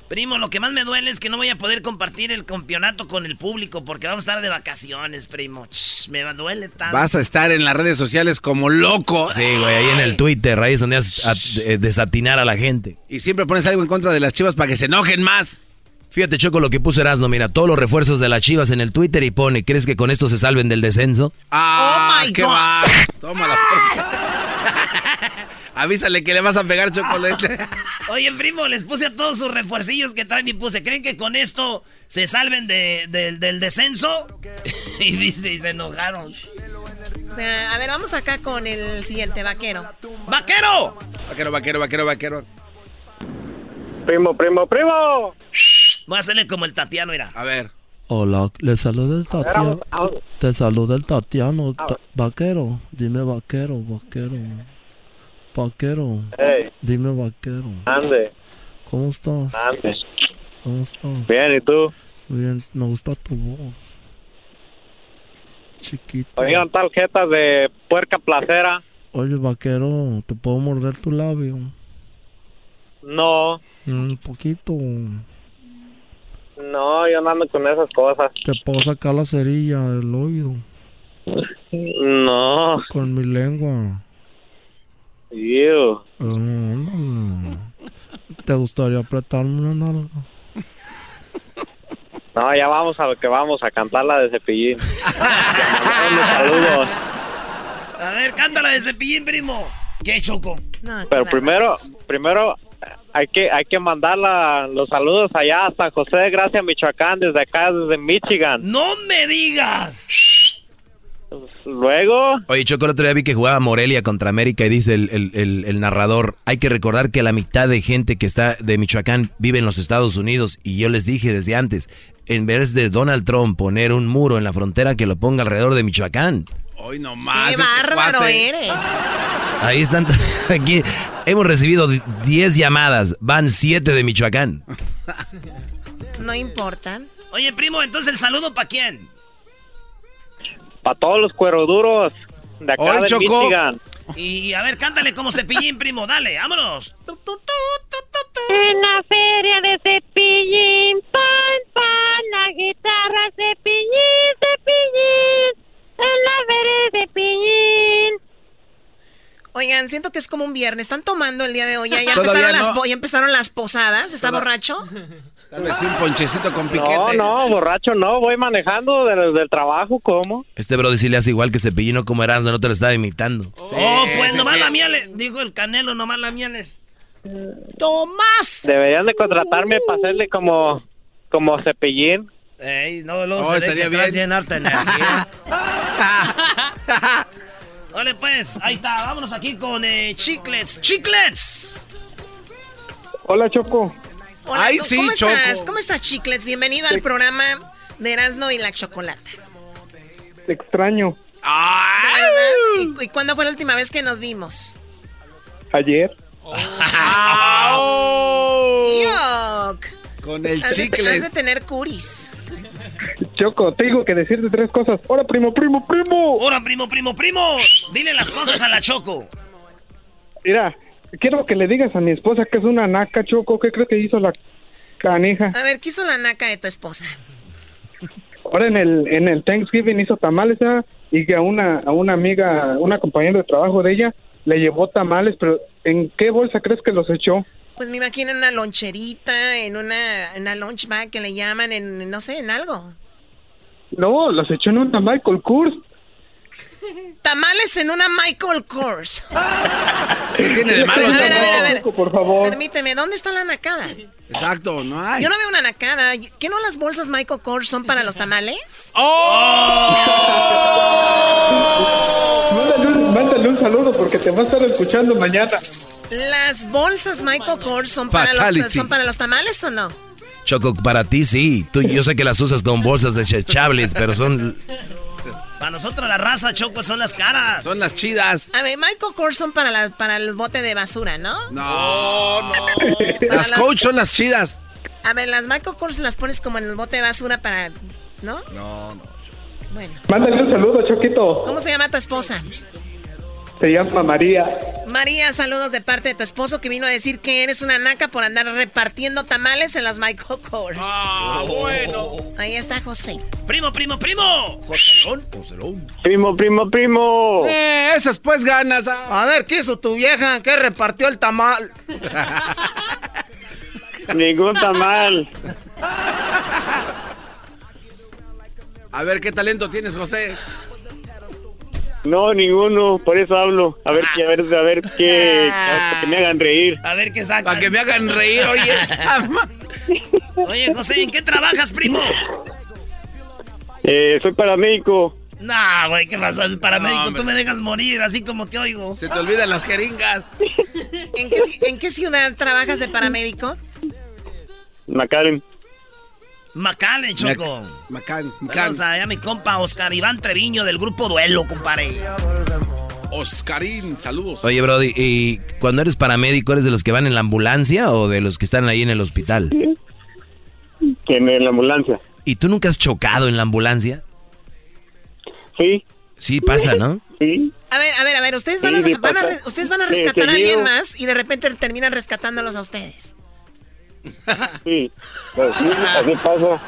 [SPEAKER 2] Primo, lo que más me duele es que no voy a poder compartir el campeonato con el público porque vamos a estar de vacaciones, primo. Ch, me duele tanto.
[SPEAKER 4] Vas a estar en las redes sociales como loco.
[SPEAKER 3] Sí, güey, ahí en el Twitter, ahí es donde haces a- eh, desatinar a la gente.
[SPEAKER 4] Y siempre pones algo en contra de las chivas para que se enojen más.
[SPEAKER 3] Fíjate, Choco, lo que puso Erasmo, mira, todos los refuerzos de las chivas en el Twitter y pone, ¿crees que con esto se salven del descenso?
[SPEAKER 4] Ah,
[SPEAKER 3] my
[SPEAKER 4] qué
[SPEAKER 3] God.
[SPEAKER 4] va. Tómala. Avísale que le vas a pegar chocolate.
[SPEAKER 2] Oye, primo, les puse a todos sus refuercillos que traen y puse, ¿creen que con esto se salven de- de- del descenso? y dice, y se enojaron.
[SPEAKER 16] O sea, a ver, vamos acá con el siguiente vaquero.
[SPEAKER 2] ¡Vaquero!
[SPEAKER 4] Vaquero, vaquero, vaquero, vaquero.
[SPEAKER 2] Primo, primo, primo. Voy a hacerle como el Tatiano, mira.
[SPEAKER 4] A ver.
[SPEAKER 11] Hola, le saluda el Tatiano.
[SPEAKER 2] au.
[SPEAKER 11] Te saluda el Tatiano, ta- vaquero. Dime vaquero, vaquero. Vaquero.
[SPEAKER 9] Hey.
[SPEAKER 11] Dime vaquero.
[SPEAKER 9] Ande,
[SPEAKER 11] ¿Cómo estás?
[SPEAKER 9] ande.
[SPEAKER 11] ¿Cómo estás?
[SPEAKER 9] Bien, ¿y tú?
[SPEAKER 11] Bien, me gusta tu voz. Chiquito.
[SPEAKER 9] Oigan, tarjetas de puerca placera.
[SPEAKER 11] Oye, vaquero, ¿te puedo morder tu labio?
[SPEAKER 9] No,
[SPEAKER 11] Un poquito.
[SPEAKER 9] no, yo no ando con esas cosas.
[SPEAKER 11] Te puedo sacar la cerilla del oído.
[SPEAKER 9] No,
[SPEAKER 11] Con mi lengua.
[SPEAKER 9] you.
[SPEAKER 11] Mm, ¿Te gustaría apretarme una nalga?
[SPEAKER 9] No, ya vamos a lo que vamos, a cantar la de Cepillín. Saludos.
[SPEAKER 2] A ver, cántala de cepillín, primo. ¿Qué choco?
[SPEAKER 9] Pero primero, primero hay que hay que mandar la- los saludos allá a San José de Gracia, Michoacán, desde acá, desde Michigan.
[SPEAKER 2] ¡No me digas!
[SPEAKER 9] Luego,
[SPEAKER 3] Oye, Choco, el otro día vi que jugaba Morelia contra América y dice el, el- el- el narrador, hay que recordar que la mitad de gente que está de Michoacán vive en los Estados Unidos y yo les dije desde antes, en vez de Donald Trump poner un muro en la frontera que lo ponga alrededor de Michoacán.
[SPEAKER 4] Hoy nomás.
[SPEAKER 16] ¡Qué
[SPEAKER 4] este
[SPEAKER 16] bárbaro
[SPEAKER 4] cuate.
[SPEAKER 16] eres!
[SPEAKER 3] Ahí están, aquí hemos recibido 10 llamadas, van 7 de Michoacán.
[SPEAKER 16] No importa.
[SPEAKER 2] Oye, primo, entonces el saludo para quién?
[SPEAKER 14] Para todos los cueroduros de acá
[SPEAKER 2] Hoy
[SPEAKER 14] de
[SPEAKER 2] chocó.
[SPEAKER 14] Michigan.
[SPEAKER 2] Y a ver, cántale como cepillín, primo, dale, vámonos.
[SPEAKER 19] En la feria de cepillín, pan, pan, la guitarra cepillín, cepillín. En la feria de cepillín.
[SPEAKER 16] Oigan, siento que es como un viernes. Están tomando el día de hoy. Ya, ya
[SPEAKER 4] Todavía
[SPEAKER 16] empezaron, las,
[SPEAKER 4] no.
[SPEAKER 16] po- ya empezaron las posadas. ¿Está
[SPEAKER 4] Toda-
[SPEAKER 16] borracho?
[SPEAKER 4] Tal vez un ponchecito con piquete.
[SPEAKER 14] No, no, borracho no, voy manejando desde el trabajo, ¿cómo?
[SPEAKER 3] Este bro sí le hace igual que Cepillino como Erasmo, no te lo estaba imitando.
[SPEAKER 2] oh, pues nomás la miel, digo el canelo, nomás la miel es. ¡Tomás!
[SPEAKER 14] Deberían de contratarme para hacerle como, como cepillín.
[SPEAKER 2] Ey, no, luego
[SPEAKER 14] Oh,
[SPEAKER 2] se ve
[SPEAKER 14] estaría
[SPEAKER 2] que traes
[SPEAKER 14] bien.
[SPEAKER 2] bien harta energía. Dale pues, ahí está, vámonos aquí con eh, Chiclets, Chiclets.
[SPEAKER 20] Hola, Choco.
[SPEAKER 16] Hola,
[SPEAKER 20] Ay,
[SPEAKER 16] ¿cómo-
[SPEAKER 20] sí,
[SPEAKER 16] ¿cómo estás?
[SPEAKER 20] Choco.
[SPEAKER 16] ¿Cómo estás, Chiclets? Bienvenido al programa de Erasmo y la Chocolata.
[SPEAKER 20] Te extraño.
[SPEAKER 16] ¿Y, y cuándo fue la última vez que nos vimos?
[SPEAKER 20] Ayer.
[SPEAKER 16] Yuck.
[SPEAKER 4] Con
[SPEAKER 20] el
[SPEAKER 16] Has de-
[SPEAKER 20] Chiclets.
[SPEAKER 16] Has de tener curis.
[SPEAKER 20] Choco, tengo que decirte tres cosas. Hola, primo, primo, primo.
[SPEAKER 2] Ahora, primo, primo, primo. Dile las cosas a la Choco.
[SPEAKER 20] Mira, quiero que le digas a mi esposa que es una naca, Choco. ¿Qué crees que hizo la caneja?
[SPEAKER 16] A ver, ¿qué hizo la naca de tu esposa?
[SPEAKER 20] Ahora en el, en el Thanksgiving hizo tamales, ¿ah? Y que a una, a una amiga, una compañera de trabajo de ella, le llevó tamales, pero ¿en qué bolsa crees que los echó?
[SPEAKER 16] Pues me imagino en una loncherita, en una, en una lunch bag que le llaman, en no sé, en algo.
[SPEAKER 20] No, los echó en una Michael Kors.
[SPEAKER 16] Tamales en una Michael Kors.
[SPEAKER 4] ¿Qué tiene de malo,
[SPEAKER 16] A ver, a
[SPEAKER 4] Choco?
[SPEAKER 16] ver, a ver.
[SPEAKER 20] por favor.
[SPEAKER 16] Permíteme, ¿dónde está la nacada?
[SPEAKER 4] Exacto, no hay.
[SPEAKER 16] Yo no veo una nacada. ¿Qué no las bolsas Michael Kors son para los tamales?
[SPEAKER 20] Mándale un, mándale un saludo porque te va a estar escuchando mañana.
[SPEAKER 16] ¿Las bolsas Michael Kors son para, los,
[SPEAKER 3] Fatality.
[SPEAKER 16] son para los tamales o no?
[SPEAKER 3] Choco, para ti sí. Tú, yo sé que las usas con bolsas desechables, pero son...
[SPEAKER 2] Para nosotros la raza, Choco, son las caras.
[SPEAKER 4] Son las chidas.
[SPEAKER 16] A ver, Michael Kors son para, la, para el bote de basura, ¿no?
[SPEAKER 4] No, no. Las coach son las chidas.
[SPEAKER 16] A ver, las Michael Kors las pones como en el bote de basura para... ¿No?
[SPEAKER 4] No, no.
[SPEAKER 16] Bueno.
[SPEAKER 20] Mándale un saludo, Choquito.
[SPEAKER 16] ¿Cómo se llama tu esposa?
[SPEAKER 20] Se llama María.
[SPEAKER 16] María, saludos de parte de tu esposo que vino a decir que eres una naca por andar repartiendo tamales en las Michael Kors.
[SPEAKER 20] Ah,
[SPEAKER 2] bueno.
[SPEAKER 16] Ahí está José.
[SPEAKER 2] Primo, primo, primo. Joselón.
[SPEAKER 20] Primo, primo, primo.
[SPEAKER 4] esas pues ganas.
[SPEAKER 5] A ver, ¿qué hizo tu vieja? ¿Qué repartió el tamal?
[SPEAKER 20] Ningún tamal.
[SPEAKER 4] A ver, ¿qué talento tienes, José?
[SPEAKER 20] No, ninguno, por eso hablo. A ver, qué- a ver, a ver qué.
[SPEAKER 2] Ah.
[SPEAKER 20] Para que me hagan reír.
[SPEAKER 2] A ver qué sacan.
[SPEAKER 4] Para que me hagan reír, oye. esa ma-
[SPEAKER 2] Oye, José, ¿en qué trabajas, primo?
[SPEAKER 20] Eh, soy paramédico.
[SPEAKER 2] Nah, güey, ¿qué pasa? El paramédico, tú me dejas morir, así como te oigo.
[SPEAKER 4] Se te olvidan las jeringas.
[SPEAKER 16] ¿En qué, ci- en qué ciudad trabajas de paramédico?
[SPEAKER 20] Macaren.
[SPEAKER 2] Macale, Choco.
[SPEAKER 4] Macán,
[SPEAKER 2] Saludos allá a mi compa Oscar Iván Treviño del grupo Duelo, compadre.
[SPEAKER 4] Oscarín, saludos.
[SPEAKER 3] Oye, Brody, ¿y cuando eres paramédico eres de los que van en la ambulancia o de los que están ahí en el hospital?
[SPEAKER 20] Que en la ambulancia.
[SPEAKER 3] ¿Y tú nunca has chocado en la ambulancia?
[SPEAKER 20] Sí.
[SPEAKER 3] Sí, pasa, ¿no?
[SPEAKER 20] Sí.
[SPEAKER 16] A ver, a ver, a ver, ustedes van,
[SPEAKER 20] Sí, sí
[SPEAKER 16] a, van a
[SPEAKER 20] pasa.
[SPEAKER 16] re- ustedes van a
[SPEAKER 20] Sí,
[SPEAKER 16] rescatar a
[SPEAKER 20] seguido.
[SPEAKER 16] alguien más y de repente terminan rescatándolos a ustedes.
[SPEAKER 20] Sí. Pues sí, así pasa.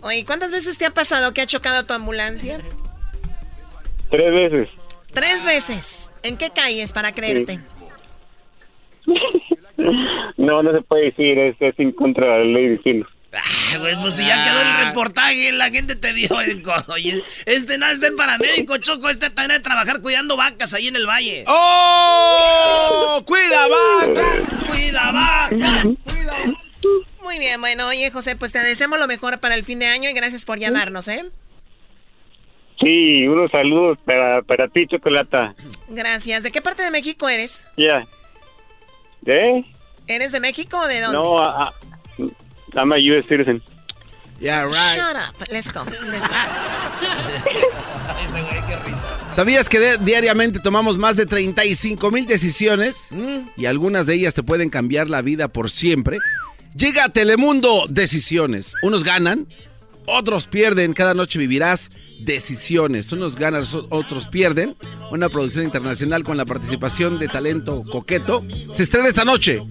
[SPEAKER 16] Oye, ¿cuántas veces te ha pasado que ha chocado tu ambulancia?
[SPEAKER 20] Tres veces.
[SPEAKER 16] Tres veces. ¿En qué calles para creerte?
[SPEAKER 20] No, no se puede decir, es, es en contra de la ley de vecinos.
[SPEAKER 2] Ah, güey, pues si ya quedó el reportaje, la gente te vio. el co- Oye, este nada, este es paramédico, Choco, este está de trabajar cuidando vacas ahí en el valle.
[SPEAKER 4] ¡Oh! ¡Cuida vaca!
[SPEAKER 2] ¡Cuida vacas!
[SPEAKER 16] Muy bien, bueno, oye José, pues te deseamos lo mejor para el fin de año y gracias por llamarnos, ¿eh?
[SPEAKER 20] Sí, unos saludos para, ah, para ti, Chocolata.
[SPEAKER 16] Gracias. ¿De qué parte de México eres?
[SPEAKER 20] Ya. ¿Eh?
[SPEAKER 16] ¿Eres de México o de dónde?
[SPEAKER 20] No, a, a- I'm a U.S. citizen.
[SPEAKER 4] Yeah,
[SPEAKER 16] Shut up. Let's go. Let's go.
[SPEAKER 4] ¿Sabías que de- diariamente tomamos más de 35 mil decisiones?
[SPEAKER 7] Mm.
[SPEAKER 4] Y algunas de ellas te pueden cambiar la vida por siempre. Llega a Telemundo Decisiones. Unos ganan, otros pierden. Cada noche vivirás decisiones. Unos ganan, so- otros pierden. Una producción internacional con la participación de talento coqueto. Se estrena esta noche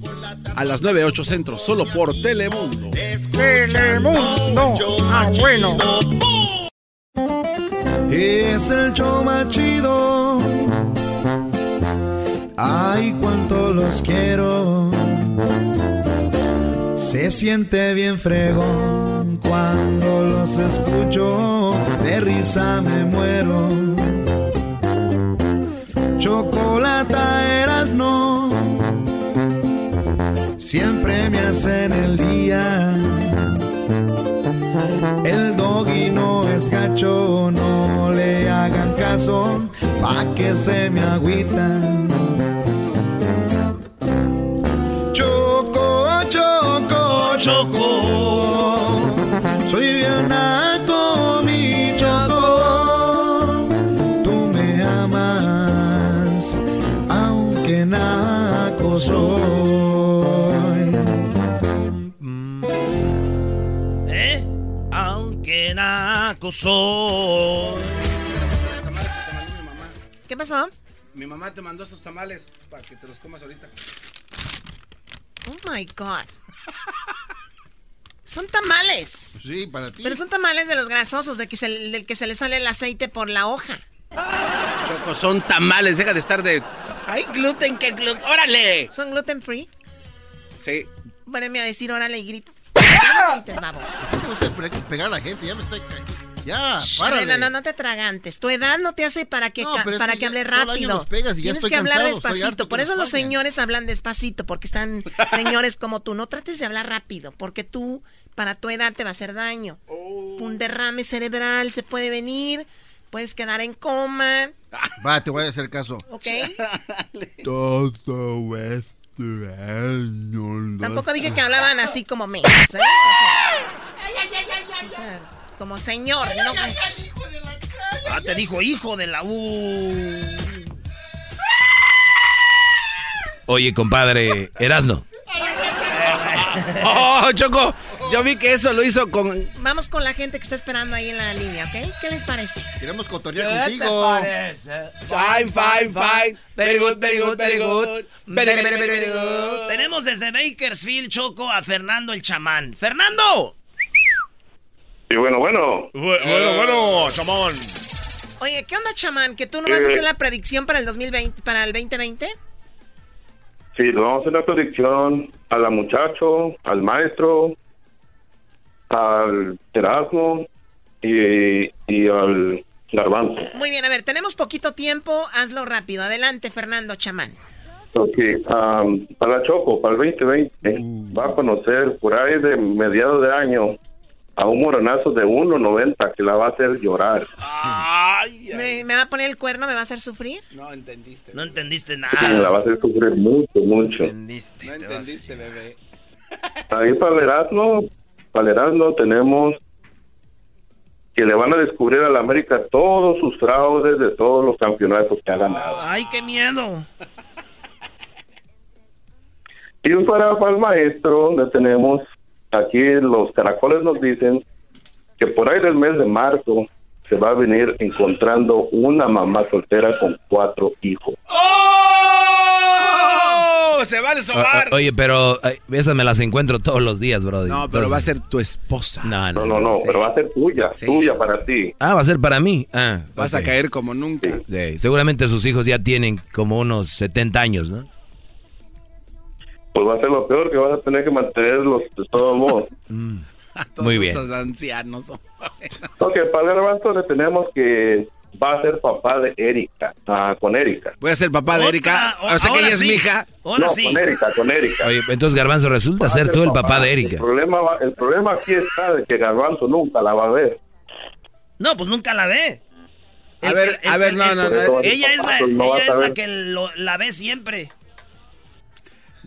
[SPEAKER 4] a las 9, 8 centro, solo por Telemundo.
[SPEAKER 21] Telemundo. Ah, bueno.
[SPEAKER 8] Es el show más chido. Ay, cuánto los quiero. Se siente bien fregón cuando los escucho. De risa me muero. Chocolata eras no. Siempre me hacen el día. El doggy no es gacho, no le hagan caso, pa' que se me agüita. Choco, choco, choco, soy bien naco, mi choco. Tú me amas, aunque naco soy.
[SPEAKER 2] ¿Eh? Aunque naco soy.
[SPEAKER 16] ¿Qué pasó?
[SPEAKER 4] Mi mamá te mandó estos tamales para que te los comas ahorita.
[SPEAKER 16] Oh my God. Son tamales.
[SPEAKER 7] Sí, para ti.
[SPEAKER 16] Pero son tamales de los grasosos, de que se- del que se le sale el aceite por la hoja.
[SPEAKER 4] Choco, son tamales, deja de estar de. ¡Ay, gluten, que gluten! ¡Órale!
[SPEAKER 16] ¿Son gluten free?
[SPEAKER 4] Sí.
[SPEAKER 16] Vuelveme a decir órale y grita. Grites, babos.
[SPEAKER 7] ¿Por qué usted pe- pegar a la gente? Ya me está... Ya,
[SPEAKER 16] Shh,
[SPEAKER 7] párale.
[SPEAKER 16] Adela, no, no te tragantes. Tu edad no te hace para que,
[SPEAKER 7] No,
[SPEAKER 16] ca-
[SPEAKER 7] pero es
[SPEAKER 16] para
[SPEAKER 7] que
[SPEAKER 16] que
[SPEAKER 7] ya
[SPEAKER 16] hable
[SPEAKER 7] todo el año
[SPEAKER 16] rápido.
[SPEAKER 7] nos pegas y ya
[SPEAKER 16] Tienes
[SPEAKER 7] estoy
[SPEAKER 16] que hablar
[SPEAKER 7] cansado, estoy harto
[SPEAKER 16] despacito.
[SPEAKER 7] que
[SPEAKER 16] Por eso
[SPEAKER 7] nos
[SPEAKER 16] los
[SPEAKER 7] fallen.
[SPEAKER 16] señores hablan despacito, porque están señores como tú. No trates de hablar rápido, porque tú, para tu edad, te va a hacer daño.
[SPEAKER 4] Oh.
[SPEAKER 16] Un derrame cerebral se puede venir, puedes quedar en coma,
[SPEAKER 7] Va, te voy a hacer caso.
[SPEAKER 16] ¿ok?
[SPEAKER 7] Todo este año... lo-
[SPEAKER 16] Tampoco dije que hablaban así como me. ¿sabes? O sea, o sea, como señor, ¿no?
[SPEAKER 2] Ah, te dijo hijo de la U.
[SPEAKER 3] Oye, compadre, Erasno.
[SPEAKER 4] ¡Oh, Choco! Yo vi que eso lo hizo con.
[SPEAKER 16] Vamos con la gente que está esperando ahí en la línea, ¿ok? ¿Qué les parece?
[SPEAKER 7] Queremos
[SPEAKER 16] ¿Qué
[SPEAKER 7] cotorrear
[SPEAKER 16] te
[SPEAKER 7] contigo.
[SPEAKER 16] parece?
[SPEAKER 4] Fine, fine, fine. Very good, very good, very good. Very, very, very, very good.
[SPEAKER 2] Tenemos desde Bakersfield, Choco, a Fernando el chamán. ¡Fernando!
[SPEAKER 10] Y bueno, bueno.
[SPEAKER 2] bueno, bueno, chamón.
[SPEAKER 16] Oye, ¿qué onda, chamán? ¿Que tú no vas a
[SPEAKER 10] Eh.
[SPEAKER 16] hacer la predicción para el 2020, para el 2020?
[SPEAKER 10] Sí, le vamos a hacer la predicción a la muchacho, al maestro, al Erasmo y, y al Garbanzo.
[SPEAKER 16] Muy bien, a ver, tenemos poquito tiempo, hazlo rápido. Adelante, Fernando, chamán.
[SPEAKER 10] Ok, am, para Choco, para el 2020, va a conocer por ahí de mediados de año a un moronazo de 1.90 que la va a hacer llorar.
[SPEAKER 16] ¿Me, me va a poner el cuerno? ¿Me va a hacer sufrir?
[SPEAKER 4] No entendiste.
[SPEAKER 2] No entendiste
[SPEAKER 10] Sí, la
[SPEAKER 2] nada.
[SPEAKER 10] va a hacer sufrir mucho, mucho.
[SPEAKER 4] No entendiste, bebé.
[SPEAKER 10] Ahí para el Erasmo, para el Erasmo tenemos que le van a descubrir a la América todos sus fraudes de todos los campeonatos que ha ganado.
[SPEAKER 2] Ay, qué miedo.
[SPEAKER 10] Y para, para el maestro le tenemos, aquí los caracoles nos dicen que por ahí del mes de marzo se va a venir encontrando una mamá soltera con cuatro hijos.
[SPEAKER 4] ¡Oh! Se va a
[SPEAKER 10] Ah,
[SPEAKER 4] sobar.
[SPEAKER 3] O- o- oye, pero ay, esas me las encuentro todos los días, brother.
[SPEAKER 4] No, pero va a ser tu esposa.
[SPEAKER 3] No,
[SPEAKER 10] No, no, no, pero va a ser tuya, tuya para ti.
[SPEAKER 3] Ah, va a ser para mí. Ah,
[SPEAKER 4] Vas
[SPEAKER 3] ok.
[SPEAKER 4] a caer como nunca.
[SPEAKER 3] Sí, seguramente sus hijos ya tienen como unos 70 años, ¿no?
[SPEAKER 10] Pues va a ser lo peor que vas a tener que mantenerlos de todos modos.
[SPEAKER 3] Muy bien.
[SPEAKER 4] Esos ancianos.
[SPEAKER 10] Ok, para el Garbanzo le tenemos que va a ser papá de Erika, ah, con Erika.
[SPEAKER 4] Voy a ser papá de Erika. Ah, O sea que ella es mi hija.
[SPEAKER 10] no, con Erika, con Erika.
[SPEAKER 3] Oye, entonces Garbanzo resulta ser tú el papá de
[SPEAKER 10] El
[SPEAKER 3] Erika.
[SPEAKER 10] problema, va- el problema aquí está de que Garbanzo nunca la va a ver.
[SPEAKER 2] No, pues nunca la ve.
[SPEAKER 4] A ver, a ver, no, no, no.
[SPEAKER 2] Ella es la,
[SPEAKER 10] no vas
[SPEAKER 2] ella
[SPEAKER 10] a
[SPEAKER 2] es la
[SPEAKER 10] ver.
[SPEAKER 2] que lo- la ve siempre.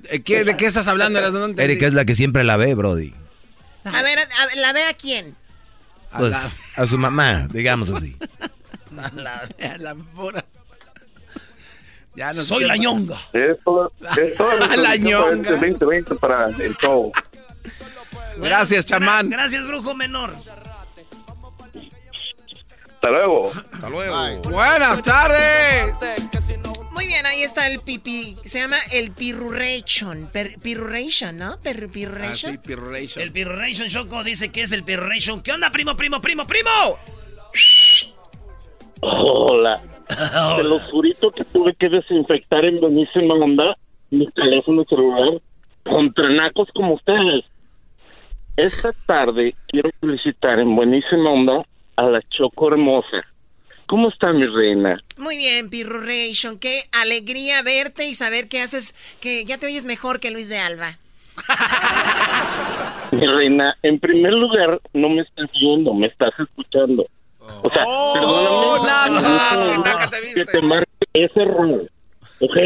[SPEAKER 4] Eh, ¿qué- ¿De qué estás hablando? Erasmo? No entendí.
[SPEAKER 3] Erika es la que siempre la ve, Brody.
[SPEAKER 16] A ver, a- a- ¿la ve a quién?
[SPEAKER 3] Pues, a su mamá, digamos así.
[SPEAKER 4] La, la pura. Ya
[SPEAKER 3] Ah,
[SPEAKER 4] no sé
[SPEAKER 2] Soy
[SPEAKER 4] qué
[SPEAKER 2] la
[SPEAKER 4] pa-
[SPEAKER 2] ñonga.
[SPEAKER 10] Es toda, es toda mi
[SPEAKER 4] La
[SPEAKER 10] solución para
[SPEAKER 4] ñonga.
[SPEAKER 10] este 2020 para el show.
[SPEAKER 4] Gracias, chamán.
[SPEAKER 2] Gracias, brujo menor.
[SPEAKER 6] Hasta luego.
[SPEAKER 2] Hasta luego.
[SPEAKER 4] Buenas tardes.
[SPEAKER 16] Muy bien, ahí está el pipi. Se llama el Pirurration. Per- pirurration, ¿no? Per-
[SPEAKER 4] Ah,
[SPEAKER 16] pirurration.
[SPEAKER 2] Ah, El Pirration Choco dice que es el Pirration. ¿Qué onda, primo, primo, primo, primo?
[SPEAKER 9] Hola. Te lo jurito que tuve que desinfectar en buenísima onda mi teléfono celular contra nacos como ustedes. Esta tarde quiero felicitar en buenísima onda a la Choco Hermosa. ¿Cómo está mi reina?
[SPEAKER 16] Muy bien, Pirurration. Qué alegría verte y saber que haces, que ya te oyes mejor que Luis de Alba.
[SPEAKER 9] Mi reina, en primer lugar, no me estás viendo, me estás escuchando. O sea,
[SPEAKER 14] Oh.
[SPEAKER 9] perdóname, no puedo que te marque ese error, ¿ok?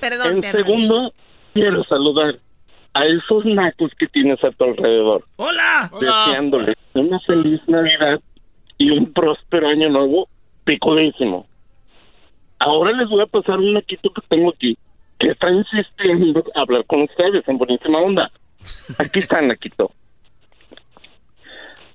[SPEAKER 16] Perdón,
[SPEAKER 9] en
[SPEAKER 16] perdón.
[SPEAKER 9] segundo, quiero saludar a esos nacos que tienes a tu alrededor,
[SPEAKER 2] ¡Hola!
[SPEAKER 9] deseándoles una feliz Navidad y un próspero año nuevo picudísimo. Ahora les voy a pasar un naquito que tengo aquí, que está insistiendo a hablar con ustedes en buenísima onda. Aquí está naquito.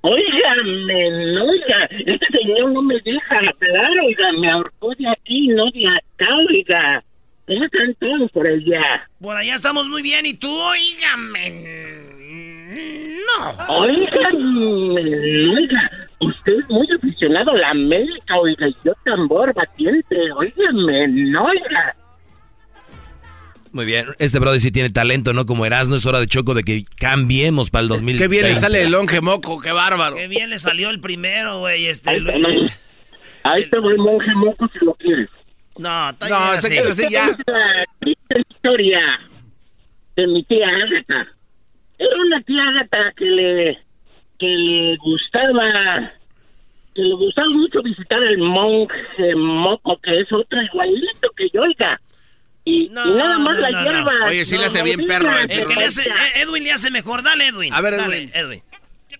[SPEAKER 9] Óigame, no, oiga, este señor no me deja hablar, oiga, me ahorcó de aquí, no de acá, oiga. ¿Cómo están todos por allá?
[SPEAKER 2] Por allá estamos muy bien. ¿Y tú? Oígame. No.
[SPEAKER 9] Oiga, oiga, usted es muy aficionado a la América, oiga, y yo tambor batiente, oígame, no, oiga.
[SPEAKER 3] Muy bien. Este brother sí tiene talento, ¿no? Como Erasmo, es hora de Choco de que cambiemos para el 2000.
[SPEAKER 4] Qué bien le sale el longe moco, Oh, qué bárbaro.
[SPEAKER 2] Qué bien le salió el primero, güey. Este, Luis.
[SPEAKER 9] Ahí te voy, monje moco, si lo quieres.
[SPEAKER 2] No, está
[SPEAKER 9] No,
[SPEAKER 2] bien
[SPEAKER 9] se
[SPEAKER 2] así.
[SPEAKER 9] queda así ya. Triste historia de mi tía Ágata. Era una tía Ágata que le, que le gustaba, que le gustaba mucho visitar al monje moco, que es otro igualito que yo, oiga. Y,
[SPEAKER 2] No,
[SPEAKER 9] y nada más
[SPEAKER 2] no,
[SPEAKER 9] la
[SPEAKER 2] no, no.
[SPEAKER 9] hierba. No, no, no, no,
[SPEAKER 2] El que le hace- eh, Edwin le hace mejor. Dale, Edwin.
[SPEAKER 9] A ver,
[SPEAKER 2] Dale,
[SPEAKER 9] Edwin.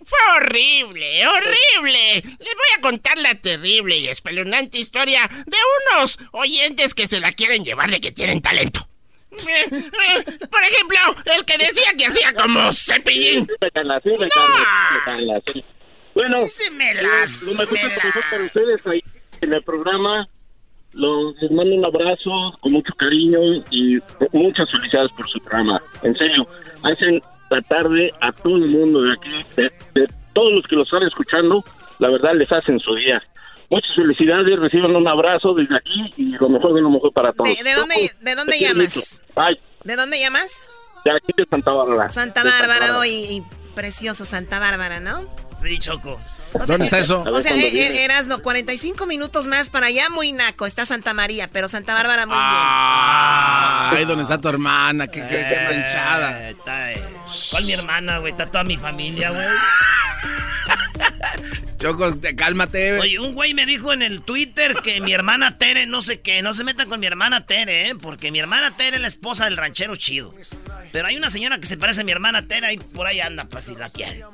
[SPEAKER 22] Fue horrible, horrible. Les voy a contar la terrible y espeluznante historia de unos oyentes que se la quieren llevar de que tienen talento. Eh, eh, Por ejemplo, el que decía que hacía como cepillín.
[SPEAKER 9] Déjala así, déjala, déjala así. Bueno, eh,
[SPEAKER 22] las-
[SPEAKER 9] lo mejor que
[SPEAKER 22] me
[SPEAKER 9] pasó para ustedes ahí en el programa. Los, les mando un abrazo con mucho cariño y muchas felicidades por su programa. En serio, hacen la tarde a todo el mundo de aquí, de, de todos los que los están escuchando, la verdad les hacen su día. Muchas felicidades, reciban un abrazo desde aquí y lo mejor de lo mejor para todos.
[SPEAKER 16] ¿De, de dónde, de dónde
[SPEAKER 9] Te quiero
[SPEAKER 16] llamas?
[SPEAKER 9] mucho. Ay,
[SPEAKER 16] ¿De dónde llamas?
[SPEAKER 9] de aquí de Santa Bárbara.
[SPEAKER 16] Santa
[SPEAKER 9] De
[SPEAKER 16] Bárbara hoy y precioso Santa Bárbara, ¿no?
[SPEAKER 2] Sí, Choco.
[SPEAKER 4] ¿Dónde está eso?
[SPEAKER 16] O sea, eh, eras no 45 minutos más para allá, muy naco. Está Santa María, pero Santa Bárbara muy
[SPEAKER 4] Ah,
[SPEAKER 2] Ah.
[SPEAKER 4] Ay, ¿dónde está tu hermana? Qué, qué- qué manchada.
[SPEAKER 2] Eh, está, eh, Con mi hermana, güey. Está toda mi familia, güey.
[SPEAKER 4] Choco, te- cálmate.
[SPEAKER 2] Oye, un güey me dijo en el Twitter que mi hermana Tere, no sé qué, no se metan con mi hermana Tere, ¿eh? Porque mi hermana Tere es la esposa del ranchero chido. Pero hay una señora que se parece a mi hermana Tere y por ahí anda, pues si la quiere.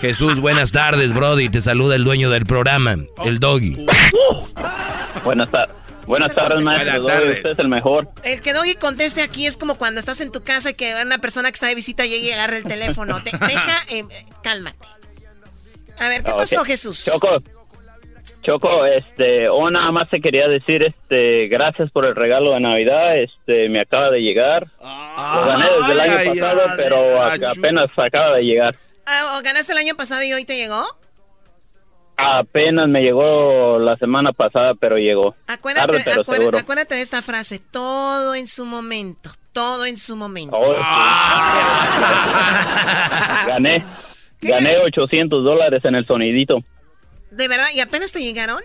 [SPEAKER 3] Jesús, buenas tardes, Brody. Te saluda el dueño del programa, el Doggy.
[SPEAKER 13] Buenas, tardes, buenas tardes, maestro.
[SPEAKER 3] Buenas tardes.
[SPEAKER 13] Usted es el mejor.
[SPEAKER 16] bien. El que Doggy conteste aquí es como cuando estás en tu casa y que una persona que está de visita llegue y agarre el teléfono. Te, deja, eh, cálmate. A ver, ¿qué
[SPEAKER 13] Ah, ok.
[SPEAKER 16] pasó, Jesús?
[SPEAKER 13] Choco, Choco, este, o nada más te quería decir, este, gracias por el regalo de Navidad, este, me acaba de llegar.
[SPEAKER 11] Ah,
[SPEAKER 13] Lo gané desde el año pasado, pero a- apenas acaba de llegar.
[SPEAKER 16] Ah, ¿o ¿Ganaste el año pasado y hoy te llegó?
[SPEAKER 13] Apenas me llegó la semana pasada, pero llegó.
[SPEAKER 16] Acuérdate,
[SPEAKER 13] Tarde, pero
[SPEAKER 16] acuérdate-
[SPEAKER 13] seguro.
[SPEAKER 16] acuérdate de esta frase, todo en su momento, todo en su momento.
[SPEAKER 13] Oh, sí. Gané. Gané 800 dólares en el sonidito.
[SPEAKER 16] ¿De verdad? ¿Y apenas te llegaron?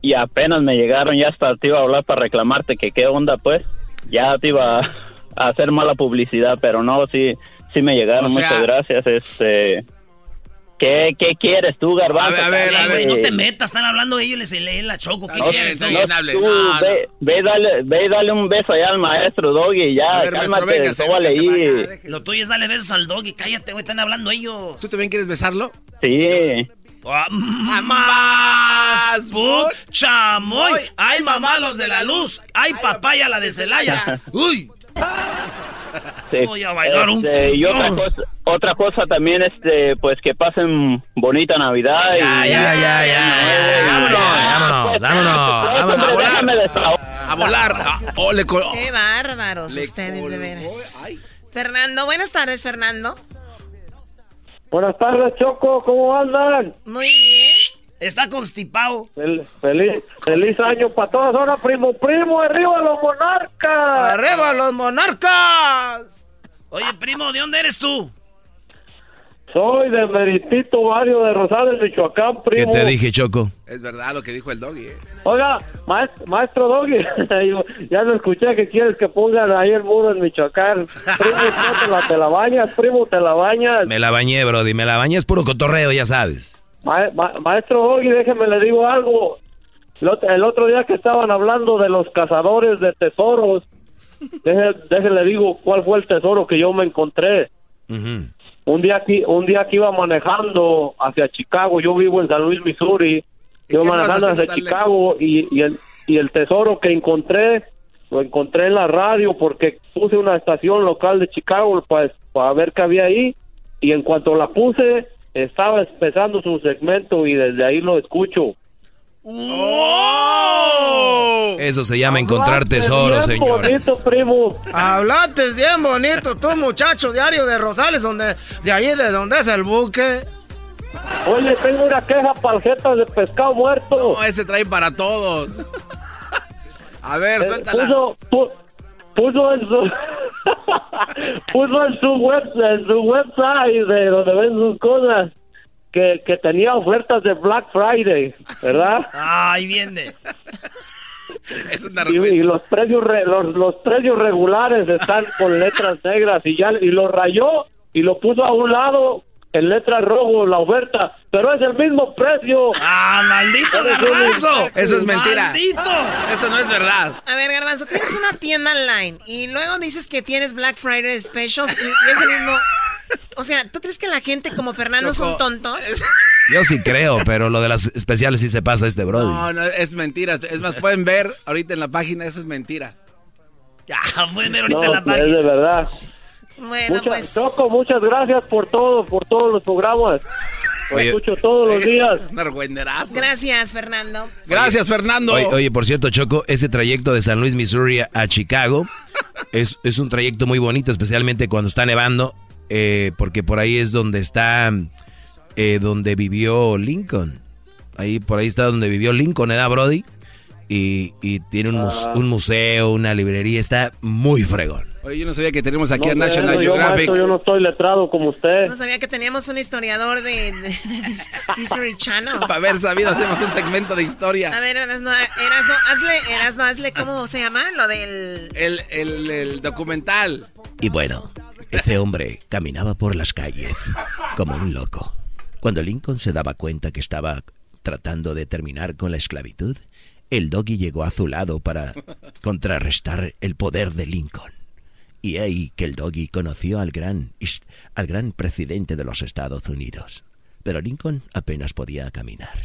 [SPEAKER 13] Y apenas me llegaron, ya hasta te iba a hablar para reclamarte que qué onda, pues. Ya te iba a- a hacer mala publicidad, pero no, sí, sí me llegaron.
[SPEAKER 4] O sea-
[SPEAKER 13] Muchas gracias, este... ¿Qué, qué quieres tú, Garbanzo?
[SPEAKER 2] a ver,
[SPEAKER 13] También,
[SPEAKER 2] güey, no
[SPEAKER 13] güey.
[SPEAKER 2] te metas, están hablando ellos y les leen la choco. ¿Qué
[SPEAKER 13] No,
[SPEAKER 2] quieres?
[SPEAKER 13] no,
[SPEAKER 2] tú?
[SPEAKER 13] tú ve, ve, dale, ve, dale un beso allá al maestro Doggy, ya,
[SPEAKER 2] A ver, maestro,
[SPEAKER 13] Ah, cálmate,
[SPEAKER 2] véngase,
[SPEAKER 13] sóbale
[SPEAKER 2] véngase
[SPEAKER 13] ahí.
[SPEAKER 2] Ah, Lo tuyo es darle besos al doggy. Cállate, güey, están hablando ellos. Ah,
[SPEAKER 4] ¿Tú también quieres besarlo?
[SPEAKER 13] Sí.
[SPEAKER 2] mm, ¡Mamás! ¡Put! ¡Chamoy! ¡Ay, mamá, los de la luz! ¡Ay, papaya, la de Celaya! ¡Uy!
[SPEAKER 13] Sí.
[SPEAKER 2] Voy a bailar un-
[SPEAKER 13] Este, y otra
[SPEAKER 2] No.
[SPEAKER 13] cosa, otra cosa también, este, pues que pasen bonita Navidad. Ya, ya, ya,
[SPEAKER 2] Eh.
[SPEAKER 3] Vámonos, vámonos, vámonos.
[SPEAKER 4] A volar. Ah, oh, le col-
[SPEAKER 16] Qué bárbaros ustedes, de veras. Fernando, buenas tardes, Fernando.
[SPEAKER 14] Buenas tardes, Choco, ¿cómo andan?
[SPEAKER 16] Muy bien.
[SPEAKER 2] Está constipado.
[SPEAKER 14] Fel- feliz, feliz año para todas horas, primo, primo, arriba los monarcas.
[SPEAKER 12] ¡Arriba los monarcas!
[SPEAKER 2] Oye, primo, ¿de dónde eres tú?
[SPEAKER 14] Soy de Meritito Barrio de Rosales, Michoacán,
[SPEAKER 3] ¿Qué
[SPEAKER 14] primo.
[SPEAKER 3] te dije, Choco?
[SPEAKER 4] Es verdad lo que dijo el doggy. eh.
[SPEAKER 14] Oiga, maes- maestro Doggy, digo, ya lo escuché que quieres que pongan ahí el muro en Michoacán. Primo, no te la, te la bañas, primo, te la bañas.
[SPEAKER 3] Me la bañé, Brody. Me la bañé. Es puro cotorreo, ya sabes.
[SPEAKER 14] Ma- ma- maestro Doggy, déjeme le digo algo. El ot- El otro día que estaban hablando de los cazadores de tesoros, deje- déjele digo cuál fue el tesoro que yo me encontré. Un día aquí, un día que iba manejando hacia Chicago, yo vivo en San Luis, Missouri, iba
[SPEAKER 23] qué andas
[SPEAKER 14] manejando
[SPEAKER 23] haciendo
[SPEAKER 14] hacia
[SPEAKER 23] tan
[SPEAKER 14] Chicago y, y el, y el tesoro que encontré, lo encontré en la radio porque puse una estación local de Chicago pues, para ver qué había ahí y en cuanto la puse, estaba empezando su segmento y desde ahí lo escucho.
[SPEAKER 3] Eso se llama encontrar tesoro, señor.
[SPEAKER 14] primo.
[SPEAKER 12] Hablaste bien bonito, tú, muchacho diario de Rosales, donde, de ahí de donde es el buque.
[SPEAKER 14] Oye, tengo una queja paljetas de pescado muerto.
[SPEAKER 4] No, ese trae para todos. A ver,
[SPEAKER 14] Eh,
[SPEAKER 4] suéltala.
[SPEAKER 14] Puso, pu- puso en su puso en su web en su website de donde ven sus cosas que, que tenía ofertas de Black Friday, ¿verdad?
[SPEAKER 2] Ay, viene.
[SPEAKER 14] y, y los precios re- los, los precios regulares están con letras negras y ya y lo rayó y lo puso a un lado en letras rojo la oferta, pero es el mismo precio.
[SPEAKER 2] Ah, maldito
[SPEAKER 14] garbanzo!
[SPEAKER 4] Eso es mentira.
[SPEAKER 2] ¡Maldito!
[SPEAKER 4] Eso no es verdad.
[SPEAKER 16] A ver, Garbanzo, tienes una tienda online y luego dices que tienes Black Friday Specials y, y es el mismo. O sea, ¿tú crees que la gente como Fernando son
[SPEAKER 4] Choco.
[SPEAKER 16] tontos?
[SPEAKER 3] Yo sí creo, pero lo de las especiales sí se pasa este Brody.
[SPEAKER 4] No, no, es mentira. Es más, pueden ver ahorita en la página, eso es mentira.
[SPEAKER 2] Ya, pueden ver
[SPEAKER 14] No, pues, es de verdad.
[SPEAKER 16] Bueno,
[SPEAKER 14] muchas, Choco, muchas gracias por todo, por todos los programas. Lo
[SPEAKER 3] Oye.
[SPEAKER 14] escucho todos los días.
[SPEAKER 16] Gracias, Fernando.
[SPEAKER 4] Gracias, Fernando.
[SPEAKER 3] Oye, oye, por cierto, Choco, ese trayecto de San Luis, Missouri a- a Chicago es, es un trayecto muy bonito, especialmente cuando está nevando, eh, porque por ahí es donde está, eh, donde vivió Lincoln. Ahí, por ahí está donde vivió Lincoln, ¿eh, Brody? Y, y tiene un, mus- un museo, una librería, está muy fregón.
[SPEAKER 4] Oye, yo no sabía que tenemos aquí
[SPEAKER 14] No,
[SPEAKER 4] a National
[SPEAKER 14] bueno, yo,
[SPEAKER 4] Geographic.
[SPEAKER 14] maestro, yo no estoy letrado como usted.
[SPEAKER 16] No sabía que teníamos un historiador de, de- de History Channel.
[SPEAKER 4] Para haber sabido, hacemos un segmento de
[SPEAKER 16] A
[SPEAKER 4] historia.
[SPEAKER 16] ver, Erasno, Erasno, hazle, Erasno, hazle, ¿cómo se llama? Lo del...
[SPEAKER 4] El, el- el documental.
[SPEAKER 3] Y bueno, ese hombre caminaba por las calles como un loco. Cuando Lincoln se daba cuenta que estaba tratando de terminar con la esclavitud, el doggy llegó a su lado para contrarrestar el poder de Lincoln. Y ahí que el doggy conoció al gran, is- al gran presidente de los Estados Unidos. Pero Lincoln apenas podía caminar.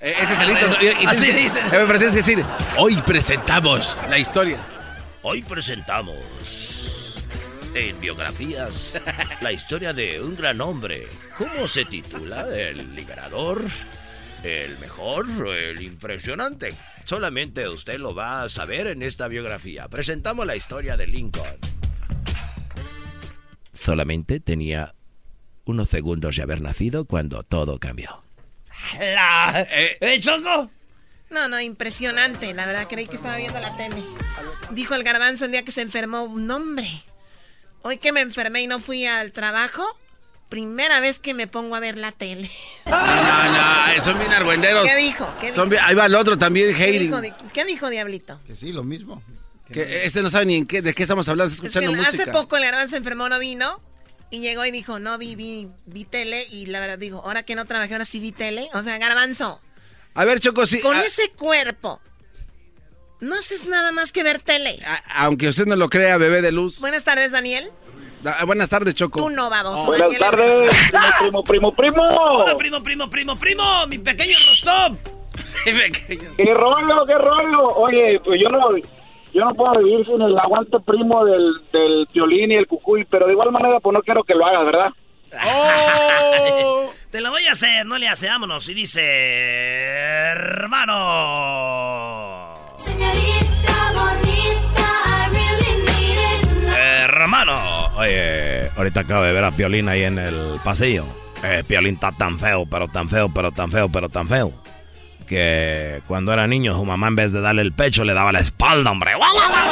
[SPEAKER 4] Eh, Ese es el intro. Y- y-
[SPEAKER 2] Así
[SPEAKER 4] y-
[SPEAKER 2] dicen.
[SPEAKER 4] Eh, Me pretende decir, hoy presentamos la historia.
[SPEAKER 2] Hoy presentamos en biografías la historia de un gran hombre. ¿Cómo se titula? El liberador, el mejor, el impresionante. Solamente usted lo va a saber en esta biografía. Presentamos la historia de Lincoln.
[SPEAKER 3] Solamente tenía unos segundos de haber nacido cuando todo cambió.
[SPEAKER 2] La...
[SPEAKER 4] Eh,
[SPEAKER 2] Choco?
[SPEAKER 16] No, no, impresionante. La verdad, creí que estaba viendo la tele. Dijo el garbanzo el día que se enfermó un hombre. Hoy que me enfermé y no fui al trabajo, primera vez que me pongo a ver la tele.
[SPEAKER 4] No, no, son bien argüenderos.
[SPEAKER 16] ¿Qué dijo? ¿Qué
[SPEAKER 4] Son
[SPEAKER 16] dijo?
[SPEAKER 4] bien- ahí va el otro también,
[SPEAKER 16] ¿Qué
[SPEAKER 4] hating.
[SPEAKER 16] dijo, di- ¿Qué dijo Diablito?
[SPEAKER 4] Que sí, lo mismo. Que este no sabe ni en qué, de qué estamos hablando, está
[SPEAKER 16] Es que
[SPEAKER 4] escuchando música.
[SPEAKER 16] hace poco el garbanzo se enfermó, no vino. Y llegó y dijo, no vi, vi, vi tele. Y la verdad, dijo, ahora que no trabajé, ahora sí vi tele. O sea, garbanzo,
[SPEAKER 4] A ver, Choco, Pues sí. ah.
[SPEAKER 16] con
[SPEAKER 4] a-
[SPEAKER 16] ese cuerpo, no haces nada más que ver tele.
[SPEAKER 4] Aunque usted no lo crea, bebé de luz.
[SPEAKER 16] Buenas tardes, Daniel.
[SPEAKER 4] Da- buenas tardes, Choco.
[SPEAKER 16] Tú no,
[SPEAKER 2] Oh.
[SPEAKER 16] baboso.
[SPEAKER 4] Buenas
[SPEAKER 16] Daniel es-
[SPEAKER 4] tardes,
[SPEAKER 14] primo, primo, primo.
[SPEAKER 2] Hola, primo, primo, primo, primo, mi pequeño Rostov.
[SPEAKER 14] ¡Qué rollo, qué rollo! Oye, pues yo no... yo no puedo vivir sin el aguante primo del, del violín y el cucuy, pero de igual manera, pues no quiero que lo hagas, ¿verdad?
[SPEAKER 2] Te lo voy a hacer, no le hace, vámonos. Y dice, hermano. Hermano.
[SPEAKER 3] Oye, ahorita acabo de ver a Piolín ahí en el pasillo. Eh, Piolín está tan feo, pero tan feo, pero tan feo, pero tan feo. Que cuando era niño, su mamá en vez de darle el pecho, le daba la espalda, hombre. ¡Guau, guau, guau!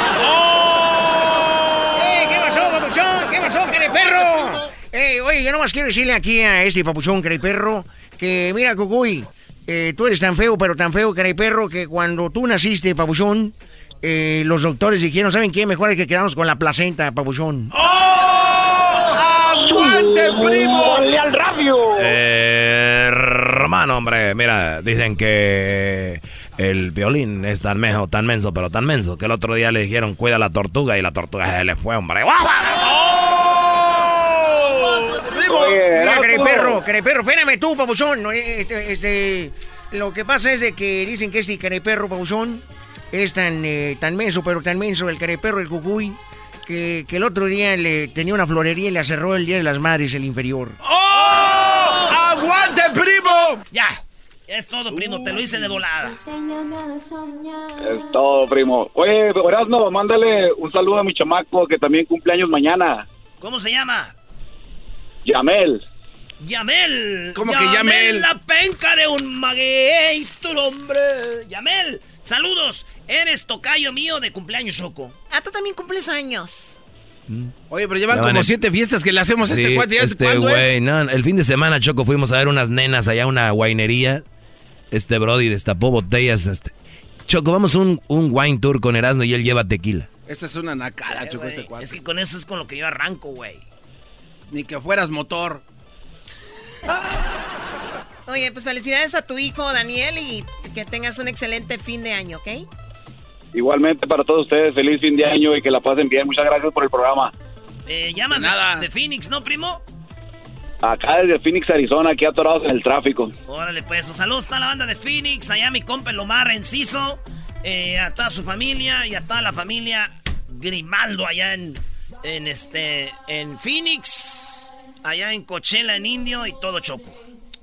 [SPEAKER 5] ¡Eh,
[SPEAKER 2] qué pasó, papuchón! ¿Qué pasó, perro?
[SPEAKER 12] Eh, oye, yo nomás quiero decirle aquí a este papuchón perro que, mira, Cucuy, eh, tú eres tan feo, pero tan feo, perro que cuando tú naciste, papuchón, eh, los doctores dijeron, ¿saben qué? Mejor hay que quedarnos con la placenta, papuchón.
[SPEAKER 14] ¡Oh!
[SPEAKER 5] ¡Aguante, primo! ¡Ponle al radio!
[SPEAKER 3] Eh, hermano, hombre, mira, dicen que el violín es tan mejo, tan menso, pero tan menso, que el otro día le dijeron, cuida a la tortuga, y la tortuga se le fue, hombre. ¡Guau, guau!
[SPEAKER 4] ¡Oh!
[SPEAKER 12] Mira,
[SPEAKER 5] Erasmo.
[SPEAKER 12] Careperro, Careperro, espérame tú, papuchón. no, eh, Este, este, lo que pasa es de que dicen que este Careperro, papuchón, es tan, eh, tan menso, pero tan menso, el Careperro, el cucuy, que, que el otro día le tenía una florería y la cerró el Día de las Madres, el inferior.
[SPEAKER 2] ¡Aguante, primo! Ya, es todo, primo, te lo hice de volada.
[SPEAKER 14] Es todo, primo. Oye, Erasmo, mándale un saludo a mi chamaco que también cumpleaños mañana.
[SPEAKER 2] ¿Cómo se llama?
[SPEAKER 14] Yamel.
[SPEAKER 2] Yamel.
[SPEAKER 14] ¿Cómo que Yamel?
[SPEAKER 2] La penca de un maguey, tu nombre. Yamel, saludos. Eres tocayo mío de cumpleaños, Choco.
[SPEAKER 16] Ah, tú también cumples años.
[SPEAKER 4] Oye, pero llevan
[SPEAKER 3] Ya van
[SPEAKER 4] como
[SPEAKER 3] en-
[SPEAKER 4] siete fiestas que le hacemos a este
[SPEAKER 3] Sí,
[SPEAKER 4] cuate. ¿Ya
[SPEAKER 3] este
[SPEAKER 4] ¿Cuándo
[SPEAKER 3] güey,
[SPEAKER 4] es?
[SPEAKER 3] no, el fin de semana, Choco, fuimos a ver unas nenas allá a una guainería. Este Brody destapó botellas. Este. Choco, vamos a un, un wine tour con Erasmo y él lleva tequila.
[SPEAKER 4] Esa es una nacada, Choco,
[SPEAKER 2] Eh, güey,
[SPEAKER 4] este cuate.
[SPEAKER 2] Es que con eso es con lo que yo arranco, güey.
[SPEAKER 4] Ni que fueras motor.
[SPEAKER 16] Oye, pues felicidades a tu hijo, Daniel, y que tengas un excelente fin de año, ¿ok?
[SPEAKER 14] Igualmente para todos ustedes, feliz fin de año y que la pasen bien. Muchas gracias por el programa.
[SPEAKER 2] Eh, llamas de, de Phoenix, ¿no, primo?
[SPEAKER 14] Acá desde Phoenix, Arizona, aquí atorados en el tráfico.
[SPEAKER 2] Órale, pues, pues saludos a toda la banda de Phoenix, allá mi compa el Omar Enciso, eh, a toda su familia y a toda la familia Grimaldo allá en, en este, en Phoenix, allá en Coachella, en Indio y todo chopo.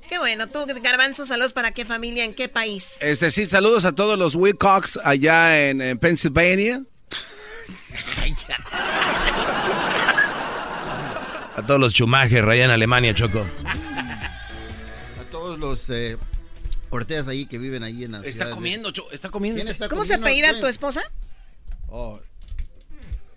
[SPEAKER 16] Qué bueno, tú, Garbanzo, saludos para qué familia, en qué país.
[SPEAKER 4] Este, sí, saludos a todos los Wilcox allá en, en Pennsylvania.
[SPEAKER 3] A todos los Schumacher allá en Alemania, Choco.
[SPEAKER 7] A todos los eh, Ortegas ahí que viven ahí en la
[SPEAKER 4] Está comiendo, Choco, está comiendo. este-
[SPEAKER 16] ¿Cómo se apellida tu esposa?
[SPEAKER 7] Oh.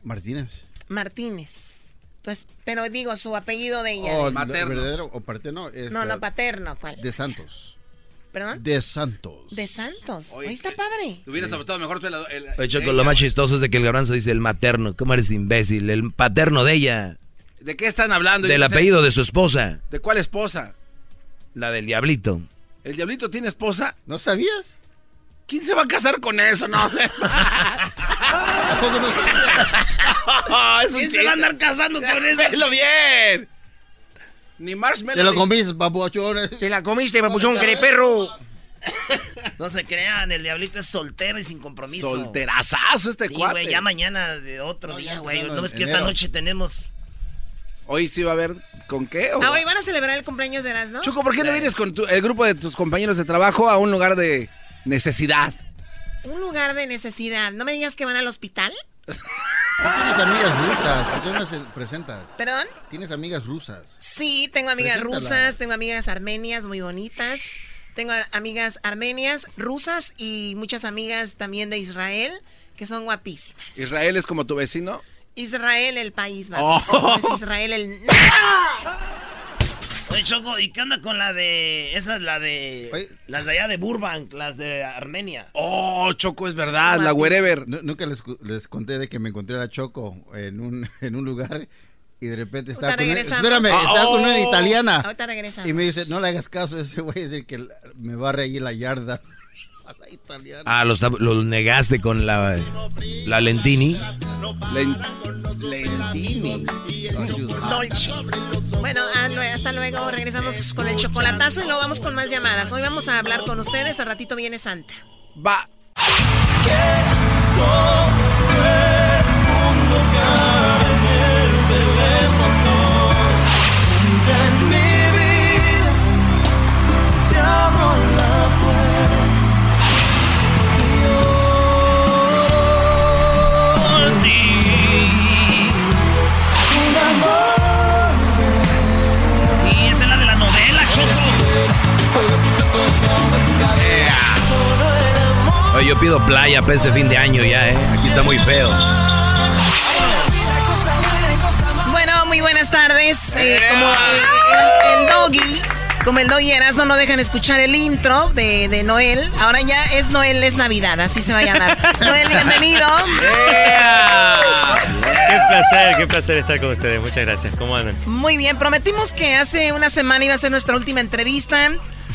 [SPEAKER 7] Martínez.
[SPEAKER 16] Martínez. Entonces, pero digo, su apellido de ella.
[SPEAKER 7] Oh,
[SPEAKER 16] de-
[SPEAKER 7] materno. ¿Verdadero o paterno? Es,
[SPEAKER 16] No, ¿Ah?
[SPEAKER 7] eh,
[SPEAKER 16] no, paterno, ¿cuál?
[SPEAKER 7] De Santos.
[SPEAKER 16] ¿Perdón?
[SPEAKER 7] De Santos.
[SPEAKER 16] De Santos. Ahí está padre.
[SPEAKER 4] Te hubieras adoptado mejor tú el- el-
[SPEAKER 3] Oye, Choco,
[SPEAKER 4] ella,
[SPEAKER 3] lo más
[SPEAKER 4] güey.
[SPEAKER 3] chistoso es de que el garbanzo dice el materno. ¿Cómo eres imbécil? El paterno de ella.
[SPEAKER 4] ¿De qué están hablando?
[SPEAKER 3] Del
[SPEAKER 4] Yo no sé.
[SPEAKER 3] apellido de su esposa.
[SPEAKER 4] ¿De cuál esposa?
[SPEAKER 3] La del diablito.
[SPEAKER 4] ¿El diablito tiene esposa?
[SPEAKER 7] ¿No sabías?
[SPEAKER 4] ¿Quién se va a casar con eso? No.
[SPEAKER 7] no
[SPEAKER 2] ¿Quién se va a andar casando con eso?
[SPEAKER 4] Velo bien. Ni marshmallow.
[SPEAKER 7] Te lo
[SPEAKER 4] ni-
[SPEAKER 7] comiste, papuachón.
[SPEAKER 12] Te la comiste, papuchón perro
[SPEAKER 2] No se crean, el diablito es soltero y sin compromiso.
[SPEAKER 4] Solterazazo este
[SPEAKER 2] sí,
[SPEAKER 4] cuate.
[SPEAKER 2] güey, ya mañana de otro día, güey.
[SPEAKER 4] no,
[SPEAKER 2] No,
[SPEAKER 4] no,
[SPEAKER 2] ves que
[SPEAKER 4] enero.
[SPEAKER 2] esta noche tenemos...
[SPEAKER 4] Hoy sí va a haber con qué. o-
[SPEAKER 16] Ahora, ¿y van a celebrar el cumpleaños de Erasmo?
[SPEAKER 4] Choco, ¿por qué no vienes con tu- el grupo de tus compañeros de trabajo a un lugar de necesidad?
[SPEAKER 16] Un lugar de necesidad. No me digas que van al hospital.
[SPEAKER 7] Tienes amigas rusas. ¿Por qué no las eh, presentas?
[SPEAKER 16] ¿Perdón?
[SPEAKER 7] Tienes amigas rusas.
[SPEAKER 16] Sí, tengo amigas
[SPEAKER 7] Preséntala.
[SPEAKER 16] rusas, tengo amigas armenias muy bonitas, tengo ar- amigas armenias, rusas y muchas amigas también de Israel que son guapísimas.
[SPEAKER 4] ¿Israel es como tu vecino?
[SPEAKER 16] Israel el país, va.
[SPEAKER 4] Oh.
[SPEAKER 16] Es Israel el...
[SPEAKER 2] Oye, Choco, ¿y qué onda con la de... Esa es la de... Las de allá de Burbank, las de Armenia.
[SPEAKER 4] Oh, Choco, es verdad, la wherever.
[SPEAKER 7] Nu- nunca les, cu- les conté de que me encontré a la Choco en un, en un lugar y de repente estaba
[SPEAKER 16] Ahorita
[SPEAKER 7] con, una,
[SPEAKER 16] regresamos.
[SPEAKER 7] espérame,
[SPEAKER 4] Ah,
[SPEAKER 7] estaba con una
[SPEAKER 4] oh.
[SPEAKER 7] italiana.
[SPEAKER 16] Ahorita regresamos.
[SPEAKER 7] Y me dice, no le hagas caso, ese güey es el que la- me barre ahí la yarda. A la italiana.
[SPEAKER 3] Ah, los, tab- los negaste con la, la Lentini.
[SPEAKER 4] Lentini.
[SPEAKER 16] Dolce. Bueno, ah, lue- hasta luego. Regresamos con el chocolatazo y luego vamos con más llamadas. Hoy vamos a hablar con ustedes. Al ratito viene Santa.
[SPEAKER 4] Va.
[SPEAKER 3] yo pido playa para este fin de año ya, ¿eh? Aquí está muy feo.
[SPEAKER 16] Bueno, muy buenas tardes. Eh, como el, el- el doggy, como el doggy Erasmo no dejan escuchar el intro de, de Noel. Ahora ya es Noel, es Navidad, así se va a llamar. Noel, bienvenido.
[SPEAKER 23] Qué placer, qué placer estar con ustedes. Muchas gracias. ¿Cómo andan?
[SPEAKER 16] Muy bien, prometimos que hace una semana iba a ser nuestra última entrevista,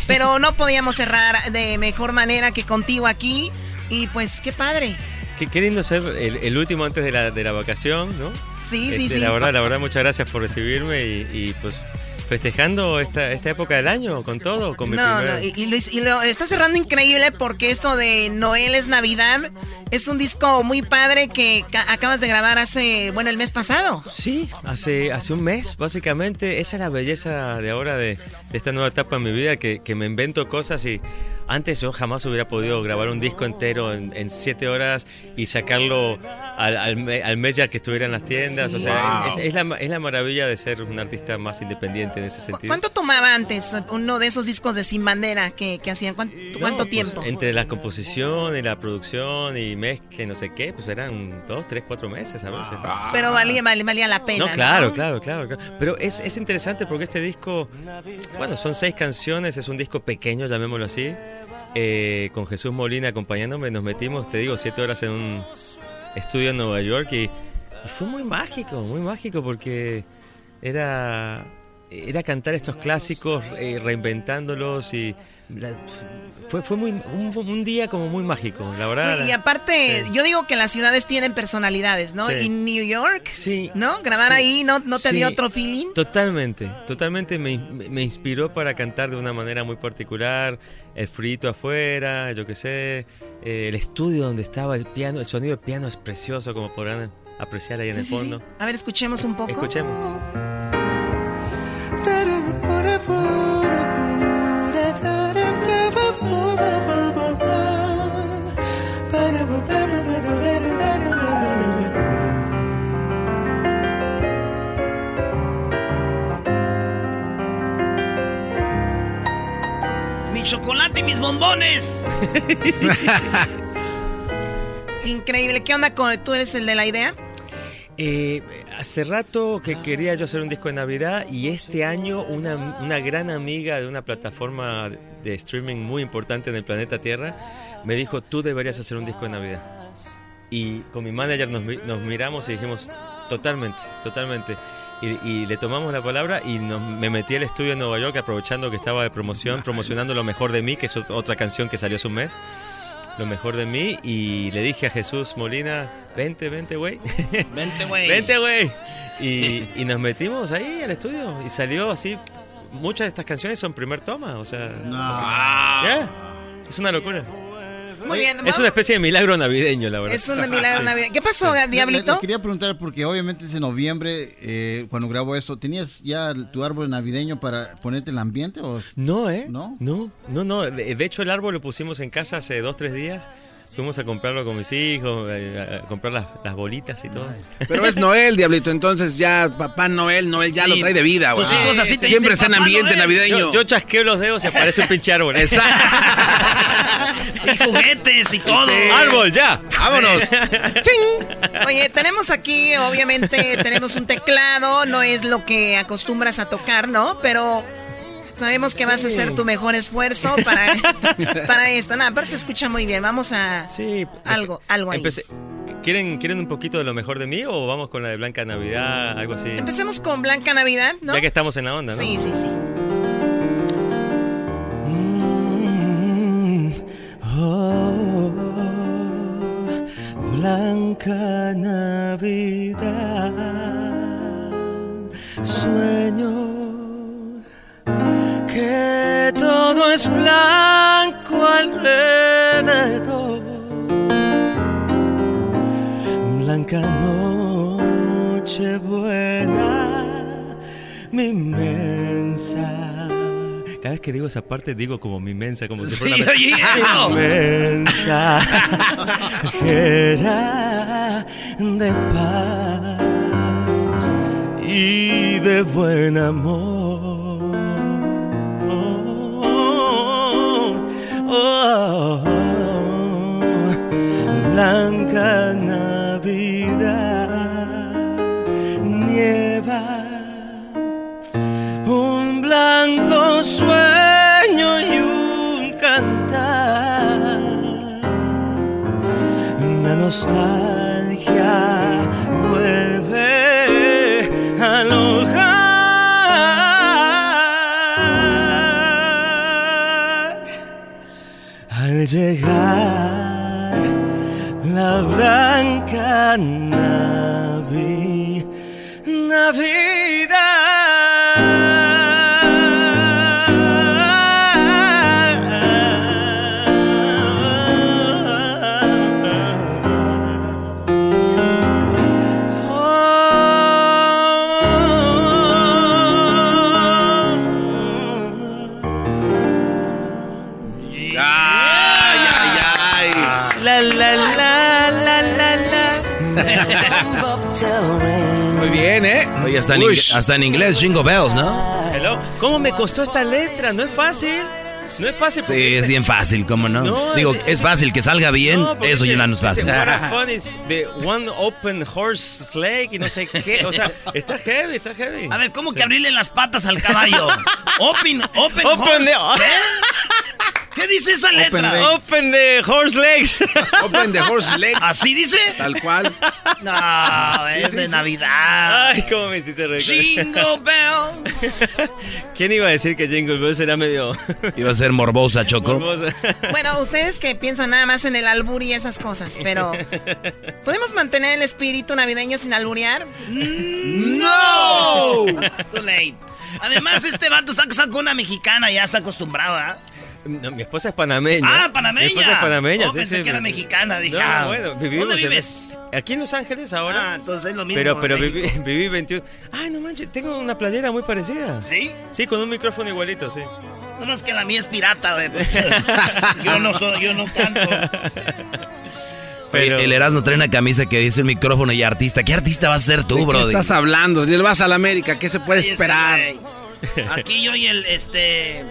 [SPEAKER 16] pero no podíamos cerrar de mejor manera que contigo aquí. Y pues qué padre.
[SPEAKER 23] Qué, qué lindo ser el, el último antes de la, de la vacación, ¿no?
[SPEAKER 16] Sí, sí,
[SPEAKER 23] Este,
[SPEAKER 16] sí.
[SPEAKER 23] La verdad, la verdad, muchas gracias por recibirme y, y, pues festejando esta, esta época del año con todo, con mi
[SPEAKER 16] No,
[SPEAKER 23] primer...
[SPEAKER 16] no, y, y Luis, y lo está cerrando increíble porque esto de Noel es Navidad es un disco muy padre que ca- acabas de grabar hace, bueno, el mes pasado.
[SPEAKER 23] Sí. Hace, hace un mes, básicamente, esa es la belleza de ahora de, de esta nueva etapa en mi vida, que, que me invento cosas y antes yo jamás hubiera podido grabar un disco entero en, en siete horas y sacarlo al, al, me- al mes ya que estuviera en las tiendas.
[SPEAKER 16] Sí,
[SPEAKER 23] o sea,
[SPEAKER 16] sí,
[SPEAKER 23] es,
[SPEAKER 16] sí.
[SPEAKER 23] es la, ma- es la maravilla de ser un artista más independiente en ese sentido.
[SPEAKER 16] ¿Cuánto tomaba antes uno de esos discos de Sin Bandera que, que hacían? ¿Cuánto,
[SPEAKER 23] pues,
[SPEAKER 16] cuánto tiempo?
[SPEAKER 23] Entre la composición y la producción y mezcla y no sé qué, pues eran dos, tres, cuatro meses a veces.
[SPEAKER 16] Pero valía, valía, valía la pena.
[SPEAKER 23] Ah. No, claro, claro, claro. claro. Pero es, es interesante porque este disco, bueno, son seis canciones, es un disco pequeño, llamémoslo así. Eh, con Jesús Molina acompañándome, nos metimos, te digo, siete horas en un estudio en Nueva York y, y fue muy mágico, muy mágico porque era, era cantar estos clásicos, eh, reinventándolos y la- fue, fue muy, un, un día como muy mágico, la verdad.
[SPEAKER 16] Y aparte, yo digo que las ciudades tienen personalidades, ¿no?
[SPEAKER 23] Sí.
[SPEAKER 16] Y New York,
[SPEAKER 23] sí.
[SPEAKER 16] ¿no? Grabar
[SPEAKER 23] Sí.
[SPEAKER 16] ahí, ¿no, no te
[SPEAKER 23] Sí.
[SPEAKER 16] dio otro feeling?
[SPEAKER 23] Totalmente, totalmente me, me- me inspiró para cantar de una manera muy particular, el frito afuera, yo qué sé, eh, el estudio donde estaba el piano, el sonido del piano es precioso como podrán apreciar ahí en
[SPEAKER 16] Sí,
[SPEAKER 23] el
[SPEAKER 16] sí, sí.
[SPEAKER 23] fondo.
[SPEAKER 16] A ver, escuchemos un poco.
[SPEAKER 23] Escuchemos.
[SPEAKER 2] Mi chocolate y mis bombones. Este
[SPEAKER 16] Increíble. ¿Qué onda con tú eres el de la idea?
[SPEAKER 23] Eh, hace rato que quería yo hacer un disco de Navidad y este año una, una gran amiga de una plataforma de streaming muy importante en el planeta Tierra me dijo, tú deberías hacer un disco de Navidad. Y con mi manager nos, mi- nos miramos y dijimos, totalmente, totalmente. Y, y le tomamos la palabra y nos- me metí al estudio en Nueva York aprovechando que estaba de promoción, promocionando Lo Mejor de Mí, que es ot- otra canción que salió hace un mes lo mejor de mí y le dije a Jesús Molina, vente, vente, güey. Vente, güey. vente, güey. Y, y nos metimos ahí al estudio y salió así. Muchas de estas canciones son primer toma, o sea... sí. Yeah. Es una locura.
[SPEAKER 16] Muy bien.
[SPEAKER 23] Es
[SPEAKER 16] vamos-
[SPEAKER 23] una especie de milagro navideño, la verdad.
[SPEAKER 16] Es un milagro
[SPEAKER 23] Sí.
[SPEAKER 16] navideño. ¿Qué pasó,
[SPEAKER 7] Este, Le- le-
[SPEAKER 16] Diablito?
[SPEAKER 7] le quería preguntar porque obviamente es en noviembre eh, cuando grabo esto. ¿Tenías ya tu árbol navideño para ponerte el ambiente o
[SPEAKER 23] No, ¿eh? No. No, no, no. De, de hecho, el árbol lo pusimos en casa hace dos, tres días. Fuimos a comprarlo con mis hijos, eh, a comprar las, las bolitas y todo.
[SPEAKER 4] Pero es Noel, diablito, entonces ya papá Noel, Noel ya
[SPEAKER 23] Sí.
[SPEAKER 4] lo trae de vida, güey.
[SPEAKER 23] Tus hijos así te
[SPEAKER 4] Siempre
[SPEAKER 23] dicen,
[SPEAKER 4] está en
[SPEAKER 23] "Papá eh".
[SPEAKER 4] ambiente
[SPEAKER 23] Noel".
[SPEAKER 4] navideño.
[SPEAKER 23] Yo- yo chasqueo los dedos y aparece un pinche árbol.
[SPEAKER 4] Exacto.
[SPEAKER 2] Y juguetes y todo.
[SPEAKER 23] Árbol, ya. Vámonos.
[SPEAKER 16] Oye, tenemos aquí, obviamente, tenemos un teclado, no es lo que acostumbras a tocar, ¿no? Pero sabemos que vas a
[SPEAKER 23] Sí.
[SPEAKER 16] hacer tu mejor esfuerzo para, para esto. Nada, aparte se escucha muy bien. Vamos a algo, algo ahí.
[SPEAKER 23] Empecé- ¿Quieren, ¿Quieren un poquito de lo mejor de mí o vamos con la de Blanca Navidad, algo así?
[SPEAKER 16] Empecemos con Blanca Navidad, ¿no?
[SPEAKER 23] Ya que estamos en la onda, ¿no?
[SPEAKER 16] Sí, sí, sí.
[SPEAKER 5] Oh, blanca Navidad, sueño que todo es blanco alrededor. Blanca noche buena, mi inmensa.
[SPEAKER 23] Cada vez que digo esa parte digo como mi mensa, como si
[SPEAKER 5] Sí,
[SPEAKER 23] fuera una-
[SPEAKER 5] oye, eso.
[SPEAKER 23] Mensa.
[SPEAKER 5] Era de paz y de buen amor. Oh, oh, oh, oh.
[SPEAKER 20] Blanca Navidad, nieva, un blanco sueño y un cantar, una nostalgia vuelve al hogar al llegar la blanca Navi- Navidad.
[SPEAKER 23] Ah.
[SPEAKER 20] La la la la la la.
[SPEAKER 4] Muy bien, ¿eh?
[SPEAKER 3] Oye, hasta en, ingle- hasta en inglés, Jingle Bells, ¿no?
[SPEAKER 23] Hello. ¿Cómo me costó esta letra? No es fácil. No es fácil.
[SPEAKER 3] Sí, es bien fácil, ¿cómo no?
[SPEAKER 23] No,
[SPEAKER 3] Digo,
[SPEAKER 23] es-
[SPEAKER 3] es fácil que salga bien,
[SPEAKER 23] No, porque
[SPEAKER 3] eso
[SPEAKER 23] dice-
[SPEAKER 3] ya no es
[SPEAKER 23] dice,
[SPEAKER 3] fácil.
[SPEAKER 23] "What a fun is the one open horse sleigh y no sé qué. O sea, está heavy, está heavy.
[SPEAKER 2] A ver, ¿cómo que abrirle las patas al caballo? open, open,
[SPEAKER 23] Open
[SPEAKER 2] horse.
[SPEAKER 23] the-
[SPEAKER 2] ¿Eh? ¿Qué dice esa letra?
[SPEAKER 23] Open the horse legs.
[SPEAKER 4] Open the horse legs.
[SPEAKER 2] ¿Así dice?
[SPEAKER 4] Tal cual.
[SPEAKER 2] No, es
[SPEAKER 23] Sí,
[SPEAKER 2] de
[SPEAKER 23] sí, sí.
[SPEAKER 2] Navidad.
[SPEAKER 23] Ay, cómo me hiciste reír.
[SPEAKER 2] Jingle bells.
[SPEAKER 23] ¿Quién iba a decir que Jingle Bells era medio...
[SPEAKER 3] Iba a ser morbosa, Choco.
[SPEAKER 23] Morbosa.
[SPEAKER 16] Bueno, ustedes que piensan nada más en el albur y esas cosas, pero ¿podemos mantener el espíritu navideño sin alburear?
[SPEAKER 2] Mm. ¡No! Too late. Además, este vato está casado con una mexicana, ya está ¿ah? acostumbrada.
[SPEAKER 23] No, mi esposa es panameña.
[SPEAKER 2] Ah, panameña.
[SPEAKER 23] Mi esposa es panameña.
[SPEAKER 2] Oh,
[SPEAKER 23] sí,
[SPEAKER 2] pensé
[SPEAKER 23] sí,
[SPEAKER 2] que era
[SPEAKER 23] me-
[SPEAKER 2] mexicana, dije,
[SPEAKER 23] No,
[SPEAKER 2] ah,
[SPEAKER 23] bueno,
[SPEAKER 2] ¿dónde
[SPEAKER 23] vivimos en-
[SPEAKER 2] vives?
[SPEAKER 23] aquí en Los Ángeles ahora.
[SPEAKER 2] Ah, entonces es lo mismo.
[SPEAKER 23] Pero, pero
[SPEAKER 2] en
[SPEAKER 23] viví,
[SPEAKER 2] México.
[SPEAKER 23] viví 21. Ay, no manches, tengo una playera muy parecida.
[SPEAKER 2] ¿Sí?
[SPEAKER 23] Sí, con un micrófono igualito, sí.
[SPEAKER 2] No más que la mía es pirata, güey. Yo no soy, yo no canto.
[SPEAKER 3] Oye, El Erasmo trae una camisa que dice el micrófono y artista. ¿Qué artista vas a ser
[SPEAKER 4] ¿De
[SPEAKER 3] tú,
[SPEAKER 4] qué
[SPEAKER 3] bro?
[SPEAKER 4] estás hablando? Ni él vas a la América, ¿qué se puede
[SPEAKER 2] Oye,
[SPEAKER 4] esperar?
[SPEAKER 2] ese güey. Aquí yo y el este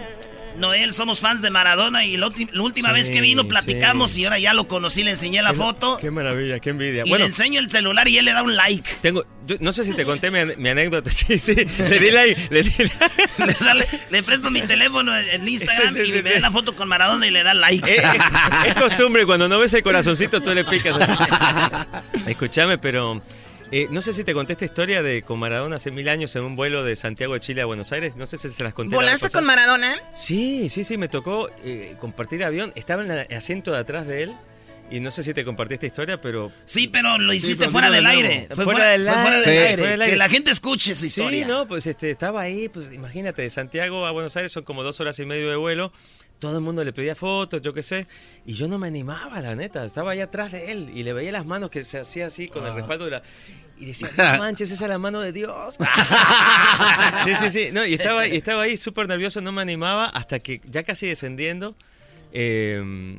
[SPEAKER 2] Noel somos fans de Maradona y la, ulti- la última
[SPEAKER 23] Sí,
[SPEAKER 2] vez que vino platicamos
[SPEAKER 23] sí.
[SPEAKER 2] y ahora ya lo conocí, le enseñé la
[SPEAKER 23] Qué-
[SPEAKER 2] foto
[SPEAKER 23] Qué maravilla, qué envidia.
[SPEAKER 2] y
[SPEAKER 23] bueno,
[SPEAKER 2] le enseño el celular y él le da un like.
[SPEAKER 23] tengo, yo no sé si te conté mi, ane- mi anécdota. Sí, sí. Le di like, le di like.
[SPEAKER 2] Le, da- le- le presto mi teléfono en- en Instagram
[SPEAKER 23] Sí, sí,
[SPEAKER 2] y
[SPEAKER 23] sí,
[SPEAKER 2] me
[SPEAKER 23] sí.
[SPEAKER 2] da la foto con Maradona y le da
[SPEAKER 23] Eh,
[SPEAKER 2] like.
[SPEAKER 23] eh, es, costumbre, cuando no ves el corazoncito tú le picas. Escúchame, pero eh, no sé si te conté esta historia de con Maradona hace mil años en un vuelo de Santiago de Chile a Buenos Aires. No sé si se las conté. la vez
[SPEAKER 16] ¿Volaste con
[SPEAKER 23] pasada.
[SPEAKER 16] Maradona?
[SPEAKER 23] Sí, sí, sí, me tocó eh, compartir avión. Estaba en el asiento de atrás de él. Y no sé si te compartí esta historia, pero...
[SPEAKER 2] Sí, pero lo
[SPEAKER 23] Sí,
[SPEAKER 2] hiciste
[SPEAKER 23] pero
[SPEAKER 2] fuera
[SPEAKER 23] dilo de
[SPEAKER 2] del
[SPEAKER 23] nuevo.
[SPEAKER 2] aire. Fue
[SPEAKER 23] Fuera del
[SPEAKER 2] fue fuera
[SPEAKER 23] aire. Sí. Fuera del aire.
[SPEAKER 2] Que la gente escuche su historia.
[SPEAKER 23] Sí, no, pues este, estaba ahí, pues imagínate, de Santiago a Buenos Aires son como dos horas y medio de vuelo. Todo el mundo le pedía fotos, yo qué sé. Y yo no me animaba, la neta. Estaba ahí atrás de él y le veía las manos que se hacía así con el respaldo de la... Y decía, no manches, esa es la mano de Dios. sí, sí, sí. No, y estaba, y estaba ahí súper nervioso, no me animaba hasta que ya casi descendiendo, eh,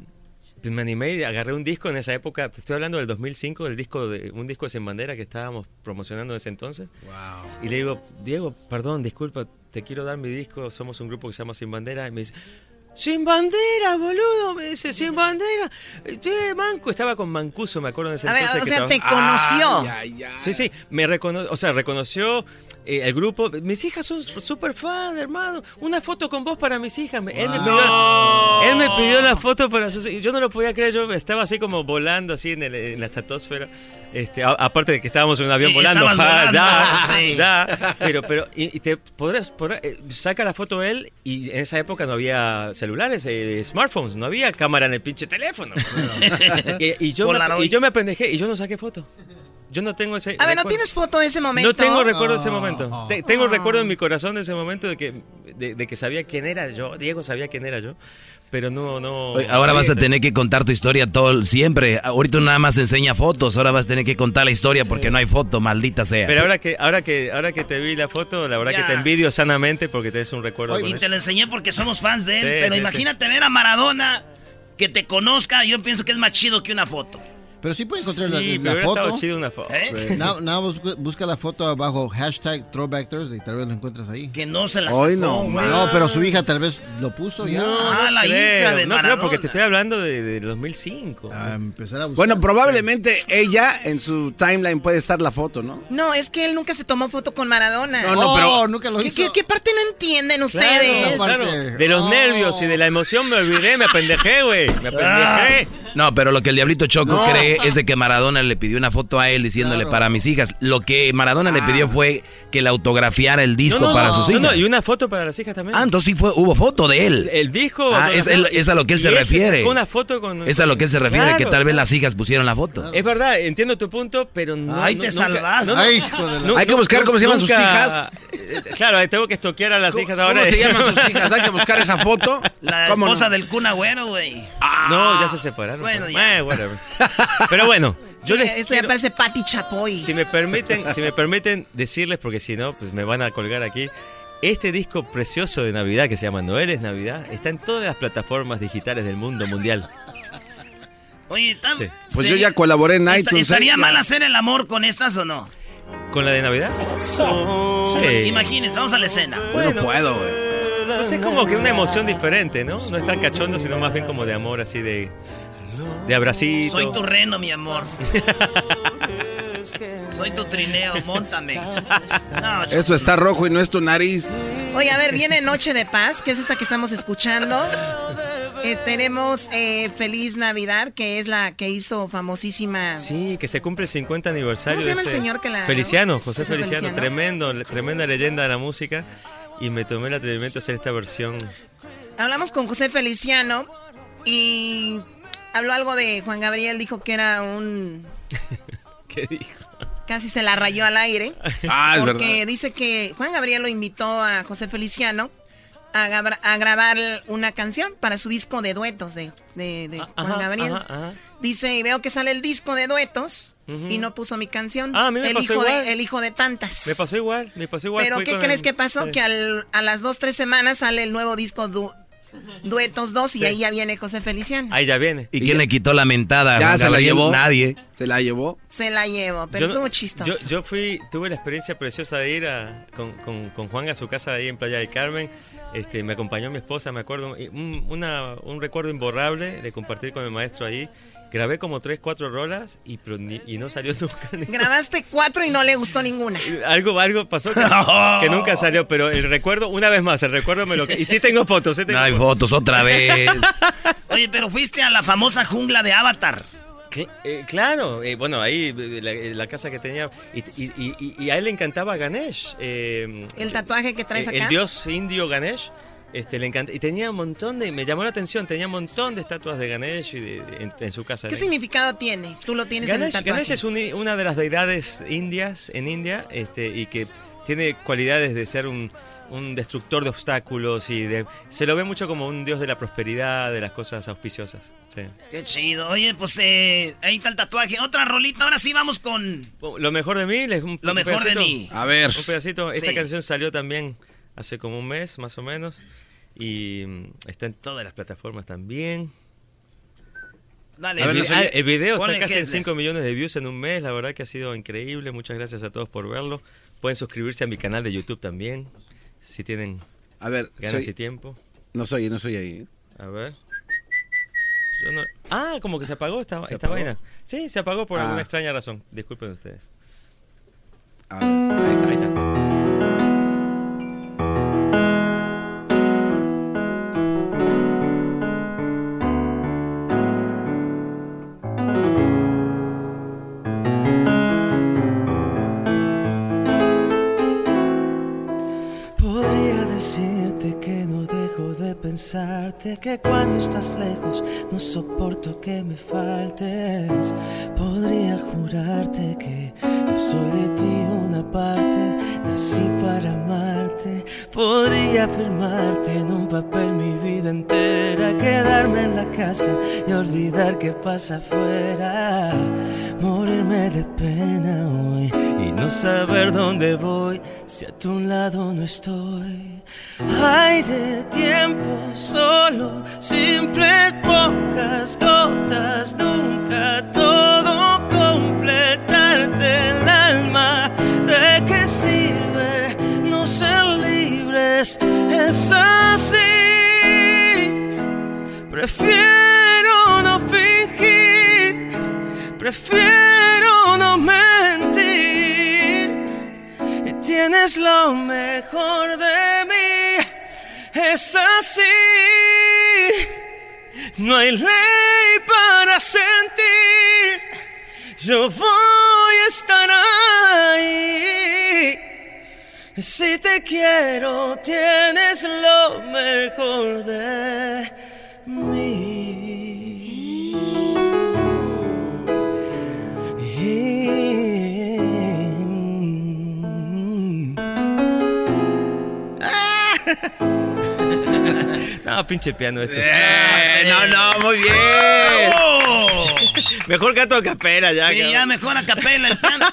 [SPEAKER 23] pues me animé y agarré un disco en esa época. Te estoy hablando del 2005, del disco de, un disco de Sin Bandera que estábamos promocionando en ese entonces. Y le digo, Diego, perdón, disculpa, te quiero dar mi disco. Somos un grupo que se llama Sin Bandera. Y me dice, Sin bandera, boludo, me dice, sin bandera. Eh, Manco, estaba con Mancuso, me acuerdo de ese
[SPEAKER 16] A ver,
[SPEAKER 23] entonces.
[SPEAKER 16] o
[SPEAKER 23] que
[SPEAKER 16] sea, te
[SPEAKER 23] trabajaba-
[SPEAKER 16] conoció.
[SPEAKER 23] Sí, sí, me recono o sea, reconoció eh, el grupo. Mis hijas son súper fan, hermano. Una foto con vos para mis hijas. Me- Él, me pidió, él me pidió la foto para sus hijas. Yo no lo podía creer, yo estaba así como volando, así en, el- en la estratosfera. Este, a- aparte de que estábamos en un avión
[SPEAKER 2] Sí,
[SPEAKER 23] volando,
[SPEAKER 2] estabas volando,
[SPEAKER 23] ja, da,
[SPEAKER 2] sí.
[SPEAKER 23] da. pero, pero, y, y te podrás, podrás- eh, saca la foto él y en esa época no había celulares, eh, smartphones, no había cámara en el pinche teléfono. y, y yo me,
[SPEAKER 2] Polaroid.
[SPEAKER 23] y yo me apendejé y yo no saqué foto. Yo no tengo ese.
[SPEAKER 16] A ver, ¿no
[SPEAKER 23] recuerdo.
[SPEAKER 16] tienes foto de ese momento? Oh. Ah.
[SPEAKER 23] No tengo recuerdo de ese
[SPEAKER 2] Ah.
[SPEAKER 23] momento. Te- tengo el recuerdo en mi corazón de ese momento de que, de, de que sabía quién era yo. Diego sabía quién era yo. Pero no, no.
[SPEAKER 3] Oye, Ahora vas a tener que contar tu historia todo el- siempre. Ahorita nada más enseña fotos, ahora vas a tener que contar la historia porque no hay foto, maldita sea.
[SPEAKER 23] Pero ahora que, ahora que, ahora que te vi la foto, la verdad que te envidio sanamente porque te es un recuerdo. con
[SPEAKER 2] Y
[SPEAKER 23] eso.
[SPEAKER 2] te lo enseñé porque somos fans de él.
[SPEAKER 23] Sí,
[SPEAKER 2] pero
[SPEAKER 23] sí,
[SPEAKER 2] imagínate ver a Maradona que te conozca. Yo pienso que es más chido que una foto.
[SPEAKER 7] Pero sí puede encontrar la-
[SPEAKER 23] Sí,
[SPEAKER 7] la,
[SPEAKER 23] pero hubiera
[SPEAKER 7] foto.
[SPEAKER 23] estado chido una foto. ¿Eh?
[SPEAKER 7] Sí. Ná- nada, busca, busca la foto abajo, hashtag Throwback Thursday, tal vez lo encuentras ahí.
[SPEAKER 2] Que no se la
[SPEAKER 7] Hoy
[SPEAKER 2] sacó,
[SPEAKER 7] no,
[SPEAKER 2] güey.
[SPEAKER 7] no, pero su hija tal vez lo puso ya.
[SPEAKER 2] Ah, la hija de
[SPEAKER 23] No creo,
[SPEAKER 2] Maradona.
[SPEAKER 23] porque te estoy hablando de, de 2005.
[SPEAKER 2] Ah,
[SPEAKER 7] A empezar a
[SPEAKER 4] Bueno, probablemente ella en su timeline puede estar la foto, ¿no?
[SPEAKER 16] No, es que él nunca se tomó foto con Maradona.
[SPEAKER 4] No, no, pero- Oh,
[SPEAKER 7] nunca lo
[SPEAKER 16] ¿Qué- ¿Qué, qué parte no entienden ustedes?
[SPEAKER 23] De los nervios y de la emoción me olvidé, me apendejé, güey. Me
[SPEAKER 2] Ah.
[SPEAKER 23] apendejé.
[SPEAKER 3] No, pero lo que el diablito Choco
[SPEAKER 23] No.
[SPEAKER 3] cree es de que Maradona le pidió una foto a él diciéndole para mis hijas. Lo que Maradona le pidió fue que le autografiara el disco
[SPEAKER 23] Ah. No, no,
[SPEAKER 3] para
[SPEAKER 23] no,
[SPEAKER 3] sus
[SPEAKER 23] no,
[SPEAKER 3] hijas.
[SPEAKER 23] no, y una foto para las hijas también.
[SPEAKER 3] Ah, entonces sí fue, hubo foto de él.
[SPEAKER 23] El, el disco.
[SPEAKER 3] Ah,
[SPEAKER 23] con
[SPEAKER 3] es-
[SPEAKER 23] la
[SPEAKER 3] es-
[SPEAKER 23] foto.
[SPEAKER 3] es a lo que él
[SPEAKER 23] Y
[SPEAKER 3] se
[SPEAKER 23] él
[SPEAKER 3] refiere.
[SPEAKER 23] sacó Una foto con,
[SPEAKER 3] Es a lo que él se refiere, que
[SPEAKER 23] Claro.
[SPEAKER 3] tal vez las hijas pusieron la foto.
[SPEAKER 23] Es verdad, entiendo tu punto, pero no.
[SPEAKER 2] Ay,
[SPEAKER 23] no,
[SPEAKER 2] te
[SPEAKER 23] nunca-
[SPEAKER 2] salvaste.
[SPEAKER 23] no, no,
[SPEAKER 2] Ay, hijo de la-
[SPEAKER 23] no,
[SPEAKER 2] Hay que
[SPEAKER 23] no,
[SPEAKER 2] buscar cómo se llaman sus hijas.
[SPEAKER 23] eh, Claro, ahí tengo que estoquear a las hijas ahora.
[SPEAKER 4] ¿Cómo se llaman sus hijas? Hay que buscar esa foto.
[SPEAKER 2] La
[SPEAKER 23] ¿Cómo
[SPEAKER 2] esposa
[SPEAKER 23] no? Ah.
[SPEAKER 2] del Kun Agüero, güey.
[SPEAKER 23] No, ya se separaron.
[SPEAKER 2] Ah, Bueno,
[SPEAKER 23] pero-
[SPEAKER 2] ya.
[SPEAKER 23] Eh, whatever. Pero bueno, yo les
[SPEAKER 16] Esto ya parece Pati Chapoy.
[SPEAKER 23] Si me permiten, si me permiten decirles, porque si no, pues me van a colgar aquí. Este disco precioso de Navidad que se llama Noel es Navidad está en todas las plataformas digitales del mundo mundial.
[SPEAKER 2] Oye, tam-
[SPEAKER 23] Sí.
[SPEAKER 4] Pues yo ya colaboré en
[SPEAKER 2] Esta-
[SPEAKER 4] iTunes. ¿eh?
[SPEAKER 2] ¿Estaría
[SPEAKER 4] Ya.
[SPEAKER 2] mal hacer el amor con estas o no?
[SPEAKER 23] ¿Con la de Navidad?
[SPEAKER 2] Imagínense,
[SPEAKER 23] Sí.
[SPEAKER 2] vamos a la escena.
[SPEAKER 23] Bueno, puedo, Pues es como que una emoción diferente, ¿no? No es tan cachondo, sino más bien como de amor, así de. de abracito.
[SPEAKER 2] Soy tu reno, mi amor. Soy tu trineo, montame. No, ch-
[SPEAKER 4] Eso está rojo y no es tu nariz.
[SPEAKER 16] Oye, a ver, viene Noche de Paz, que es esta que estamos escuchando. Eh, tenemos eh, Feliz Navidad, que es la que hizo famosísima.
[SPEAKER 23] Sí, que se cumple el 50 aniversario.
[SPEAKER 16] ¿Cómo se
[SPEAKER 23] de
[SPEAKER 16] llama el
[SPEAKER 23] ese-
[SPEAKER 16] señor que la-
[SPEAKER 23] Feliciano, José
[SPEAKER 16] José
[SPEAKER 23] Feliciano,
[SPEAKER 16] Feliciano.
[SPEAKER 23] tremendo, le- tremenda leyenda de la música. Y me tomé el atrevimiento de hacer esta versión.
[SPEAKER 16] Hablamos con José Feliciano y habló algo de Juan Gabriel, dijo que era un...
[SPEAKER 23] ¿Qué dijo?
[SPEAKER 16] casi se la rayó al aire.
[SPEAKER 23] Ah, es
[SPEAKER 16] porque
[SPEAKER 23] verdad.
[SPEAKER 16] dice que Juan Gabriel lo invitó a José Feliciano a, gabra- a grabar una canción para su disco de duetos de, de-
[SPEAKER 23] Ah,
[SPEAKER 16] de Juan
[SPEAKER 20] ajá,
[SPEAKER 16] Gabriel.
[SPEAKER 20] ajá, ajá.
[SPEAKER 16] Dice, y veo que sale el disco de duetos y no puso mi canción.
[SPEAKER 23] Ah, a mí me
[SPEAKER 16] el,
[SPEAKER 23] pasó
[SPEAKER 16] hijo
[SPEAKER 23] igual.
[SPEAKER 16] de, el hijo de tantas.
[SPEAKER 23] Me pasó igual, me pasó igual.
[SPEAKER 16] Pero
[SPEAKER 23] fue
[SPEAKER 16] ¿qué
[SPEAKER 23] con
[SPEAKER 16] crees
[SPEAKER 23] el-
[SPEAKER 16] que pasó?
[SPEAKER 23] Sí.
[SPEAKER 16] Que al- a las dos, tres semanas sale el nuevo disco du- Duetos 2 y
[SPEAKER 23] Sí.
[SPEAKER 16] ahí ya viene José Feliciano.
[SPEAKER 23] Ahí ya viene.
[SPEAKER 3] ¿Y quién le quitó la mentada?
[SPEAKER 4] Ya
[SPEAKER 3] Juan
[SPEAKER 4] se la
[SPEAKER 3] Gabriel?
[SPEAKER 4] llevó.
[SPEAKER 3] Nadie.
[SPEAKER 4] Se la llevó.
[SPEAKER 16] Se la llevo,
[SPEAKER 23] Yo
[SPEAKER 16] pero
[SPEAKER 23] no-
[SPEAKER 16] estuvo chistoso.
[SPEAKER 23] Yo, yo fui, tuve la experiencia preciosa de ir a- con, con- con Juan a su casa ahí en Playa del Carmen. Este, me acompañó mi esposa, me acuerdo, y un, una- un recuerdo imborrable de compartir con mi maestro ahí. Grabé como tres, cuatro rolas y, pero ni- y no salió nunca. ni-
[SPEAKER 16] Grabaste cuatro y no le gustó ninguna.
[SPEAKER 23] Algo, algo pasó que, que nunca salió, pero el recuerdo, una vez más, el recuerdo me lo... Y sí tengo fotos, sí tengo
[SPEAKER 3] No hay fotos otra vez.
[SPEAKER 2] Oye, pero fuiste a la famosa jungla de Avatar.
[SPEAKER 23] Cl- eh, claro, eh, bueno, ahí eh, la, eh, la casa que tenía, y, y- y- y- y a él le encantaba Ganesh. eh,
[SPEAKER 16] El tatuaje que traes
[SPEAKER 23] eh,
[SPEAKER 16] acá.
[SPEAKER 23] El dios indio Ganesh. Este, le encanta, y tenía un montón de, me llamó la atención, tenía un montón de estatuas de Ganesh y de- de- en, en su casa.
[SPEAKER 16] ¿Qué
[SPEAKER 23] Le-
[SPEAKER 16] significado tiene? Tú lo tienes en el
[SPEAKER 23] Ganesh,
[SPEAKER 16] tatuaje.
[SPEAKER 23] Ganesh es un i- una de las deidades indias en India este, y que tiene cualidades de ser un, un destructor de obstáculos y de, se lo ve mucho como un dios de la prosperidad, de las cosas auspiciosas. sí.
[SPEAKER 2] Qué chido. Oye, pues eh, ahí está el tatuaje. Otra rolita. Ahora sí vamos con.
[SPEAKER 23] Lo mejor de mí, les un,
[SPEAKER 2] Lo
[SPEAKER 23] un
[SPEAKER 2] mejor de
[SPEAKER 23] pedacito.
[SPEAKER 2] mí.
[SPEAKER 4] A ver.
[SPEAKER 23] Un pedacito. Esta
[SPEAKER 2] Sí.
[SPEAKER 23] canción salió también hace como un mes, más o menos. Y mm, está en todas las plataformas también.
[SPEAKER 2] Dale,
[SPEAKER 23] El, vi-
[SPEAKER 2] no sé,
[SPEAKER 23] ah, el video
[SPEAKER 2] ponle
[SPEAKER 23] está casi en
[SPEAKER 2] Hessler.
[SPEAKER 23] 5 millones de views en un mes. La verdad que ha sido increíble. Muchas gracias a todos por verlo. Pueden suscribirse a mi canal de YouTube también. Si tienen
[SPEAKER 4] A ver,
[SPEAKER 23] ganas
[SPEAKER 4] soy-
[SPEAKER 23] y tiempo.
[SPEAKER 4] No soy, no soy ahí. ¿eh?
[SPEAKER 23] A ver. Yo no- Ah, como que se apagó esta,
[SPEAKER 4] ¿Se
[SPEAKER 23] esta
[SPEAKER 4] apagó?
[SPEAKER 23] vaina. Sí, se apagó por
[SPEAKER 4] Ah.
[SPEAKER 23] alguna extraña razón. Disculpen ustedes.
[SPEAKER 4] Ah, Ahí
[SPEAKER 23] está, ahí está.
[SPEAKER 20] Podría decirte que no dejo de pensarte, que cuando estás lejos no soporto que me faltes. Podría jurarte que yo soy de ti una parte, nací para amarte. Podría firmarte en un papel mi vida entera, quedarme en la casa y olvidar qué pasa afuera. Morirme de pena hoy y no saber dónde voy si a tu lado no estoy.
[SPEAKER 24] Aire, tiempo, solo, simple, pocas gotas, nunca todo completarte el alma. ¿De qué sirve no ser libres? Es así. Prefiero no fingir, prefiero no mentir. Y tienes lo mejor de mí. Es así. No hay ley para sentir. Yo voy a estar ahí. Si te quiero, tienes lo mejor de mí.
[SPEAKER 23] No, pinche piano este.
[SPEAKER 4] Eh, no, no, muy bien.
[SPEAKER 23] ¡Oh! Mejor gato a capela ya.
[SPEAKER 2] Sí,
[SPEAKER 23] cabrón.
[SPEAKER 2] ya mejor a capela el piano.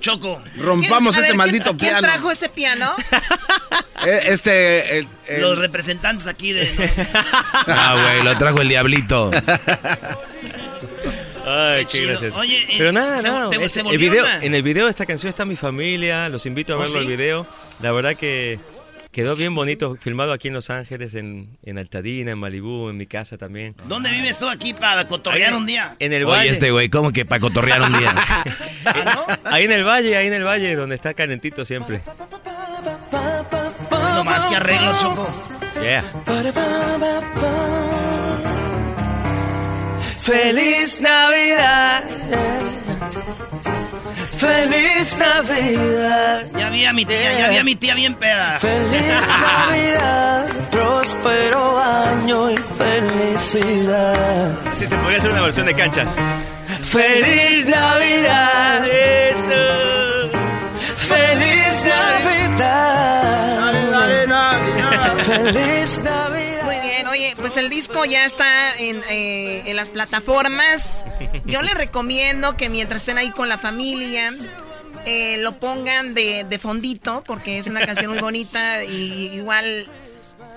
[SPEAKER 2] Choco.
[SPEAKER 4] Rompamos
[SPEAKER 16] ¿Quién- a
[SPEAKER 4] ese
[SPEAKER 16] ver,
[SPEAKER 4] maldito
[SPEAKER 16] ¿quién, quién
[SPEAKER 4] piano.
[SPEAKER 16] trajo ese piano?
[SPEAKER 4] Eh, Este. el- el-
[SPEAKER 2] Los representantes aquí de...
[SPEAKER 3] Ah, güey, lo trajo el diablito.
[SPEAKER 23] Ay,
[SPEAKER 2] Qué
[SPEAKER 23] qué,
[SPEAKER 2] chido.
[SPEAKER 23] gracias.
[SPEAKER 2] Oye, eh,
[SPEAKER 23] Pero nada,
[SPEAKER 2] se-
[SPEAKER 23] nada,
[SPEAKER 2] te-
[SPEAKER 23] es-
[SPEAKER 2] se
[SPEAKER 23] el
[SPEAKER 2] volvió
[SPEAKER 23] video,
[SPEAKER 2] una-
[SPEAKER 23] en el video de esta canción está mi familia. Los invito a
[SPEAKER 2] ¿Oh,
[SPEAKER 23] verlo
[SPEAKER 2] sí?
[SPEAKER 23] el video. La verdad que quedó bien bonito, filmado aquí en Los Ángeles, en, en Altadena, en Malibú, en mi casa también.
[SPEAKER 2] ¿Dónde vives tú aquí para cotorrear un día?
[SPEAKER 23] En el
[SPEAKER 3] Oye,
[SPEAKER 23] valle.
[SPEAKER 3] este güey, ¿cómo que para cotorrear un día?
[SPEAKER 2] Ah,
[SPEAKER 23] Ahí en el valle, ahí en el valle, donde está calentito siempre.
[SPEAKER 2] No más que arreglos, Choco.
[SPEAKER 23] Yeah.
[SPEAKER 24] Feliz Navidad. Feliz Navidad.
[SPEAKER 2] Ya vi a mi tía, ya vi a mi tía bien peda.
[SPEAKER 24] Feliz Navidad, próspero año y felicidad.
[SPEAKER 23] Sí, se podría hacer una versión de cancha.
[SPEAKER 24] Feliz Navidad, Feliz Navidad. Feliz Navidad.
[SPEAKER 16] Muy bien, oye, pues el disco ya está en, eh, en las plataformas. Yo les recomiendo que mientras estén ahí con la familia, eh, lo pongan de, de fondito, porque es una canción muy bonita y igual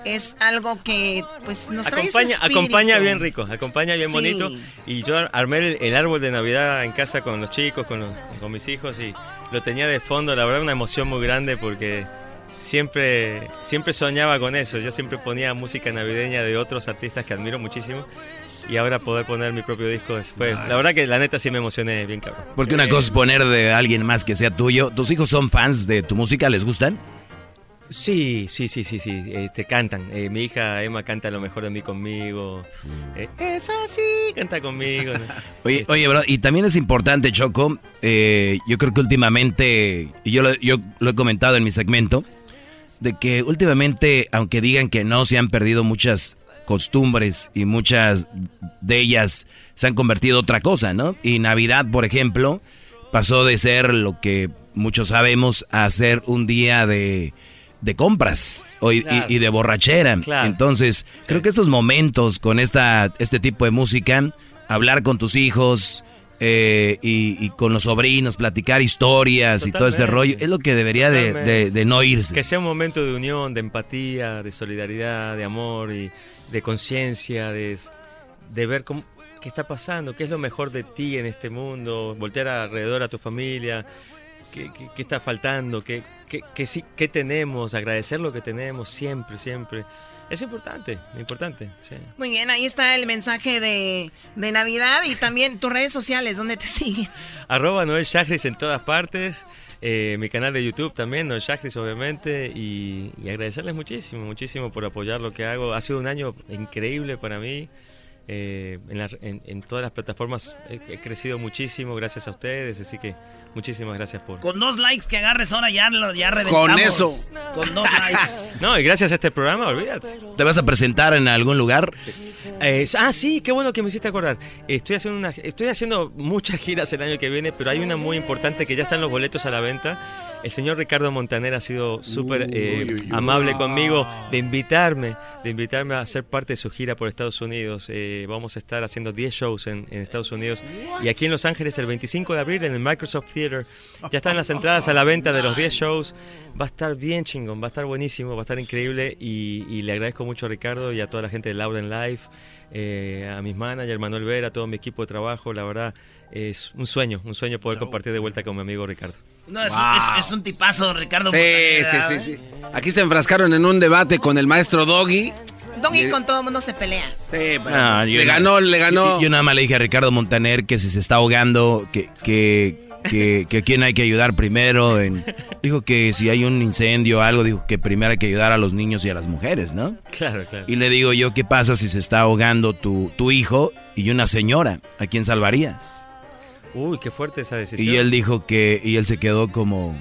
[SPEAKER 16] es algo que pues nos trae ese
[SPEAKER 23] Acompaña,
[SPEAKER 16] espíritu.
[SPEAKER 23] acompaña bien rico, acompaña bien
[SPEAKER 16] Sí.
[SPEAKER 23] bonito. Y yo ar- armé el, el árbol de Navidad en casa con los chicos, con, los- con mis hijos y lo tenía de fondo. La verdad, una emoción muy grande porque siempre, siempre soñaba con eso. Yo siempre ponía música navideña de otros artistas que admiro muchísimo. Y ahora poder poner mi propio disco después. La verdad que la neta sí me emocioné bien, cabrón. Eh,
[SPEAKER 3] Porque una cosa es poner de alguien más que sea tuyo. ¿Tus hijos son fans de tu música? ¿Les gustan?
[SPEAKER 23] Sí, sí, sí, sí, sí. eh, te cantan. Eh, mi hija Emma canta lo mejor de mí conmigo.
[SPEAKER 3] Mm.
[SPEAKER 23] Eh, es así, canta conmigo. ¿no?
[SPEAKER 3] Oye, oye, bro, y también es importante, Choco, eh, yo creo que últimamente, y yo lo, yo lo he comentado en mi segmento, de que últimamente, aunque digan que no, se han perdido muchas costumbres y muchas de ellas se han convertido en otra cosa, ¿no? Y Navidad, por ejemplo, pasó de ser lo que muchos sabemos a ser un día de, de compras o y-
[SPEAKER 23] Claro.
[SPEAKER 3] y, y de borrachera.
[SPEAKER 23] Claro.
[SPEAKER 3] Entonces, creo que estos momentos con esta, este tipo de música, hablar con tus hijos eh, y, y con los sobrinos, platicar historias y todo este rollo,
[SPEAKER 23] Totalmente.
[SPEAKER 3] es lo que debería de, de- de no irse.
[SPEAKER 23] Que sea un momento de unión, de empatía, de solidaridad, de amor y de conciencia, de, de ver cómo, qué está pasando, qué es lo mejor de ti en este mundo, voltear alrededor a tu familia, qué, qué- qué está faltando, qué, qué- qué sí, qué tenemos, agradecer lo que tenemos siempre, siempre. Es importante, importante. sí.
[SPEAKER 16] Muy bien, ahí está el mensaje de, de Navidad y también tus redes sociales, ¿dónde te siguen?
[SPEAKER 23] Arroba Noel Chagris en todas partes. eh, mi canal de YouTube también, Noel Chagris, obviamente. Y, y agradecerles muchísimo, muchísimo por apoyar lo que hago. Ha sido un año increíble para mí. eh, en, la- en- en todas las plataformas he, he crecido muchísimo gracias a ustedes. Así que muchísimas gracias por.
[SPEAKER 2] Con dos likes que agarres ahora ya, lo- ya reventamos.
[SPEAKER 23] eso.
[SPEAKER 2] Con dos likes.
[SPEAKER 23] No, y gracias a este programa, olvídate.
[SPEAKER 3] ¿Te vas a presentar en algún lugar?
[SPEAKER 23] Eh, ah, sí, qué bueno que me hiciste acordar. Estoy haciendo, una, estoy haciendo muchas giras el año que viene, pero hay una muy importante que ya están los boletos a la venta. El señor Ricardo Montaner ha sido súper eh,
[SPEAKER 3] Ah.
[SPEAKER 23] amable conmigo de invitarme, de invitarme a ser parte de su gira por Estados Unidos. Eh, vamos a estar haciendo 10 shows en, en Estados Unidos y aquí en Los Ángeles el 25 de abril en el Microsoft Theater. Ya están las entradas a la venta de los 10 shows. Va a estar bien chingón, va a estar buenísimo, va a estar increíble y, y le agradezco mucho a Ricardo y a toda la gente de Lauren Life. eh, a mis managers, Manuel Vera, a todo mi equipo de trabajo, la verdad es un sueño, un sueño poder compartir de vuelta con mi amigo Ricardo.
[SPEAKER 2] No, es,
[SPEAKER 4] Wow.
[SPEAKER 2] es- es un tipazo, Ricardo.
[SPEAKER 4] Sí,
[SPEAKER 2] Montaner,
[SPEAKER 4] sí, sí,
[SPEAKER 2] ¿eh?
[SPEAKER 4] sí. Aquí se enfrascaron en un debate con el maestro Doggy.
[SPEAKER 16] Doggy con todo el mundo se pelea.
[SPEAKER 3] Ah, yo
[SPEAKER 4] Le
[SPEAKER 3] na-
[SPEAKER 4] ganó, le ganó.
[SPEAKER 3] Yo, yo nada más le dije a Ricardo Montaner que si se está ahogando, que, que, que, que a quién hay que ayudar primero. en- dijo que si hay un incendio o algo, dijo que primero hay que ayudar a los niños y a las mujeres, ¿no?
[SPEAKER 23] Claro, claro.
[SPEAKER 3] Y le digo yo, ¿qué pasa si se está ahogando tu, tu hijo y una señora? ¿A quién salvarías?
[SPEAKER 23] Uy, qué fuerte esa decisión.
[SPEAKER 3] Y él dijo que, y él se quedó como...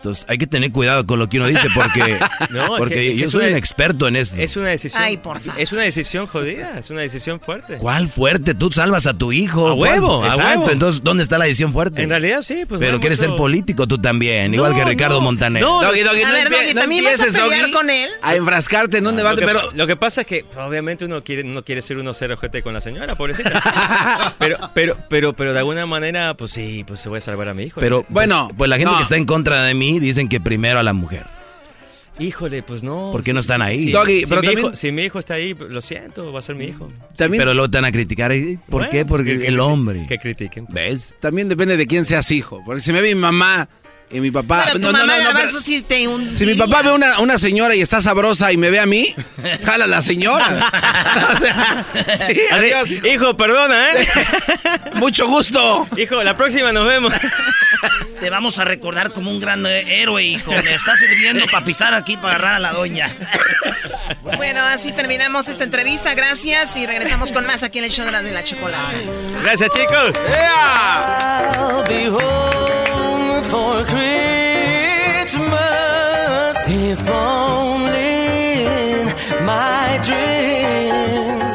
[SPEAKER 3] Entonces hay que tener cuidado con lo que uno dice porque,
[SPEAKER 23] No, es que-
[SPEAKER 3] porque
[SPEAKER 23] es que
[SPEAKER 3] yo
[SPEAKER 23] es
[SPEAKER 3] soy
[SPEAKER 23] una-
[SPEAKER 3] un experto en esto.
[SPEAKER 23] Es una decisión.
[SPEAKER 16] Ay, por favor.
[SPEAKER 23] Es una decisión jodida, es una decisión fuerte.
[SPEAKER 3] ¿Cuál fuerte? Tú salvas a tu hijo.
[SPEAKER 23] A huevo,
[SPEAKER 3] ¿Cuál?
[SPEAKER 23] a
[SPEAKER 3] Exacto.
[SPEAKER 23] huevo.
[SPEAKER 3] Entonces, ¿dónde está la decisión fuerte?
[SPEAKER 23] En realidad sí, pues.
[SPEAKER 3] Pero
[SPEAKER 23] no
[SPEAKER 3] quieres
[SPEAKER 23] mucho-
[SPEAKER 3] ser político tú también, igual que Ricardo Montaner.
[SPEAKER 23] no,
[SPEAKER 4] Doggy,
[SPEAKER 23] no.
[SPEAKER 4] Doggy,
[SPEAKER 23] A
[SPEAKER 4] no,
[SPEAKER 23] ver,
[SPEAKER 4] empie-
[SPEAKER 23] Doggy,
[SPEAKER 4] no
[SPEAKER 23] ¿también vas a
[SPEAKER 4] empieces,
[SPEAKER 23] pelear
[SPEAKER 4] Doggy,
[SPEAKER 23] con él?
[SPEAKER 4] A enfrascarte en un debate,
[SPEAKER 23] Ah, lo que,
[SPEAKER 4] pero.
[SPEAKER 23] lo que pasa es que pues, obviamente uno quiere no quiere ser uno ser ojete con la señora, pobrecita. pero pero pero pero de alguna manera pues sí, pues se voy a salvar a mi hijo.
[SPEAKER 3] Pero bueno, pues la gente
[SPEAKER 23] no.
[SPEAKER 3] que está en contra de mí dicen que primero a la mujer.
[SPEAKER 23] Híjole, pues no.
[SPEAKER 3] ¿Por qué no están ahí?
[SPEAKER 23] Si,
[SPEAKER 3] Doggy,
[SPEAKER 23] si
[SPEAKER 3] pero
[SPEAKER 23] mi
[SPEAKER 3] también-
[SPEAKER 23] hijo, si mi hijo está ahí, lo siento, va a ser mi hijo.
[SPEAKER 3] Pero luego te van a criticar. ¿eh? ¿Por
[SPEAKER 23] Bueno, pues
[SPEAKER 3] qué? Porque
[SPEAKER 23] que-
[SPEAKER 3] el hombre.
[SPEAKER 23] Que critiquen. pues.
[SPEAKER 3] ¿Ves?
[SPEAKER 4] También depende de quién seas hijo. Porque si me ve mi mamá y mi papá.
[SPEAKER 16] Pero tu
[SPEAKER 4] Ah, pues no, no,
[SPEAKER 16] mamá
[SPEAKER 4] no, no,
[SPEAKER 16] Garbanzo,
[SPEAKER 4] pero-
[SPEAKER 16] sí te hundiría.
[SPEAKER 4] Si mi papá ve una, una señora y está sabrosa y me ve a mí, jala la señora. O sea, sí,
[SPEAKER 23] Así,
[SPEAKER 4] adiós, hijo.
[SPEAKER 23] perdona, ¿eh?
[SPEAKER 4] Mucho gusto.
[SPEAKER 23] Hijo, la próxima nos vemos.
[SPEAKER 2] Te vamos a recordar como un gran eh, héroe, hijo. Le está sirviendo para pisar aquí para agarrar a la doña.
[SPEAKER 16] Bueno, así terminamos esta entrevista. Gracias y regresamos con más aquí en el show de la, de la chocolate.
[SPEAKER 23] Gracias, chicos.
[SPEAKER 24] I'll be home for Christmas if only in my dreams.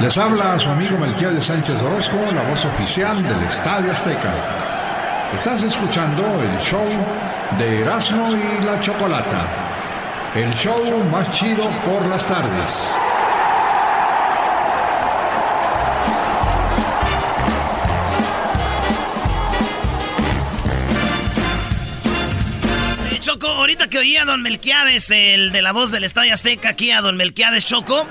[SPEAKER 25] Les habla su amigo Melquiel de Sánchez Orozco, la voz oficial del Estadio Azteca. Estás escuchando el show de Erasmo y la Chocolata, el show más chido por las tardes.
[SPEAKER 2] Eh, Choco, ahorita que oí a Don Melquiades, el de la voz del Estadio Azteca, aquí a Don Melquiades Choco,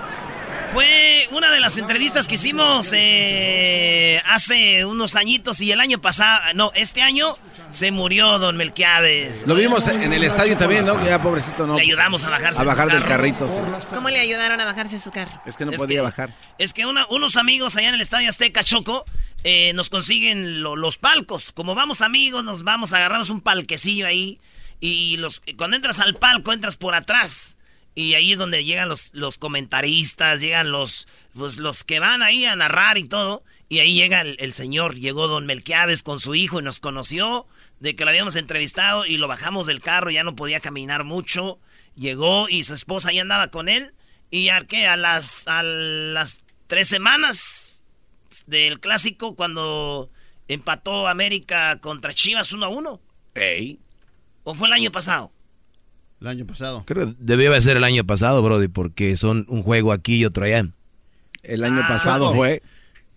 [SPEAKER 2] fue una de las entrevistas que hicimos eh, hace unos añitos y el año pasado, no, este año se murió Don Melquiades.
[SPEAKER 4] Lo vimos en el estadio también, ¿no? Que Ya pobrecito no.
[SPEAKER 2] Le ayudamos a bajarse
[SPEAKER 4] A
[SPEAKER 2] de su
[SPEAKER 4] bajar del
[SPEAKER 2] carro.
[SPEAKER 4] carrito. sí.
[SPEAKER 16] ¿Cómo le ayudaron a bajarse su carro?
[SPEAKER 4] Es que no podía bajar.
[SPEAKER 2] Es que una- unos amigos allá en el Estadio Azteca Choco eh, nos consiguen lo- los palcos. Como vamos amigos, nos vamos, agarramos un palquecillo ahí. Y los, cuando entras al palco, entras por atrás. Y ahí es donde llegan los, los comentaristas, llegan los, pues, los que van ahí a narrar y todo. Y ahí llega el, el señor, llegó don Melquiades con su hijo y nos conoció de que lo habíamos entrevistado y lo bajamos del carro, ya no podía caminar mucho. Llegó y su esposa ahí andaba con él. Y ya que a las, a las tres semanas del clásico, cuando empató América contra Chivas 1 a 1. ¿O fue el año pasado?
[SPEAKER 7] El año pasado.
[SPEAKER 3] Creo que debió ser el año pasado, Brody, porque son un juego aquí y otro allá.
[SPEAKER 4] El
[SPEAKER 2] año Ah, pasado sí.
[SPEAKER 3] fue.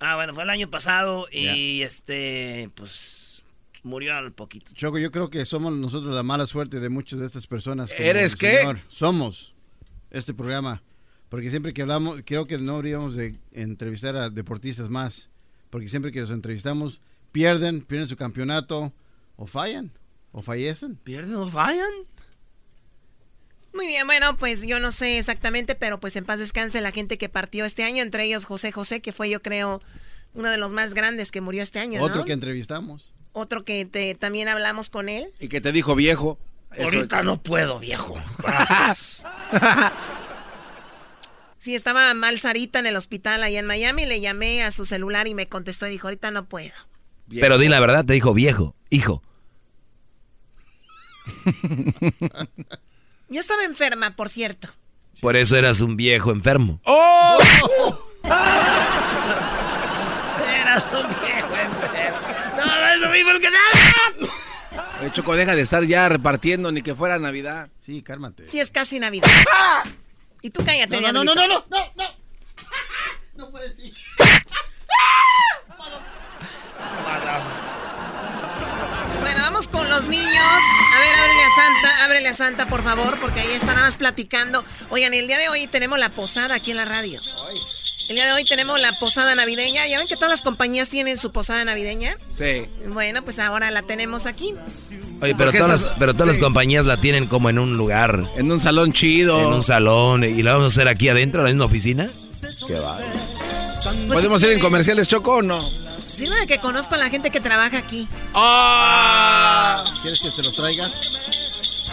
[SPEAKER 2] Ah, bueno, fue el año pasado y este, pues murió al poquito.
[SPEAKER 7] Choco, yo creo que somos nosotros la mala suerte de muchas de estas personas. como
[SPEAKER 4] ¿Eres
[SPEAKER 7] el
[SPEAKER 4] qué?
[SPEAKER 7] señor. Somos este programa. Porque siempre que hablamos, creo que no deberíamos de entrevistar a deportistas más. Porque siempre que los entrevistamos, pierden, pierden su campeonato o fallan. O fallecen.
[SPEAKER 2] ¿Pierden o fallan?
[SPEAKER 16] Muy bien, bueno, pues yo no sé exactamente, pero pues en paz descanse la gente que partió este año, entre ellos José José, que fue yo creo uno de los más grandes que murió este año. ¿no?
[SPEAKER 7] Otro que entrevistamos.
[SPEAKER 16] Otro que te- también hablamos con él.
[SPEAKER 4] Y que te dijo viejo. Eso-
[SPEAKER 2] Ahorita no puedo, viejo.
[SPEAKER 16] Sí, estaba mal Sarita en el hospital allá en Miami, le llamé a su celular y me contestó y dijo, ahorita no puedo.
[SPEAKER 3] Pero di la verdad, te dijo viejo, hijo.
[SPEAKER 16] Yo estaba enferma, por cierto.
[SPEAKER 3] Por eso eras un viejo enfermo.
[SPEAKER 4] ¡Oh!
[SPEAKER 2] Eras un viejo enfermo. No, no es lo vivo el que da.
[SPEAKER 4] Eh, Choco, deja de estar ya repartiendo ni que fuera Navidad.
[SPEAKER 7] Sí, cálmate.
[SPEAKER 16] Sí, es casi Navidad. Y tú cállate,
[SPEAKER 7] ¡Ah! No, no, no,
[SPEAKER 16] diablito.
[SPEAKER 7] no, no, no, no. No puedes ir.
[SPEAKER 16] Bueno, vamos con los niños. A ver, ábrele a Santa, ábrele a Santa, por favor, porque ahí están nada más platicando. Oigan, el día de hoy tenemos la posada aquí en la radio. El día de hoy tenemos la posada navideña. Ya ven que todas las compañías tienen su posada navideña.
[SPEAKER 4] Sí.
[SPEAKER 16] Bueno, pues ahora la tenemos aquí.
[SPEAKER 3] Oye, pero
[SPEAKER 4] Porque
[SPEAKER 3] todas,
[SPEAKER 4] esas-
[SPEAKER 3] las, pero todas las
[SPEAKER 4] sí.
[SPEAKER 3] compañías la tienen como en un lugar.
[SPEAKER 4] En un salón chido.
[SPEAKER 3] En un salón. ¿Y la vamos a hacer aquí adentro, en la misma oficina?
[SPEAKER 16] Pues
[SPEAKER 4] ¿Podemos ir en comerciales, Choco, o no?
[SPEAKER 16] Sirve de que conozco a la gente que trabaja aquí.
[SPEAKER 7] Ah. ¿Quieres que te los traiga?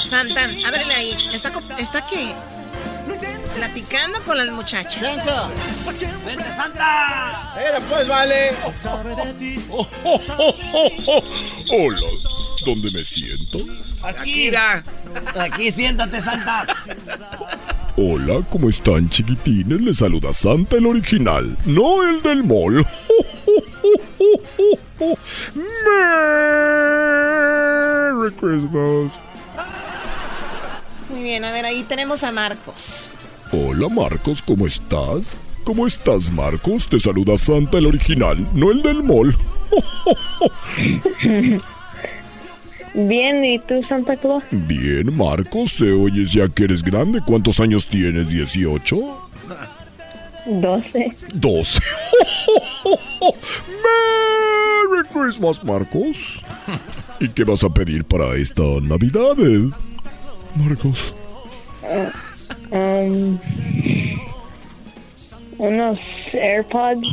[SPEAKER 16] Santa, ábrele ahí. ¿Está, co- está qué? Platicando con las muchachas.
[SPEAKER 7] ¡Santa!
[SPEAKER 2] ¡Vente, Santa!
[SPEAKER 4] ¡Era pues, vale!
[SPEAKER 26] Hola, ¿dónde me siento?
[SPEAKER 2] Aquí. Aquí, siéntate, Santa.
[SPEAKER 26] Hola, ¿cómo están chiquitines? Les saluda Santa el original, no el del mall. Merry Christmas.
[SPEAKER 16] Muy bien, a ver, ahí tenemos a Marcos.
[SPEAKER 26] Hola Marcos, ¿cómo estás? ¿Cómo estás Marcos? Te saluda Santa el original, no el del mall.
[SPEAKER 11] Bien, ¿y tú, Santa Claus?
[SPEAKER 26] Bien Marcos, te oyes ya que eres grande. ¿Cuántos años tienes? ¿18?
[SPEAKER 11] 12.
[SPEAKER 26] 12. Merry Christmas, Marcos. ¿Y qué vas a pedir para esta Navidad, eh? Marcos?
[SPEAKER 11] Ah, um, unos AirPods.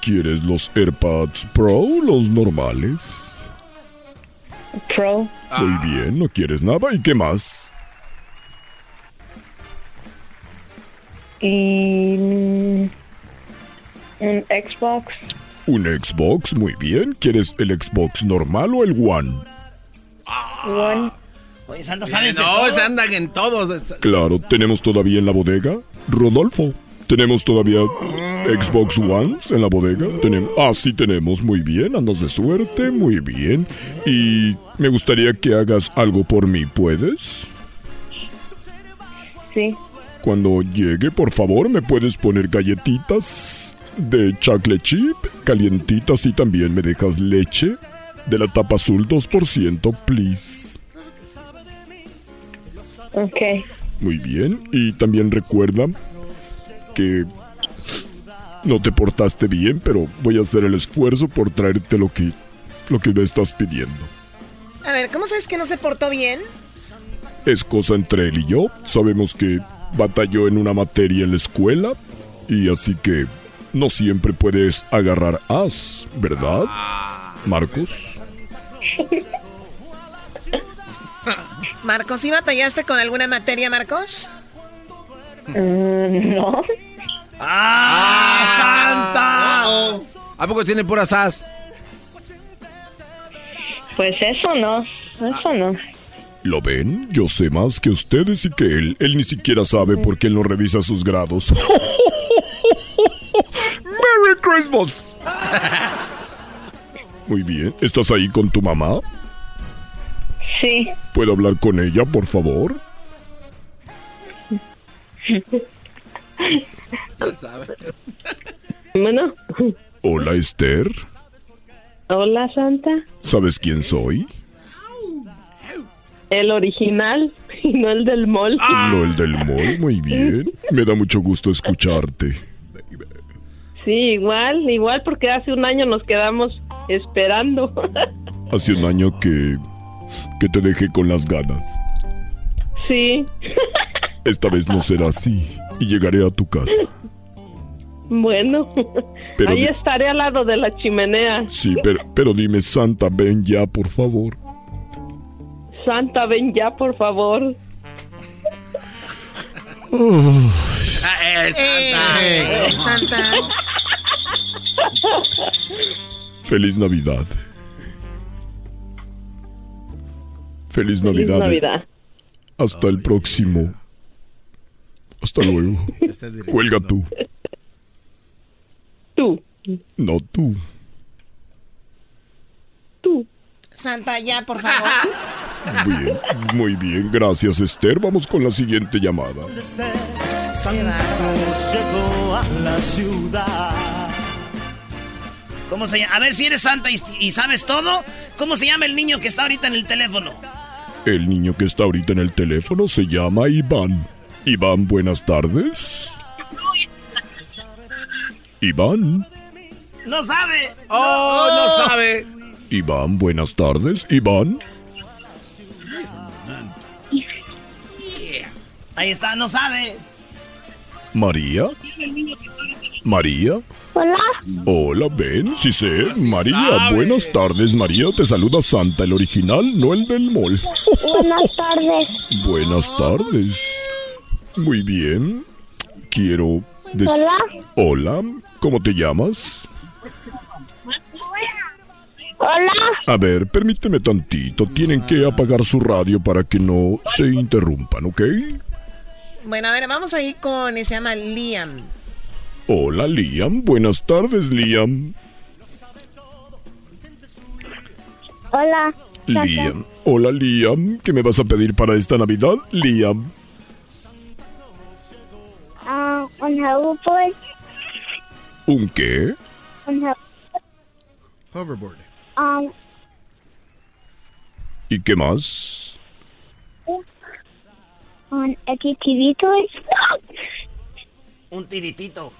[SPEAKER 26] ¿Quieres los AirPods Pro o los normales?
[SPEAKER 11] Pro.
[SPEAKER 26] Muy bien, no quieres nada. ¿Y qué más?
[SPEAKER 11] Y mm, un Xbox.
[SPEAKER 26] ¿Un Xbox? Muy bien. ¿Quieres el Xbox normal o el One?
[SPEAKER 11] One.
[SPEAKER 2] Oye, Santa,
[SPEAKER 4] No,
[SPEAKER 2] ¿sabes de todo?
[SPEAKER 4] se andan en todos.
[SPEAKER 26] Claro, ¿tenemos todavía en la bodega? Rodolfo, ¿tenemos todavía Xbox Ones en la bodega? Tenemos, ah, sí tenemos, muy bien, andas de suerte, muy bien. Y me gustaría que hagas algo por mí, ¿puedes?
[SPEAKER 11] Sí.
[SPEAKER 26] Cuando llegue, por favor, me puedes poner galletitas de chocolate chip, calientitas y también me dejas leche de la tapa azul 2%, please.
[SPEAKER 11] Ok.
[SPEAKER 26] Muy bien, y también recuerda que no te portaste bien, pero voy a hacer el esfuerzo por traerte lo que, lo que me estás pidiendo.
[SPEAKER 16] A ver, ¿cómo sabes que no se portó bien?
[SPEAKER 26] Es cosa entre él y yo. Sabemos que batalló en una materia en la escuela y así que no siempre puedes agarrar as, ¿verdad? Marcos.
[SPEAKER 16] Marcos, ¿sí batallaste con alguna materia, Marcos?
[SPEAKER 11] no.
[SPEAKER 4] ¡Ah, Santa! ¿A poco tiene puras as?
[SPEAKER 11] Pues eso no. Eso no.
[SPEAKER 26] ¿Lo ven? Yo sé más que ustedes y que él. Él ni siquiera sabe por qué él no revisa sus grados. ¡Merry Christmas! Muy bien. ¿Estás ahí con tu mamá?
[SPEAKER 11] Sí.
[SPEAKER 26] ¿Puedo hablar con ella, por favor?
[SPEAKER 11] Bueno.
[SPEAKER 26] Hola, Esther.
[SPEAKER 11] Hola, Santa.
[SPEAKER 26] ¿Sabes quién soy?
[SPEAKER 11] El original y no el del mall.
[SPEAKER 26] No el del mall, muy bien. Me da mucho gusto escucharte.
[SPEAKER 11] Sí, igual, igual porque hace un año nos quedamos esperando.
[SPEAKER 26] Hace un año que que te dejé con las ganas.
[SPEAKER 11] sí.
[SPEAKER 26] Esta vez no será así y llegaré a tu casa.
[SPEAKER 11] Bueno.
[SPEAKER 26] Pero
[SPEAKER 11] Ahí
[SPEAKER 26] di-
[SPEAKER 11] estaré al lado de la chimenea.
[SPEAKER 26] Sí, pero pero dime, Santa, ven ya, por favor.
[SPEAKER 11] Santa, ven ya, por favor.
[SPEAKER 16] Eh, Santa.
[SPEAKER 26] Feliz Navidad. Feliz Navidad. eh.
[SPEAKER 11] Navidad.
[SPEAKER 26] Hasta el próximo. Hasta luego.
[SPEAKER 11] está dirigiendo.
[SPEAKER 26] Cuelga tú.
[SPEAKER 11] Tú.
[SPEAKER 26] No tú.
[SPEAKER 16] Santa, ya, por favor.
[SPEAKER 26] Bien, muy bien, gracias Esther. Vamos con la siguiente llamada.
[SPEAKER 20] Santa Claus llegó a la ciudad.
[SPEAKER 2] ¿Cómo se llama? A ver si eres santa y, y sabes todo. ¿Cómo se llama el niño que está ahorita en el teléfono?
[SPEAKER 26] El niño que está ahorita en el teléfono se llama Iván. Iván, buenas tardes. Iván,
[SPEAKER 2] No sabe.
[SPEAKER 4] Oh, no sabe.
[SPEAKER 26] Iván, buenas tardes. Iván,
[SPEAKER 2] Ahí está, no sabe.
[SPEAKER 26] María, María.
[SPEAKER 19] Hola.
[SPEAKER 26] Hola, Ben, sí sé. María,
[SPEAKER 19] sabe.
[SPEAKER 26] buenas tardes. María, te saluda Santa, el original, no el del mall.
[SPEAKER 19] Buenas tardes.
[SPEAKER 26] Buenas tardes. Muy bien. Quiero des-
[SPEAKER 19] Hola.
[SPEAKER 26] Hola, ¿cómo te llamas?
[SPEAKER 19] Hola.
[SPEAKER 26] A ver, permíteme tantito. Tienen que apagar su radio para que no se interrumpan, ¿ok?
[SPEAKER 16] Bueno, a ver, vamos a ir con, se llama Liam.
[SPEAKER 26] Hola, Liam. Buenas tardes, Liam.
[SPEAKER 19] Hola.
[SPEAKER 26] Liam. Hola, Liam. ¿Qué me vas a pedir para esta Navidad, Liam?
[SPEAKER 19] Ah, un jabón, pues.
[SPEAKER 26] ¿Un qué?
[SPEAKER 19] Un jabón.
[SPEAKER 7] Hoverboard.
[SPEAKER 19] Ah,
[SPEAKER 26] ¿Y qué más?
[SPEAKER 19] un equitivito, pues.
[SPEAKER 2] Un tiritito.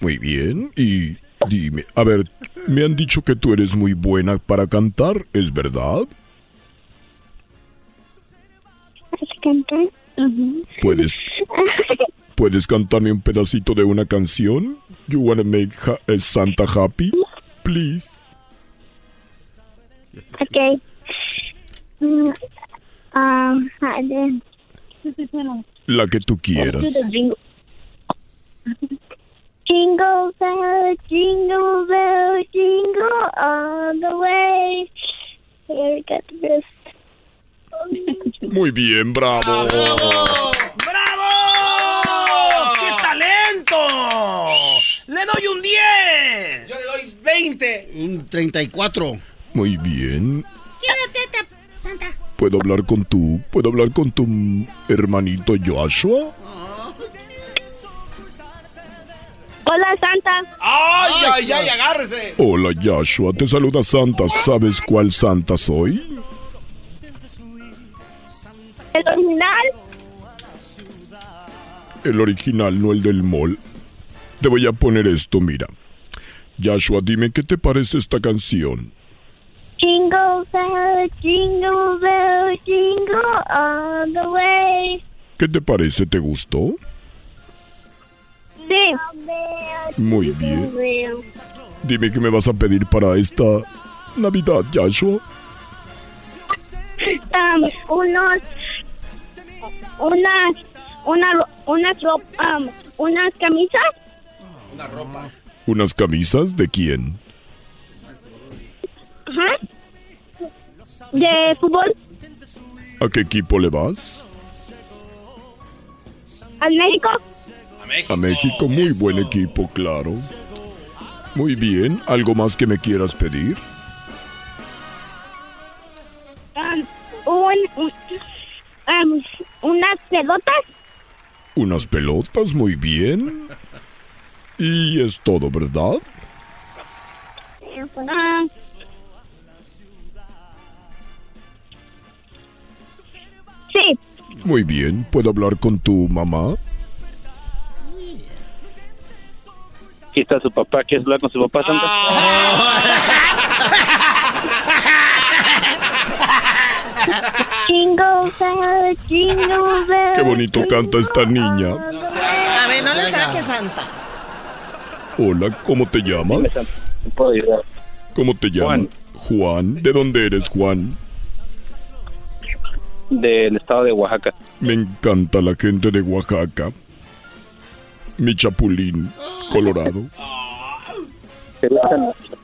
[SPEAKER 26] Muy bien. Y dime, a ver, me han dicho que tú eres muy buena para cantar, ¿es verdad?
[SPEAKER 19] ¿Has cantado? Ujú.
[SPEAKER 26] ¿Puedes, ¿puedes cantarme un pedacito de una canción? You wanna make ha- eh, Santa happy? Please.
[SPEAKER 19] Ok. Mm, Ah, a ver.
[SPEAKER 26] La que tú quieras.
[SPEAKER 19] Jingle bell, jingle bell, jingle all the way. Here we got this.
[SPEAKER 26] Muy bien, bravo.
[SPEAKER 16] Oh.
[SPEAKER 2] ¡Bravo! ¡Qué talento! ¡Le doy un 10! Yo le doy 20.
[SPEAKER 7] Un 34.
[SPEAKER 26] Muy bien.
[SPEAKER 19] Quiero teta, Santa.
[SPEAKER 26] ¿Puedo hablar con tu, puedo hablar con tu mm, hermanito Joshua?
[SPEAKER 19] Hola, Santa.
[SPEAKER 4] ¡Ay, ay, ay! ¡Agárrese!
[SPEAKER 26] Hola Joshua, te saluda Santa. ¿Sabes cuál Santa soy?
[SPEAKER 19] El original.
[SPEAKER 26] El original, no el del mall. Te voy a poner esto, mira. Joshua, dime qué te parece esta canción.
[SPEAKER 19] Jingle bell, jingle bell, jingle all the way.
[SPEAKER 26] ¿Qué te parece? ¿Te gustó?
[SPEAKER 19] Sí.
[SPEAKER 26] Muy bien. Dime qué me vas a pedir para esta Navidad, Joshua.
[SPEAKER 19] Um, unos, unas, una, ro- unas, ro- um, unas camisas
[SPEAKER 4] Una ropa.
[SPEAKER 26] ¿Unas camisas de quién?
[SPEAKER 19] ajá, de fútbol
[SPEAKER 26] ¿A qué equipo le vas?
[SPEAKER 19] al México.
[SPEAKER 26] A México, muy buen equipo, claro. Muy bien, ¿algo más que me quieras pedir?
[SPEAKER 19] Um, un, un- um, unas pelotas.
[SPEAKER 26] Unas pelotas, muy bien. Y es todo, ¿verdad?
[SPEAKER 19] Ah, sí.
[SPEAKER 26] Muy bien, ¿puedo hablar con tu mamá?
[SPEAKER 14] Aquí está su papá, ¿quieres hablar con su papá, Santa?
[SPEAKER 19] Jingle bell, jingle bell.
[SPEAKER 26] Qué bonito canta esta niña.
[SPEAKER 16] A ver, no le
[SPEAKER 19] Venga.
[SPEAKER 16] saques, Santa.
[SPEAKER 26] Hola, ¿cómo te llamas? ¿Cómo te llamas? Juan. ¿De dónde eres, Juan?
[SPEAKER 14] Del estado de Oaxaca.
[SPEAKER 26] Me encanta la gente de Oaxaca. Mi chapulín, Colorado.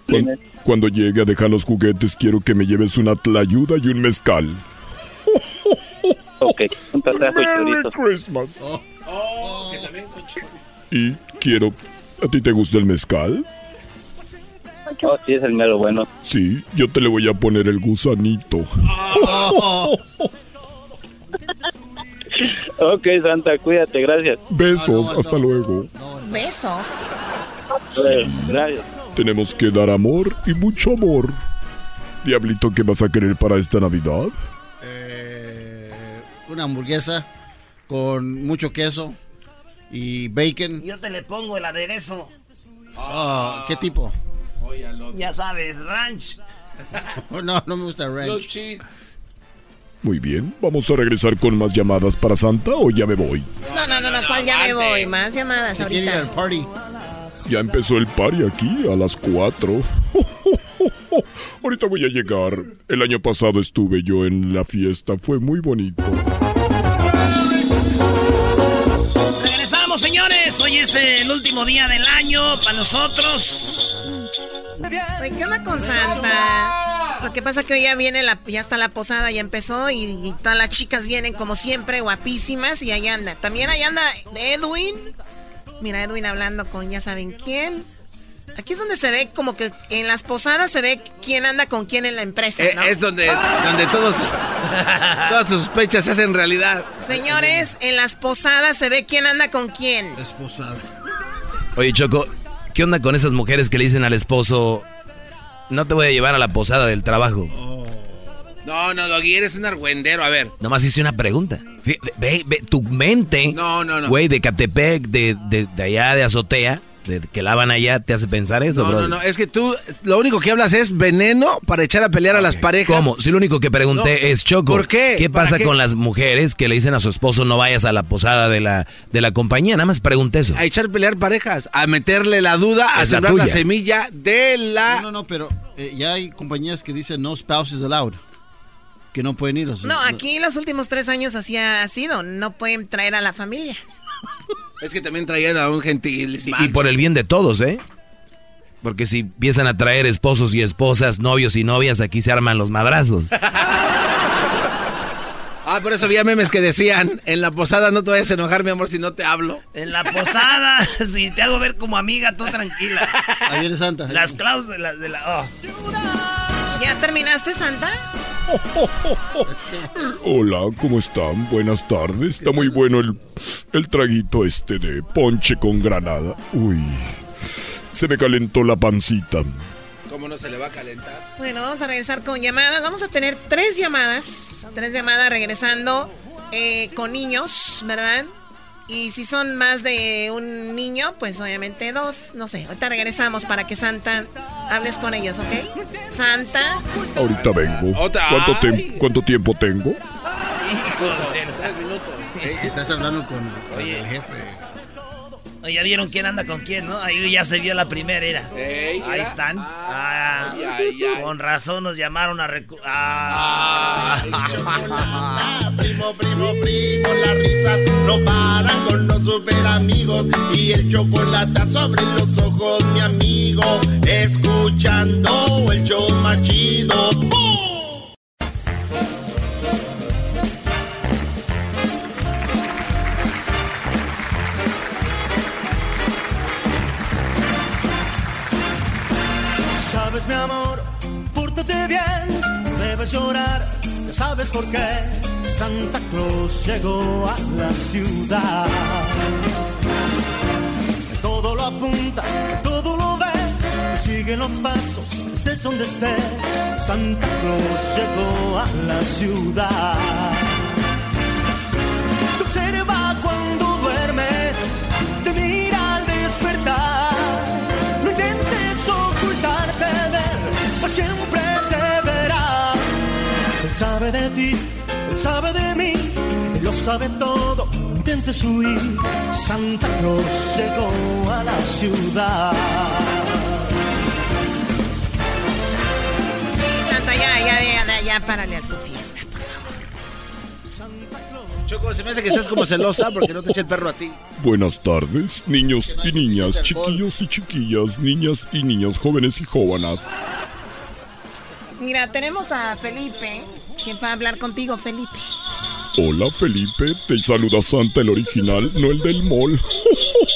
[SPEAKER 14] Cuan-
[SPEAKER 26] Cuando, llegue a dejar los juguetes, quiero que me lleves una tlayuda y un mezcal.
[SPEAKER 14] Ok, un pedazo de
[SPEAKER 26] Merry
[SPEAKER 14] chorizo.
[SPEAKER 26] Christmas.
[SPEAKER 4] Oh,
[SPEAKER 26] Y quiero. ¿A ti te gusta el mezcal?
[SPEAKER 19] Ok.
[SPEAKER 13] Oh, sí, es el mero bueno.
[SPEAKER 26] Sí, yo te le voy a poner el gusanito.
[SPEAKER 2] oh,
[SPEAKER 13] Ok, Santa, cuídate, gracias.
[SPEAKER 26] Besos, hasta luego.
[SPEAKER 16] Besos.
[SPEAKER 13] Eh, Gracias.
[SPEAKER 26] Tenemos que dar amor y mucho amor. Diablito, ¿qué vas a querer para esta Navidad?
[SPEAKER 7] Eh, Una hamburguesa con mucho queso y bacon.
[SPEAKER 2] Yo te le pongo el aderezo.
[SPEAKER 7] Ah, ¿Qué tipo?
[SPEAKER 2] Ya sabes, ranch.
[SPEAKER 7] Oh, no, no me gusta ranch.
[SPEAKER 26] Muy bien, vamos a regresar con más llamadas para Santa o ya me voy.
[SPEAKER 16] No, no, no, no, Juan, ya me voy. Más llamadas ahorita.
[SPEAKER 26] Ya empezó el party aquí a las 4. Ahorita voy a llegar. El año pasado estuve yo en la fiesta, fue muy bonito.
[SPEAKER 2] Regresamos, señores. Hoy es el último día del año para nosotros.
[SPEAKER 16] Oye, ¿qué onda con Santa? Lo que pasa que hoy ya viene la, ya está la posada, ya empezó y, y todas las chicas vienen como siempre, guapísimas, y ahí anda. También ahí anda Edwin. Mira, Edwin hablando con ya saben quién. Aquí es donde se ve como que en las posadas se ve quién anda con quién en la empresa,
[SPEAKER 4] Eh,
[SPEAKER 16] ¿no?
[SPEAKER 4] Es donde, donde todos, todas sus sospechas se hacen realidad.
[SPEAKER 16] Señores, en las posadas se ve quién anda con quién.
[SPEAKER 7] Esposada.
[SPEAKER 3] Oye, Choco, ¿qué onda con esas mujeres que le dicen al esposo, no te voy a llevar a la posada del trabajo?
[SPEAKER 4] No, no, Doggy, eres un argüendero. A ver,
[SPEAKER 3] Nomás hice una pregunta. Fí- Ve, ve, tu mente,
[SPEAKER 4] no, no.
[SPEAKER 3] güey, de Catepec, de, de- de allá, de Azotea, de que lavan allá, te hace pensar eso,
[SPEAKER 4] no, no,
[SPEAKER 3] brother?
[SPEAKER 4] no. Es que tú lo único que hablas es veneno para echar a pelear a las parejas.
[SPEAKER 3] ¿Cómo? Si lo único que pregunté
[SPEAKER 4] No.
[SPEAKER 3] es, Choco,
[SPEAKER 4] ¿Por qué?
[SPEAKER 3] ¿qué
[SPEAKER 4] ¿Para
[SPEAKER 3] pasa
[SPEAKER 4] qué?
[SPEAKER 3] con las mujeres que le dicen a su esposo no vayas a la posada de la, de la compañía? Nada más pregunté eso.
[SPEAKER 4] A echar a pelear parejas, a meterle la duda, a
[SPEAKER 3] Es la
[SPEAKER 4] sembrar la
[SPEAKER 3] tuya.
[SPEAKER 4] semilla de la.
[SPEAKER 7] No, no, no, pero eh, ya hay compañías que dicen no spouses allowed. Que no pueden ir. o sea,
[SPEAKER 16] No, aquí los últimos tres años así ha sido. No pueden traer a la familia.
[SPEAKER 4] Es que también traían a un gentil.
[SPEAKER 3] Y por el bien de todos, ¿eh? Porque si empiezan a traer esposos y esposas, novios y novias, aquí se arman los madrazos.
[SPEAKER 4] Ah, por eso había memes que decían: en la posada no te vayas a enojar, mi amor, si no te hablo.
[SPEAKER 2] En la posada, si te hago ver como amiga, tú tranquila.
[SPEAKER 7] Ahí viene Santa.
[SPEAKER 2] Las cláusulas de la... oh.
[SPEAKER 16] ¿Ya terminaste, Santa?
[SPEAKER 26] Hola, ¿cómo están? Buenas tardes. Está muy bueno el, el traguito este de ponche con granada. Uy, se me calentó la pancita.
[SPEAKER 4] ¿Cómo no se le va a calentar?
[SPEAKER 16] Bueno, vamos a regresar con llamadas. Vamos a tener tres llamadas. Tres llamadas regresando eh, con niños, ¿verdad? Y si son más de un niño, pues obviamente dos. No sé, ahorita regresamos para que Santa hables con ellos, ¿ok? Santa,
[SPEAKER 26] Ahorita vengo.
[SPEAKER 16] Otra.
[SPEAKER 26] ¿Cuánto, tem- cuánto tiempo tengo?
[SPEAKER 4] Tres minutos.
[SPEAKER 7] estás hablando con, con el jefe.
[SPEAKER 2] Oye, Oh, Ya vieron quién anda con quién, ¿no? Ahí ya se vio la primera, era. Ahí están. Ah, Con razón nos llamaron a recu... Ah.
[SPEAKER 1] Primo, primo, primo, las risas no paran con los super amigos y el chocolate sobre los ojos, mi amigo, escuchando el show más chido. ¡Bum!
[SPEAKER 8] Sabes, mi amor, pórtate bien, no debes llorar, ya sabes por qué. Santa Claus llegó a la ciudad. Que Todo lo apunta, que todo lo ve, que sigue los pasos, estés donde estés. Santa Claus llegó a la ciudad. Te observa cuando duermes, te mira al despertar. No intentes ocultarte de él, pues siempre te verá. Él sabe de ti, él sabe de mí, él lo sabe todo. No intentes huir, Santa Claus llegó a la ciudad.
[SPEAKER 16] Santa, ya, ya, ya, ya, ya, párale a tu fiesta.
[SPEAKER 4] Choco, se me hace que estás como celosa porque no te echa el perro a ti.
[SPEAKER 26] Buenas tardes, niños y niñas, chiquillos y chiquillas, niñas y niñas, jóvenes y jóvenes.
[SPEAKER 16] Mira, tenemos a Felipe, quien va a hablar contigo, Felipe.
[SPEAKER 26] Hola Felipe, te saluda Santa el original, no el del mall.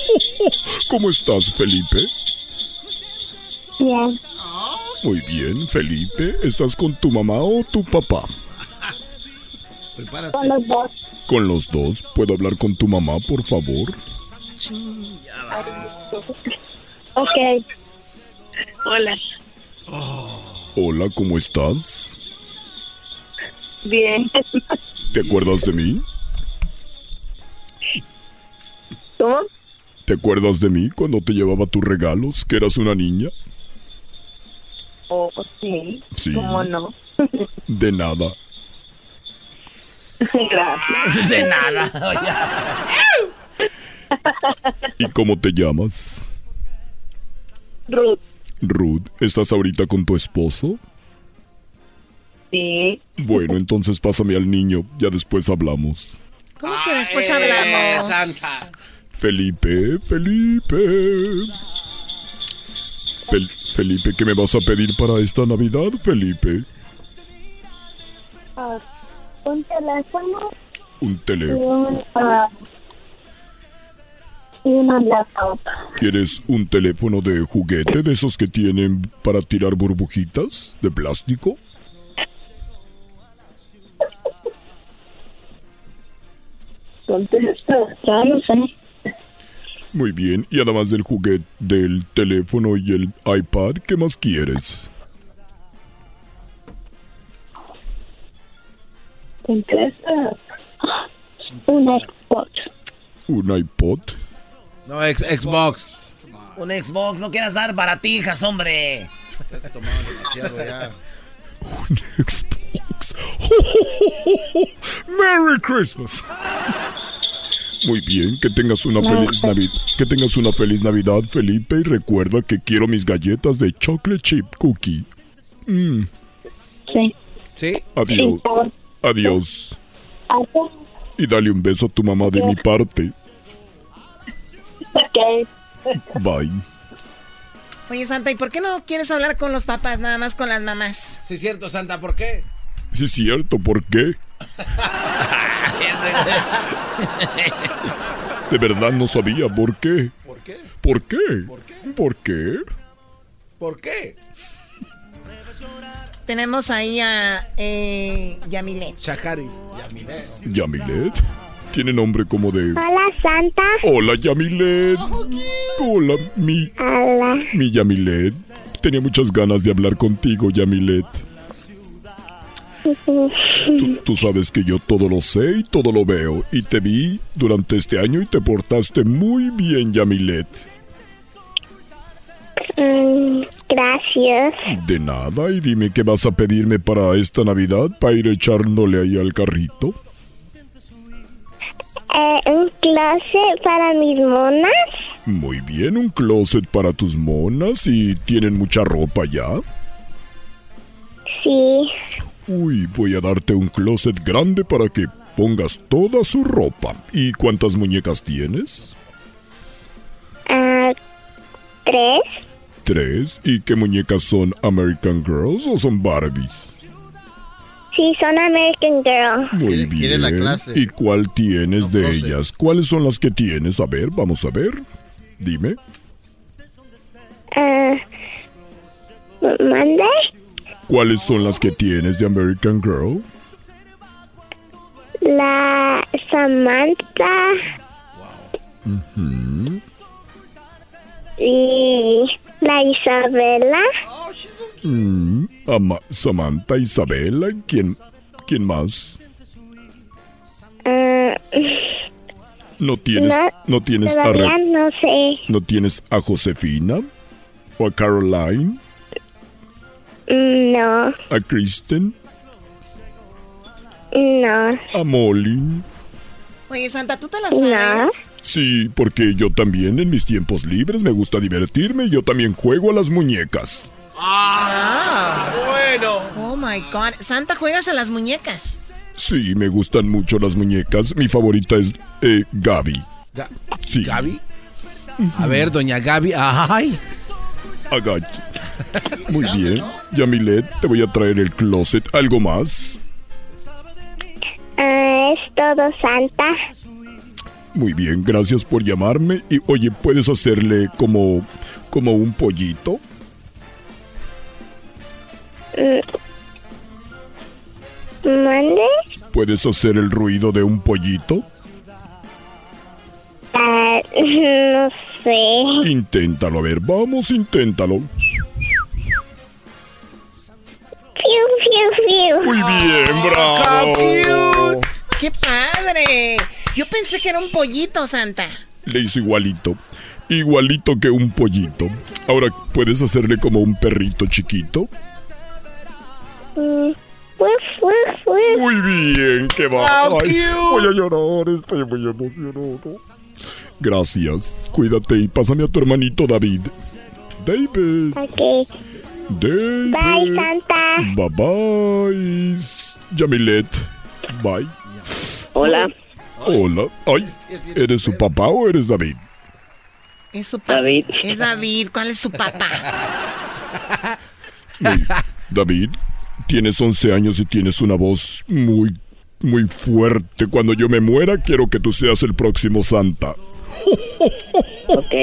[SPEAKER 26] ¿Cómo estás Felipe?
[SPEAKER 19] Bien.
[SPEAKER 26] Muy bien, Felipe. ¿Estás con tu mamá o tu papá?
[SPEAKER 19] Con los dos.
[SPEAKER 26] Con los dos. ¿Puedo hablar con tu mamá, por favor?
[SPEAKER 19] Ok. Hola.
[SPEAKER 26] Hola, ¿cómo estás?
[SPEAKER 19] Bien.
[SPEAKER 26] ¿Te acuerdas de mí?
[SPEAKER 19] ¿Cómo?
[SPEAKER 26] ¿Te acuerdas de mí cuando te llevaba tus regalos, que eras una niña?
[SPEAKER 19] Oh, sí.
[SPEAKER 26] Sí.
[SPEAKER 19] ¿Cómo no?
[SPEAKER 26] De nada.
[SPEAKER 19] Gracias.
[SPEAKER 5] De nada.
[SPEAKER 26] ¿Y cómo te llamas?
[SPEAKER 19] Ruth,
[SPEAKER 26] Ruth, ¿estás ahorita con tu esposo?
[SPEAKER 19] sí.
[SPEAKER 26] Bueno, entonces pásame al niño, ya después hablamos.
[SPEAKER 16] ¿Cómo que después hablamos?
[SPEAKER 26] Felipe, Felipe. Fel- Felipe, ¿qué me vas a pedir para esta Navidad, Felipe?
[SPEAKER 19] Ah, un teléfono
[SPEAKER 26] Un
[SPEAKER 19] y
[SPEAKER 26] teléfono.
[SPEAKER 19] un... ah, y una laptop.
[SPEAKER 26] ¿Quieres un teléfono de juguete de esos que tienen para tirar burbujitas de plástico?
[SPEAKER 19] Contesta, ya no sé.
[SPEAKER 26] Muy bien, y además del juguete, del teléfono y el iPad, ¿qué más quieres?
[SPEAKER 19] Contesta. Una Xbox.
[SPEAKER 26] ¿Un iPod?
[SPEAKER 4] No, ex- Xbox.
[SPEAKER 2] Un Xbox, no quieras dar baratijas, hombre.
[SPEAKER 26] Merry Christmas. Muy bien, que tengas una
[SPEAKER 19] No,
[SPEAKER 26] feliz
[SPEAKER 19] pues-
[SPEAKER 26] Navidad. Que tengas una feliz Navidad, Felipe, y recuerda que quiero mis galletas de chocolate chip cookie. Mm,
[SPEAKER 19] Sí.
[SPEAKER 4] ¿Sí?
[SPEAKER 26] adiós.
[SPEAKER 19] por-
[SPEAKER 26] Adiós.
[SPEAKER 19] Ok.
[SPEAKER 26] Y dale un beso a tu mamá de mi parte. Bye.
[SPEAKER 16] Oye, Santa, ¿y por qué no quieres hablar con los papás, nada más con las mamás?
[SPEAKER 4] Sí, es cierto, Santa, ¿por qué?
[SPEAKER 26] Sí es cierto, ¿por qué? De verdad no sabía por qué.
[SPEAKER 4] ¿Por qué?
[SPEAKER 26] ¿Por qué? ¿Por qué? ¿Por qué?
[SPEAKER 4] ¿Por qué?
[SPEAKER 16] Tenemos ahí a eh, Yamilet.
[SPEAKER 4] Chacaris.
[SPEAKER 26] Yamilet. Tiene nombre como de...
[SPEAKER 19] Hola, Santa.
[SPEAKER 26] Hola, Yamilet. Hola, mi...
[SPEAKER 19] Hola.
[SPEAKER 26] Mi Yamilet. Tenía muchas ganas de hablar contigo, Yamilet. Tú, tú sabes que yo todo lo sé y todo lo veo. Y te vi durante este año y te portaste muy bien, Yamilet.
[SPEAKER 19] Mm, gracias.
[SPEAKER 26] De nada, y dime qué vas a pedirme para esta Navidad, para ir echándole ahí al carrito.
[SPEAKER 19] Eh, un closet para mis monas.
[SPEAKER 26] Muy bien, un closet para tus monas y tienen mucha ropa ya.
[SPEAKER 19] Sí.
[SPEAKER 26] Uy, voy a darte un closet grande para que pongas toda su ropa. ¿Y cuántas muñecas tienes?
[SPEAKER 19] Ah, tres.
[SPEAKER 26] Tres. ¿Y qué muñecas son American Girls o son Barbies?
[SPEAKER 19] Sí, son American Girl.
[SPEAKER 26] Muy bien.
[SPEAKER 7] quiere la clase.
[SPEAKER 26] ¿Y cuál tienes de ellas? ¿Cuáles son las que tienes? A ver, vamos a ver. Dime.
[SPEAKER 19] Ah, ¿Mande?
[SPEAKER 26] ¿Cuáles son las que tienes de American Girl?
[SPEAKER 19] La Samantha
[SPEAKER 26] Ujú.
[SPEAKER 19] y la Isabela.
[SPEAKER 26] Mm, Ama- Samantha, Isabela, ¿quién, ¿quién más?
[SPEAKER 19] Ah,
[SPEAKER 26] ¿No tienes, no, tienes a Re-
[SPEAKER 19] todavía no sé.
[SPEAKER 26] no tienes a Josefina o a Caroline,
[SPEAKER 19] Mm, No,
[SPEAKER 26] a Kristen,
[SPEAKER 19] no.
[SPEAKER 26] a Molly?
[SPEAKER 16] Oye, Santa, ¿tú te la sabes?
[SPEAKER 26] Sí, porque yo también en mis tiempos libres me gusta divertirme y yo también juego a las muñecas.
[SPEAKER 16] Ah,
[SPEAKER 4] bueno.
[SPEAKER 16] Oh my God. Santa, juegas a las muñecas.
[SPEAKER 26] Sí, me gustan mucho las muñecas. Mi favorita es eh, Gaby.
[SPEAKER 4] Ga-
[SPEAKER 26] Sí.
[SPEAKER 4] ¿Gaby? A ver, doña Gaby. ¡Ay!
[SPEAKER 26] Agache. Muy bien. Yamilet, te voy a traer el closet. ¿Algo más?
[SPEAKER 19] Ah, es todo Santa.
[SPEAKER 26] Muy bien, gracias por llamarme. Y oye, ¿puedes hacerle como, como un pollito?
[SPEAKER 19] Mm. ¿Mande?
[SPEAKER 26] ¿Puedes hacer el ruido de un pollito?
[SPEAKER 19] Ah, no sé.
[SPEAKER 26] Inténtalo, a ver, vamos, inténtalo.
[SPEAKER 19] Fiu, fiu, fiu.
[SPEAKER 26] Muy bien, bravo.
[SPEAKER 16] ¡Qué padre! Yo pensé que era un pollito, Santa.
[SPEAKER 26] Le hizo igualito. Igualito que un pollito. Ahora, ¿puedes hacerle como un perrito chiquito?
[SPEAKER 19] Mm, Woof, woof, woof.
[SPEAKER 26] Muy bien, qué va.
[SPEAKER 19] Wow,
[SPEAKER 26] Ay,
[SPEAKER 19] cute.
[SPEAKER 26] Voy a llorar, estoy muy emocionado. Gracias, cuídate y pásame a tu hermanito David. David.
[SPEAKER 19] Ok.
[SPEAKER 26] David.
[SPEAKER 19] Bye, Santa.
[SPEAKER 26] Bye bye. Yamilet. Bye.
[SPEAKER 11] Hola.
[SPEAKER 26] Hola. Ay, ¿eres su papá o eres David?
[SPEAKER 16] Es su papá. David. Es David. ¿Cuál es su papá?
[SPEAKER 26] Muy- David, tienes 11 años y tienes una voz muy, muy fuerte. Cuando yo me muera, quiero que tú seas el próximo Santa.
[SPEAKER 11] Ok.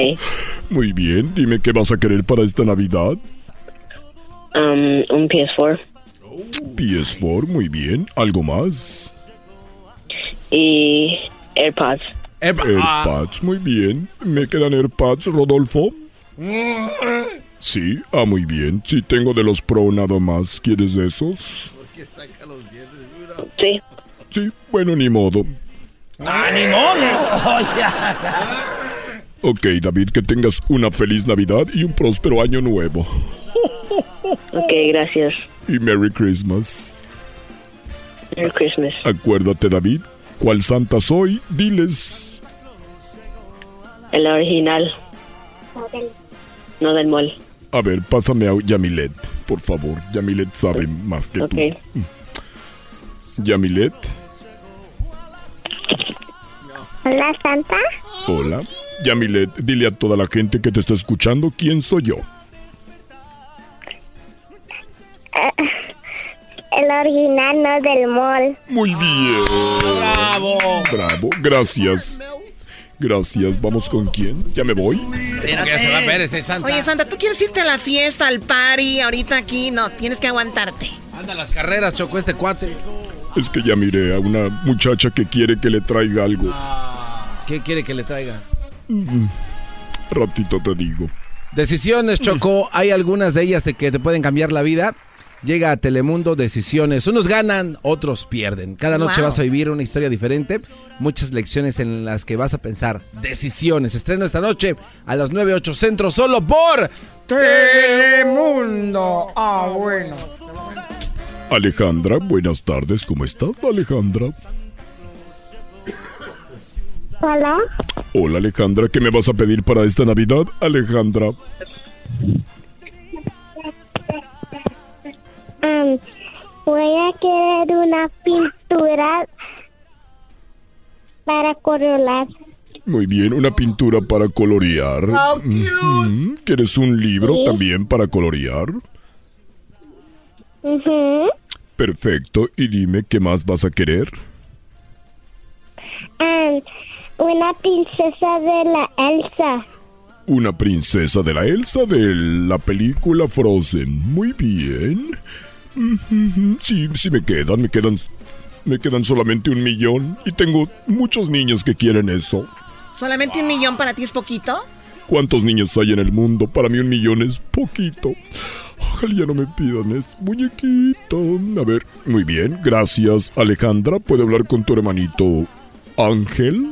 [SPEAKER 26] Muy bien, dime qué vas a querer para esta Navidad.
[SPEAKER 11] Um, un PS4
[SPEAKER 26] PS4, muy bien. ¿Algo más?
[SPEAKER 11] y AirPods.
[SPEAKER 19] Ah.
[SPEAKER 26] AirPads, muy bien. ¿Me quedan AirPads, Rodolfo? Sí, ah, muy bien. Sí, tengo de los Pro nada más. ¿Quieres de esos?
[SPEAKER 11] Sí.
[SPEAKER 26] Sí, bueno, ni modo. Ok, David, que tengas una feliz Navidad y un próspero año nuevo.
[SPEAKER 11] Ok, gracias.
[SPEAKER 26] Y Merry Christmas.
[SPEAKER 11] Merry Christmas.
[SPEAKER 26] Acuérdate, David, cuál santa soy, diles.
[SPEAKER 11] El original. No del mall.
[SPEAKER 26] A ver, pásame a Yamilet, por favor. Yamilet sabe más que
[SPEAKER 11] Ok.
[SPEAKER 26] tú. Yamilet,
[SPEAKER 19] Hola, Santa.
[SPEAKER 26] hola. Yamilet, dile a toda la gente que te está escuchando quién soy yo.
[SPEAKER 19] Ah, El original no del mall.
[SPEAKER 26] Muy bien. Bravo. Bravo, gracias. Gracias, vamos con quién. ¿Ya me voy?
[SPEAKER 3] Ya se va a ver ese Santa.
[SPEAKER 16] Oye, Santa, ¿tú quieres irte a la fiesta, al party, ahorita aquí? No, tienes que aguantarte.
[SPEAKER 4] Anda las carreras, chocó este cuate.
[SPEAKER 26] Es que ya miré a una muchacha que quiere que le traiga algo.
[SPEAKER 4] ¿Qué quiere que le traiga?
[SPEAKER 26] Mm, Ratito te digo.
[SPEAKER 4] Decisiones, Choco. Hay algunas de ellas de que te pueden cambiar la vida. Llega a Telemundo Decisiones. Unos ganan, otros pierden. Cada noche
[SPEAKER 6] Wow.
[SPEAKER 4] vas a vivir una historia diferente. Muchas lecciones en las que vas a pensar. Decisiones. Estreno esta noche a las 9.8 Centro solo por
[SPEAKER 8] Telemundo. Ah, bueno.
[SPEAKER 26] Alejandra, buenas tardes, ¿cómo estás, Alejandra?
[SPEAKER 19] Hola.
[SPEAKER 26] Hola, Alejandra, ¿qué me vas a pedir para esta Navidad, Alejandra?
[SPEAKER 19] Mm, voy a querer una pintura para corolar.
[SPEAKER 26] Muy bien, una pintura para colorear.
[SPEAKER 19] How cute.
[SPEAKER 26] Ujú. ¿Quieres un libro
[SPEAKER 19] Sí.
[SPEAKER 26] también para colorear?
[SPEAKER 19] Ujú.
[SPEAKER 26] Perfecto, y dime qué más vas a querer.
[SPEAKER 19] Mm, una princesa de la Elsa.
[SPEAKER 26] Una princesa de la Elsa de la película Frozen. Muy bien. Ujú, Sí, sí me quedan, me quedan, me quedan solamente un millón y tengo muchos niños que quieren eso.
[SPEAKER 16] ¿Solamente un millón para ti es poquito?
[SPEAKER 26] ¿Cuántos niños hay en el mundo? Para mí un millón es poquito. Ojalá ya no me pidan esto, muñequito. A ver, muy bien, gracias Alejandra. ¿Puedo hablar con tu hermanito Ángel?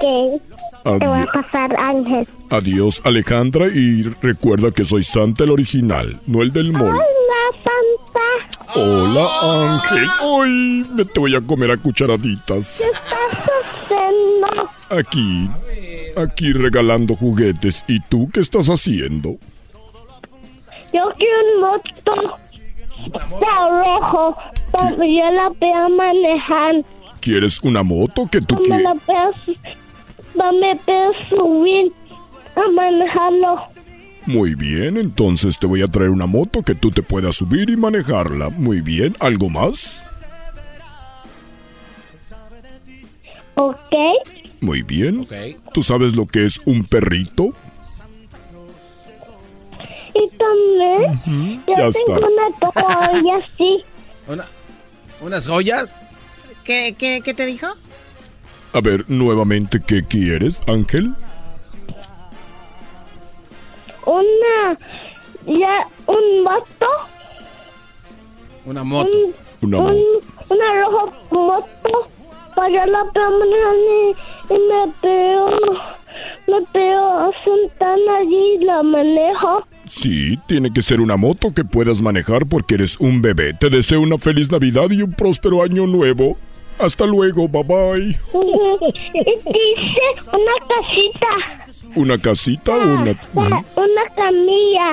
[SPEAKER 19] Ok. Te voy a
[SPEAKER 26] Adiós.
[SPEAKER 19] pasar, Ángel.
[SPEAKER 26] Adiós Alejandra y recuerda que soy Santa el original, no el del mall.
[SPEAKER 19] Hola, Santa.
[SPEAKER 26] Hola Ángel. Hoy me te voy a comer a cucharaditas.
[SPEAKER 19] ¿Qué estás haciendo?
[SPEAKER 26] Aquí, aquí regalando juguetes. ¿Y tú qué estás haciendo?
[SPEAKER 19] Yo quiero un moto. Está rojo. Pero yo la voy a manejar.
[SPEAKER 26] ¿Quieres una moto que tú
[SPEAKER 19] No me
[SPEAKER 26] quieres?
[SPEAKER 19] la voy a, su- no me voy a subir a manejarlo.
[SPEAKER 26] Muy bien, entonces te voy a traer una moto que tú te puedas subir y manejarla. Muy bien, ¿algo más?
[SPEAKER 19] ¿Ok?
[SPEAKER 26] Muy bien. ¿Tú sabes lo que es un perrito?
[SPEAKER 19] ti también.
[SPEAKER 4] Ya
[SPEAKER 19] Yo tengo
[SPEAKER 4] estás.
[SPEAKER 19] una toalla así.
[SPEAKER 4] ¿Unas joyas?
[SPEAKER 16] ¿Qué, qué, qué te dijo?
[SPEAKER 26] A ver, nuevamente, ¿qué quieres, Ángel?
[SPEAKER 19] Una. Ya, un moto.
[SPEAKER 4] Una moto.
[SPEAKER 26] Una
[SPEAKER 19] un- una roja moto. Para la cámara y, y me pegó. Me pegó sentada allí y la manejo.
[SPEAKER 26] Sí, tiene que ser una moto que puedas manejar porque eres un bebé. Te deseo una feliz Navidad y un próspero año nuevo. Hasta luego, bye bye.
[SPEAKER 19] Ujú. y dice una casita.
[SPEAKER 26] Una casita, una... Mm,
[SPEAKER 19] Una, una camilla.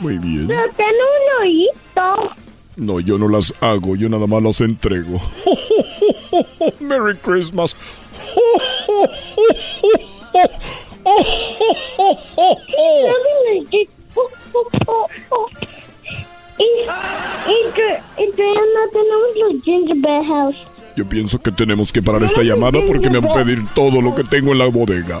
[SPEAKER 26] Muy bien.
[SPEAKER 19] Pero tiene un hoyito.
[SPEAKER 26] No, yo no las hago, yo nada más las entrego. Merry Christmas.
[SPEAKER 19] Y todavía no tenemos los gingerbread house.
[SPEAKER 26] Yo pienso que tenemos que parar esta llamada porque me van a pedir todo lo que tengo en la bodega.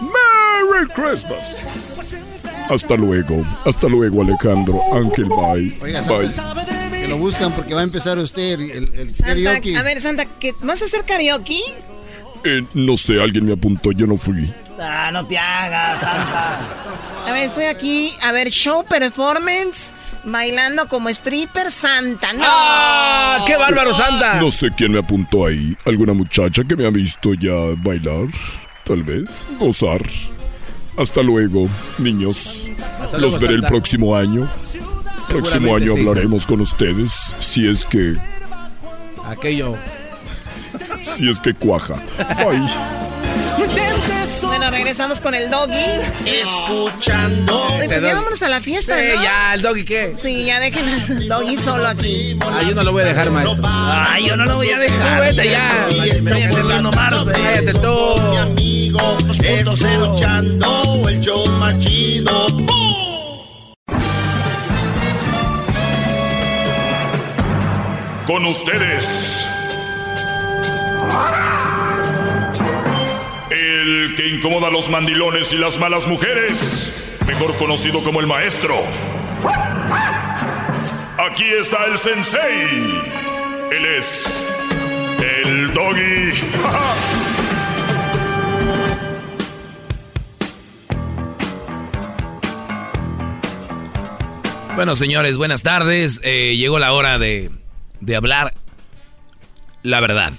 [SPEAKER 6] Merry Christmas.
[SPEAKER 26] Hasta luego, hasta luego Alejandro, Ángel, bye.
[SPEAKER 7] Oiga,
[SPEAKER 26] bye.
[SPEAKER 7] Santa, que lo buscan porque va a empezar usted el, el- el
[SPEAKER 16] Santa,
[SPEAKER 7] karaoke.
[SPEAKER 16] a ver, Santa, ¿qué, ¿vas a hacer karaoke?
[SPEAKER 26] Eh, no sé, alguien me apuntó, yo no fui.
[SPEAKER 16] Ah, no te hagas, Santa. A ver, estoy aquí. A ver, show performance. Bailando como stripper Santa. ¡No! ¡Ah!
[SPEAKER 3] ¡Qué bárbaro, Santa!
[SPEAKER 26] No sé quién me apuntó ahí. ¿Alguna muchacha que me ha visto ya bailar? Tal vez. Gozar. Hasta luego, niños.
[SPEAKER 4] Hasta luego,
[SPEAKER 26] Los veré el
[SPEAKER 4] Santa.
[SPEAKER 26] próximo año. Próximo
[SPEAKER 4] Seguramente
[SPEAKER 26] año
[SPEAKER 4] sí,
[SPEAKER 26] hablaremos con ustedes si es que
[SPEAKER 4] Aquello.
[SPEAKER 26] si es que cuaja.
[SPEAKER 16] Bueno, regresamos con el doggy.
[SPEAKER 1] Escuchando.
[SPEAKER 16] Oye, pues ya vámonos a la fiesta,
[SPEAKER 4] Sí,
[SPEAKER 16] ¿no?
[SPEAKER 4] ya, el doggy qué.
[SPEAKER 16] Sí, ya dejen al doggy solo aquí.
[SPEAKER 4] Ah, yo no lo voy a dejar, maestro.
[SPEAKER 12] Ay, yo no lo voy a dejar.
[SPEAKER 4] Tú vete ya.
[SPEAKER 12] Cállate tú.
[SPEAKER 1] Mi amigo, escuchando el show más chido.
[SPEAKER 6] Con ustedes. El que incomoda a los mandilones y las malas mujeres. Mejor conocido como el maestro. Aquí está el sensei. Él es el doggy.
[SPEAKER 3] Bueno, señores, buenas tardes. Eh, llegó la hora de, de hablar la verdad.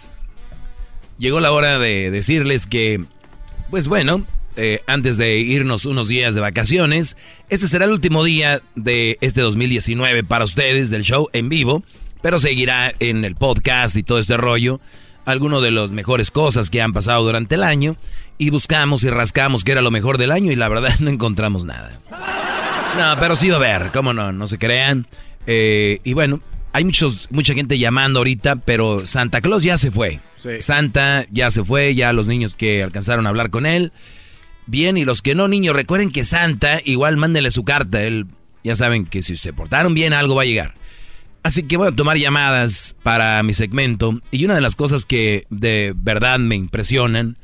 [SPEAKER 3] Llegó la hora de decirles que, pues bueno, eh, antes de irnos unos días de vacaciones, este será el último día de este 2019 para ustedes del show en vivo, pero seguirá en el podcast y todo este rollo. Algunos de las mejores cosas que han pasado durante el año y buscamos y rascamos qué era lo mejor del año y la verdad no encontramos nada. No, pero sí va a haber, cómo no, no se crean. Eh, y bueno, hay muchos, mucha gente llamando ahorita, pero Santa Claus ya se fue.
[SPEAKER 4] Sí.
[SPEAKER 3] Santa ya se fue, ya los niños que alcanzaron a hablar con él. Bien, y los que no, niños, recuerden que Santa, igual mándenle su carta. Él, ya saben que si se portaron bien, algo va a llegar. Así que voy a tomar llamadas para mi segmento. Y una de las cosas que de verdad me impresionan,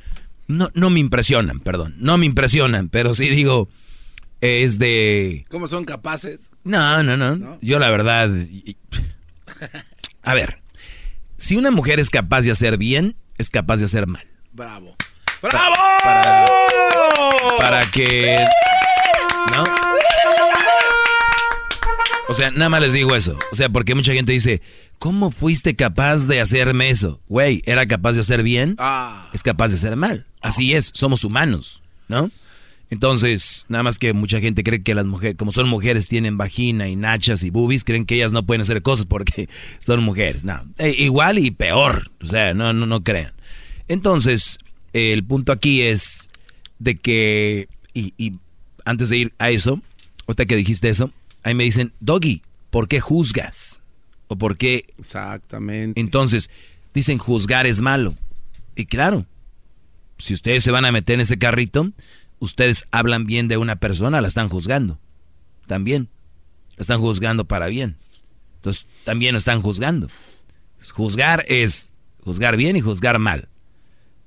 [SPEAKER 3] no, no me impresionan, perdón, no me impresionan, pero sí digo, es de...
[SPEAKER 4] ¿Cómo son capaces?
[SPEAKER 3] No, no, no. Yo la verdad... y- A ver, si una mujer es capaz de hacer bien, es capaz de hacer mal.
[SPEAKER 4] Bravo.
[SPEAKER 3] ¡Bravo! Para que... ¿No? O sea, nada más les digo eso. O sea, porque mucha gente dice, ¿cómo fuiste capaz de hacerme eso? Güey, ¿era capaz de hacer bien? Es capaz de hacer mal. Así es, somos humanos, ¿no? Entonces, nada más que mucha gente cree que las mujeres, como son mujeres, tienen vagina y nachas y boobies, creen que ellas no pueden hacer cosas porque son mujeres. No, Eh, igual y peor. O sea, no, no, no crean. Entonces, eh, el punto aquí es de que, y, y antes de ir a eso, ahorita que dijiste eso, ahí me dicen, Doggy, ¿por qué juzgas? ¿O por qué?
[SPEAKER 4] Exactamente.
[SPEAKER 3] Entonces, dicen juzgar es malo. Y claro, si ustedes se van a meter en ese carrito, ustedes hablan bien de una persona, la están juzgando. También. La están juzgando para bien. Entonces, también lo están juzgando. Juzgar es juzgar bien y juzgar mal.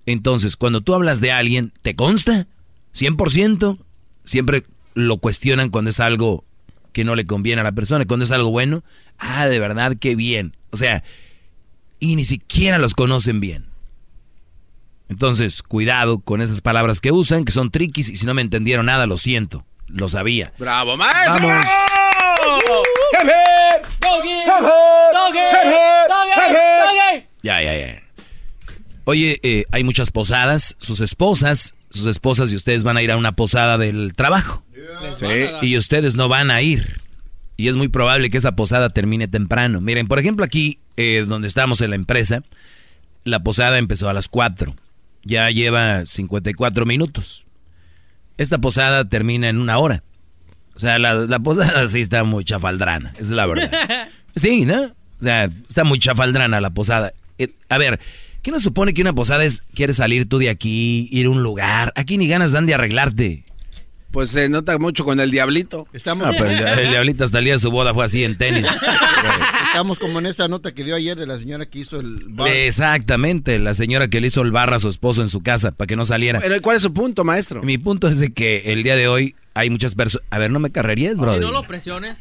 [SPEAKER 3] Entonces, cuando tú hablas de alguien, ¿te consta? ¿100%? Siempre lo cuestionan cuando es algo que no le conviene a la persona, cuando es algo bueno. Ah, de verdad, qué bien. O sea, y ni siquiera los conocen bien. Entonces, cuidado con esas palabras que usan, que son triquis, y si no me entendieron nada, lo siento, lo sabía.
[SPEAKER 4] ¡Bravo, maestro!
[SPEAKER 3] Vamos.
[SPEAKER 4] ¡Bravo! ¡Hip, hip!
[SPEAKER 8] Doggy,
[SPEAKER 4] ¡Hip, hip!
[SPEAKER 8] doggy,
[SPEAKER 4] ¡Hip, hip! ¡Hip, hip!
[SPEAKER 8] doggy.
[SPEAKER 3] Ya, ya, ya. Oye, eh, hay muchas posadas, sus esposas, sus esposas y ustedes van a ir a una posada del trabajo. Y ustedes no van a ir. Y es muy probable que esa posada termine temprano. Miren, por ejemplo, aquí eh, donde estamos en la empresa, la posada empezó a las 4. Ya lleva 54 minutos. Esta posada termina en una hora. O sea, la, la posada sí está muy chafaldrana, es la verdad. Sí, ¿no? O sea, está muy chafaldrana la posada. Eh, a ver, ¿qué nos supone que una posada es quieres salir tú de aquí, ir a un lugar? Aquí ni ganas dan de arreglarte.
[SPEAKER 4] Pues se nota mucho con el diablito.
[SPEAKER 7] Estamos,
[SPEAKER 3] Ah, pero el, el diablito hasta el día de su boda fue así en tenis.
[SPEAKER 7] estamos como en esa nota que dio ayer de la señora que hizo el bar.
[SPEAKER 3] Exactamente, la señora que le hizo el barra a su esposo en su casa para que no saliera.
[SPEAKER 4] Pero, ¿Cuál es su punto, maestro?
[SPEAKER 3] Mi punto es de que el día de hoy hay muchas personas... A ver, no me carrerías, brother.
[SPEAKER 22] no lo presiones.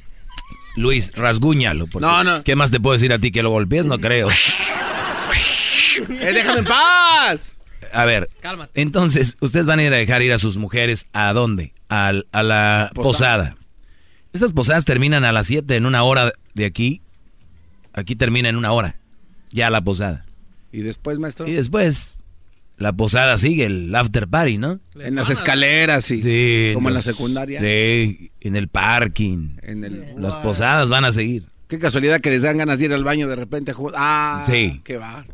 [SPEAKER 3] Luis, rasguñalo. porque
[SPEAKER 22] No, no.
[SPEAKER 3] ¿Qué más te puedo decir a ti que lo golpees? No creo.
[SPEAKER 4] Eh, ¡Déjame en paz!
[SPEAKER 3] A ver,
[SPEAKER 4] Cálmate.
[SPEAKER 3] entonces, ustedes van a ir a dejar ir a sus mujeres a dónde? Al- a la posada. Estas posadas terminan a las 7 en una hora de aquí. Aquí termina en una hora. Ya la posada.
[SPEAKER 4] Y después, maestro.
[SPEAKER 3] Y después, la posada sigue, el after party, ¿no?
[SPEAKER 4] En las escaleras, sí.
[SPEAKER 3] Sí.
[SPEAKER 4] Como en la
[SPEAKER 3] los-
[SPEAKER 4] secundaria.
[SPEAKER 3] Sí, en el parking.
[SPEAKER 4] En el-
[SPEAKER 3] Las posadas van a seguir.
[SPEAKER 4] Qué casualidad que les dan ganas de ir al baño de repente. a jugar. Ah,
[SPEAKER 3] Sí.
[SPEAKER 4] qué va.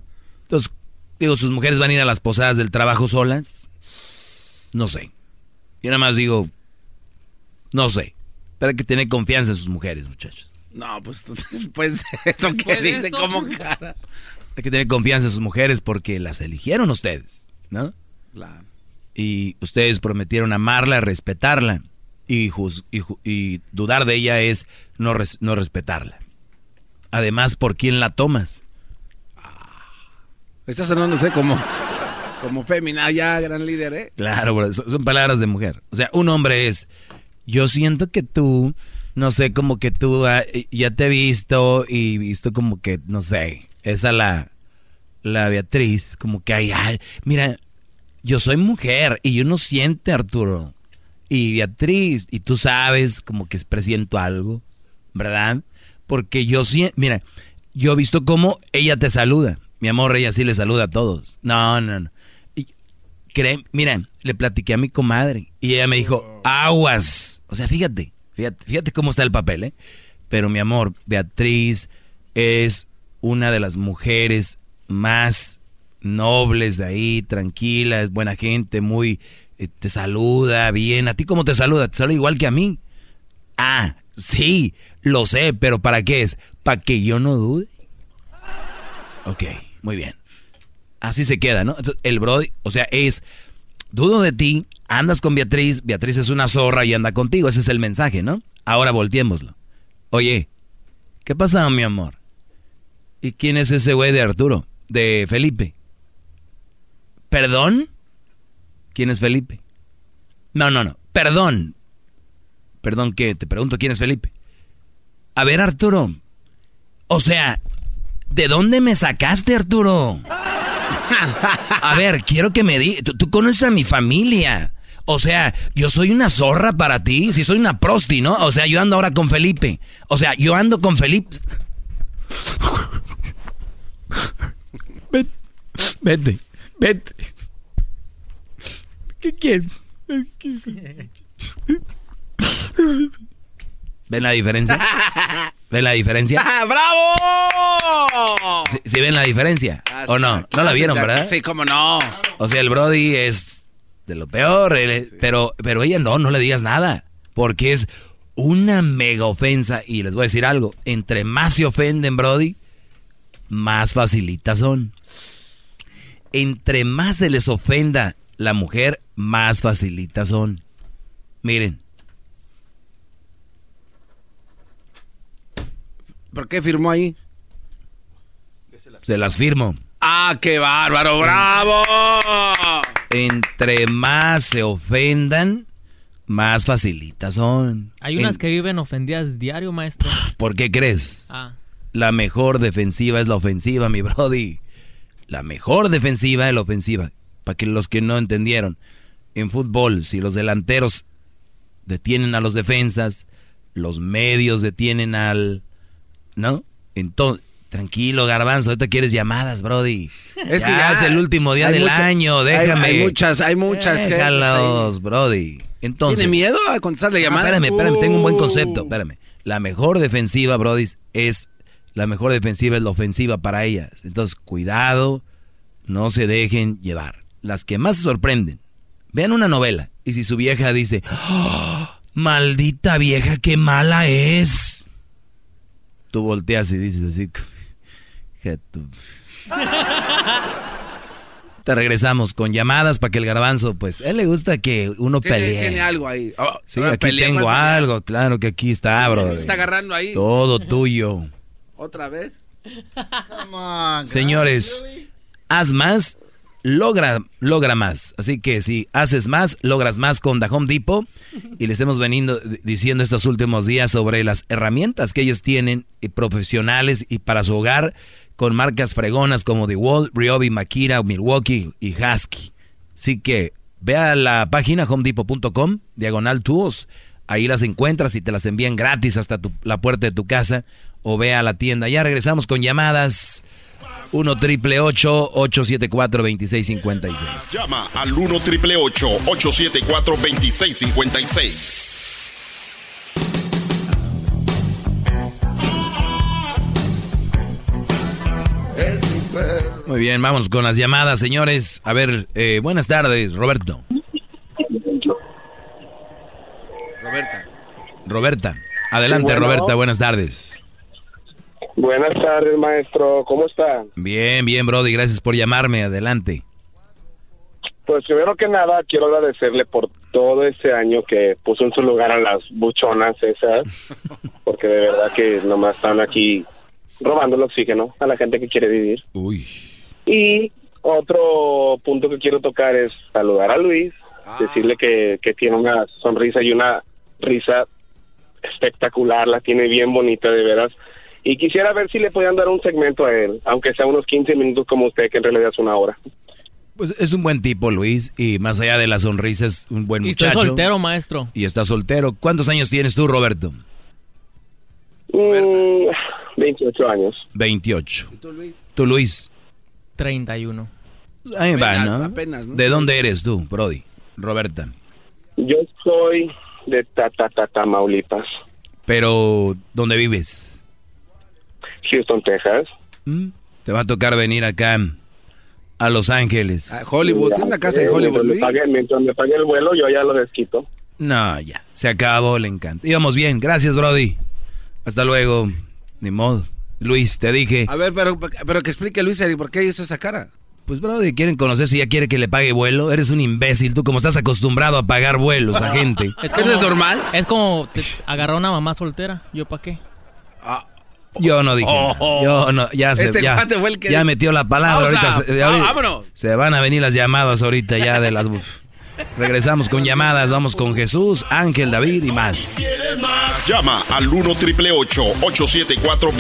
[SPEAKER 3] Entonces, digo, sus mujeres van a ir a las posadas del trabajo solas. No sé. Yo nada más digo, no sé. Pero hay que tener confianza en sus mujeres, muchachos.
[SPEAKER 4] No, pues tú- después de eso que
[SPEAKER 8] Después de
[SPEAKER 4] dice
[SPEAKER 8] eso.
[SPEAKER 4] como cara.
[SPEAKER 3] Hay que tener confianza en sus mujeres porque las eligieron ustedes, ¿no?
[SPEAKER 4] Claro.
[SPEAKER 3] Y ustedes prometieron amarla, respetarla. Y, juz- y ju- y dudar de ella es no, res- no respetarla. Además, ¿por quién la tomas?
[SPEAKER 4] Está sonando, sé, como, pues, como fémina, ya gran líder, ¿eh?
[SPEAKER 3] Claro, bro, son, son palabras de mujer. O sea, un hombre es, yo siento que tú, no sé, como que tú ah, eh, ya te he visto y visto como que, no sé, esa la, la Beatriz, como que ay, ay, mira, yo soy mujer y uno siente, Arturo, y Beatriz, y tú sabes como que presiento algo, ¿verdad? Porque yo siento, mira, yo he visto cómo ella te saluda. Mi amor, ella sí le saluda a todos. No, no, no. Y- Cree, mira, le platiqué a mi comadre y ella me dijo, aguas. O sea, fíjate, fíjate, fíjate cómo está el papel, ¿eh? Pero mi amor, Beatriz es una de las mujeres más nobles de ahí, tranquila, es buena gente, muy, eh, te saluda bien. ¿A ti cómo te saluda? Te saluda igual que a mí. Ah, sí, lo sé, pero ¿para qué es? Para que yo no dude. Ok, muy bien. Así se queda, ¿no? Entonces, el Brody, o sea, es, dudo de ti, andas con Beatriz, Beatriz es una zorra y anda contigo, ese es el mensaje, ¿no? Ahora volteémoslo. Oye, ¿qué pasa, mi amor? ¿Y quién es ese güey de Arturo? De Felipe. ¿Perdón? ¿Quién es Felipe? No, no, no. Perdón. Perdón que te pregunto quién es Felipe. A ver, Arturo. O sea, ¿de dónde me sacaste, Arturo? A ver, quiero que me digas. Tú, tú conoces a mi familia. O sea, yo soy una zorra para ti. Si soy una prosti, ¿no? O sea, yo ando ahora con Felipe. O sea, yo ando con Felipe.
[SPEAKER 9] Vete, vete, vete. ¿Qué quieres?
[SPEAKER 3] ¿Ven la diferencia? ¿Ven la diferencia?
[SPEAKER 4] ¡Bravo!
[SPEAKER 3] ¿Sí, sí ven la diferencia?
[SPEAKER 4] Ah,
[SPEAKER 3] ¿O no? No la vieron, ¿verdad?
[SPEAKER 4] Sí, cómo no.
[SPEAKER 3] O sea, el Brody es de lo peor, él es- pero, pero ella no, no le digas nada, porque es una mega ofensa. Y les voy a decir algo, entre más se ofenden, Brody, más facilitas son. Entre más se les ofenda la mujer, más facilitas son. Miren,
[SPEAKER 4] ¿Por qué firmó ahí?
[SPEAKER 3] se las firmo.
[SPEAKER 4] ¡Ah, qué bárbaro! ¡Bravo!
[SPEAKER 3] Entre más se ofendan, más facilitas son.
[SPEAKER 6] Hay
[SPEAKER 3] En-
[SPEAKER 6] unas que viven ofendidas diario, maestro.
[SPEAKER 3] ¿Por qué crees?
[SPEAKER 6] Ah.
[SPEAKER 3] La mejor defensiva es la ofensiva, mi brody. La mejor defensiva es la ofensiva. Para que los que no entendieron, en fútbol, si los delanteros detienen a los defensas, los medios detienen al... ¿No? Entonces, tranquilo, garbanzo, ahorita quieres llamadas, brody.
[SPEAKER 4] Es que
[SPEAKER 3] ya,
[SPEAKER 4] ya
[SPEAKER 3] es el último día
[SPEAKER 4] hay
[SPEAKER 3] del
[SPEAKER 4] mucha-
[SPEAKER 3] año,
[SPEAKER 4] hay-
[SPEAKER 3] déjame.
[SPEAKER 4] hay muchas- hay muchas gentes
[SPEAKER 3] Déjalos, Eh, brody. Entonces,
[SPEAKER 4] ¿Tiene miedo a contestarle
[SPEAKER 3] Ah,
[SPEAKER 4] llamadas?
[SPEAKER 3] espérame, espérame, tengo un
[SPEAKER 4] Uh.
[SPEAKER 3] buen concepto, espérame. La mejor defensiva, Brody, es la mejor defensiva es la ofensiva para ellas. Entonces, cuidado, no se dejen llevar. Las que más se sorprenden, vean una novela y si su vieja dice, "Oh, maldita vieja, qué mala es. Tú volteas y dices así, "Hija de tu-". te regresamos con llamadas para que el garbanzo, pues, a él le gusta que uno
[SPEAKER 4] Tiene-
[SPEAKER 3] pelee.
[SPEAKER 4] Tiene algo ahí. Oh,
[SPEAKER 3] Sí,
[SPEAKER 4] ahora
[SPEAKER 3] aquí
[SPEAKER 4] pelea,
[SPEAKER 3] tengo
[SPEAKER 4] igual,
[SPEAKER 3] algo, claro que aquí está, bro.
[SPEAKER 4] está agarrando ahí.
[SPEAKER 3] Todo tuyo.
[SPEAKER 4] ¿Otra vez?
[SPEAKER 3] Señores, haz más, logra, logra más. Así que si haces más, logras más con The Home Depot. Y les hemos venido d- diciendo estos últimos días sobre las herramientas que ellos tienen, y profesionales y para su hogar, con marcas fregonas como The Wall, Ryobi, Makira, Milwaukee y Husky. Así que vea la página homedepot.com, diagonal tools. Ahí las encuentras y te las envían gratis hasta tu- la puerta de tu casa o ve a la tienda. Ya regresamos con llamadas 1 triple 874 2656.
[SPEAKER 27] Llama al 1 triple 874 2656.
[SPEAKER 3] Muy bien, vamos con las llamadas, señores. A ver, eh, buenas tardes, Roberto.
[SPEAKER 4] Roberta.
[SPEAKER 3] Roberta, adelante,
[SPEAKER 20] Bueno.
[SPEAKER 3] Roberta, buenas tardes.
[SPEAKER 20] Buenas tardes, maestro. ¿Cómo está?
[SPEAKER 3] Bien, bien, Brody, gracias por llamarme, adelante.
[SPEAKER 20] Pues primero que nada, quiero agradecerle por todo ese año que puso en su lugar a las buchonas esas, porque de verdad que nomás están aquí robando el oxígeno a la gente que quiere vivir.
[SPEAKER 3] Uy.
[SPEAKER 20] Y otro punto que quiero tocar es saludar a Luis, decirle que, que tiene una sonrisa y una risa espectacular, la tiene bien bonita de veras. Y quisiera ver si le podían dar un segmento a él, aunque sea unos 15 minutos como usted, que en realidad es una hora.
[SPEAKER 3] Pues es un buen tipo, Luis, y más allá de la sonrisa, es un buen
[SPEAKER 6] Y estoy
[SPEAKER 3] muchacho.
[SPEAKER 6] soltero, maestro.
[SPEAKER 3] Y está soltero. ¿Cuántos años tienes tú, Roberto?
[SPEAKER 20] Mm, 28 años.
[SPEAKER 3] 28. ¿Tú, Luis?
[SPEAKER 6] 31.
[SPEAKER 3] Ahí va, ¿no?
[SPEAKER 20] apenas, ¿no?
[SPEAKER 3] ¿De dónde eres tú, Brody? Roberta.
[SPEAKER 20] Yo soy de Tatata, Tamaulipas,
[SPEAKER 3] Pero, ¿dónde vives?
[SPEAKER 20] Houston, Texas.
[SPEAKER 3] Te va a tocar venir acá a Los Ángeles.
[SPEAKER 4] Ah,
[SPEAKER 20] Ya, eh, mientras me, pague, mientras me pague el vuelo, yo ya lo desquito.
[SPEAKER 3] No, ya. Se acabó, le encanta. Íbamos bien. Gracias, Brody. Hasta luego. Ni modo. Luis, te dije.
[SPEAKER 4] A ver, pero, pero que explique Luis Eric por qué hizo esa cara.
[SPEAKER 3] Pues, Brody, quieren conocer si ya quiere que le pague vuelo. Eres un imbécil. Tú, como estás acostumbrado a pagar vuelos a gente.
[SPEAKER 6] como- Es como te agarrar a una mamá soltera. ¿Yo para qué?
[SPEAKER 3] Yo no dije.
[SPEAKER 6] Oh,
[SPEAKER 3] nada.
[SPEAKER 6] oh.
[SPEAKER 3] Yo no, ya se,
[SPEAKER 6] Este
[SPEAKER 3] ya,
[SPEAKER 6] cuate fue el que
[SPEAKER 3] ya
[SPEAKER 6] dijo.
[SPEAKER 3] metió la palabra.
[SPEAKER 6] Pausa.
[SPEAKER 3] ahorita se,
[SPEAKER 6] Ah,
[SPEAKER 3] ahorita-
[SPEAKER 6] vámonos.
[SPEAKER 3] se van a venir las llamadas ahorita ya de las. Regresamos con llamadas, vamos con Jesús, Ángel, David y más.
[SPEAKER 27] Llama al 1 triple 874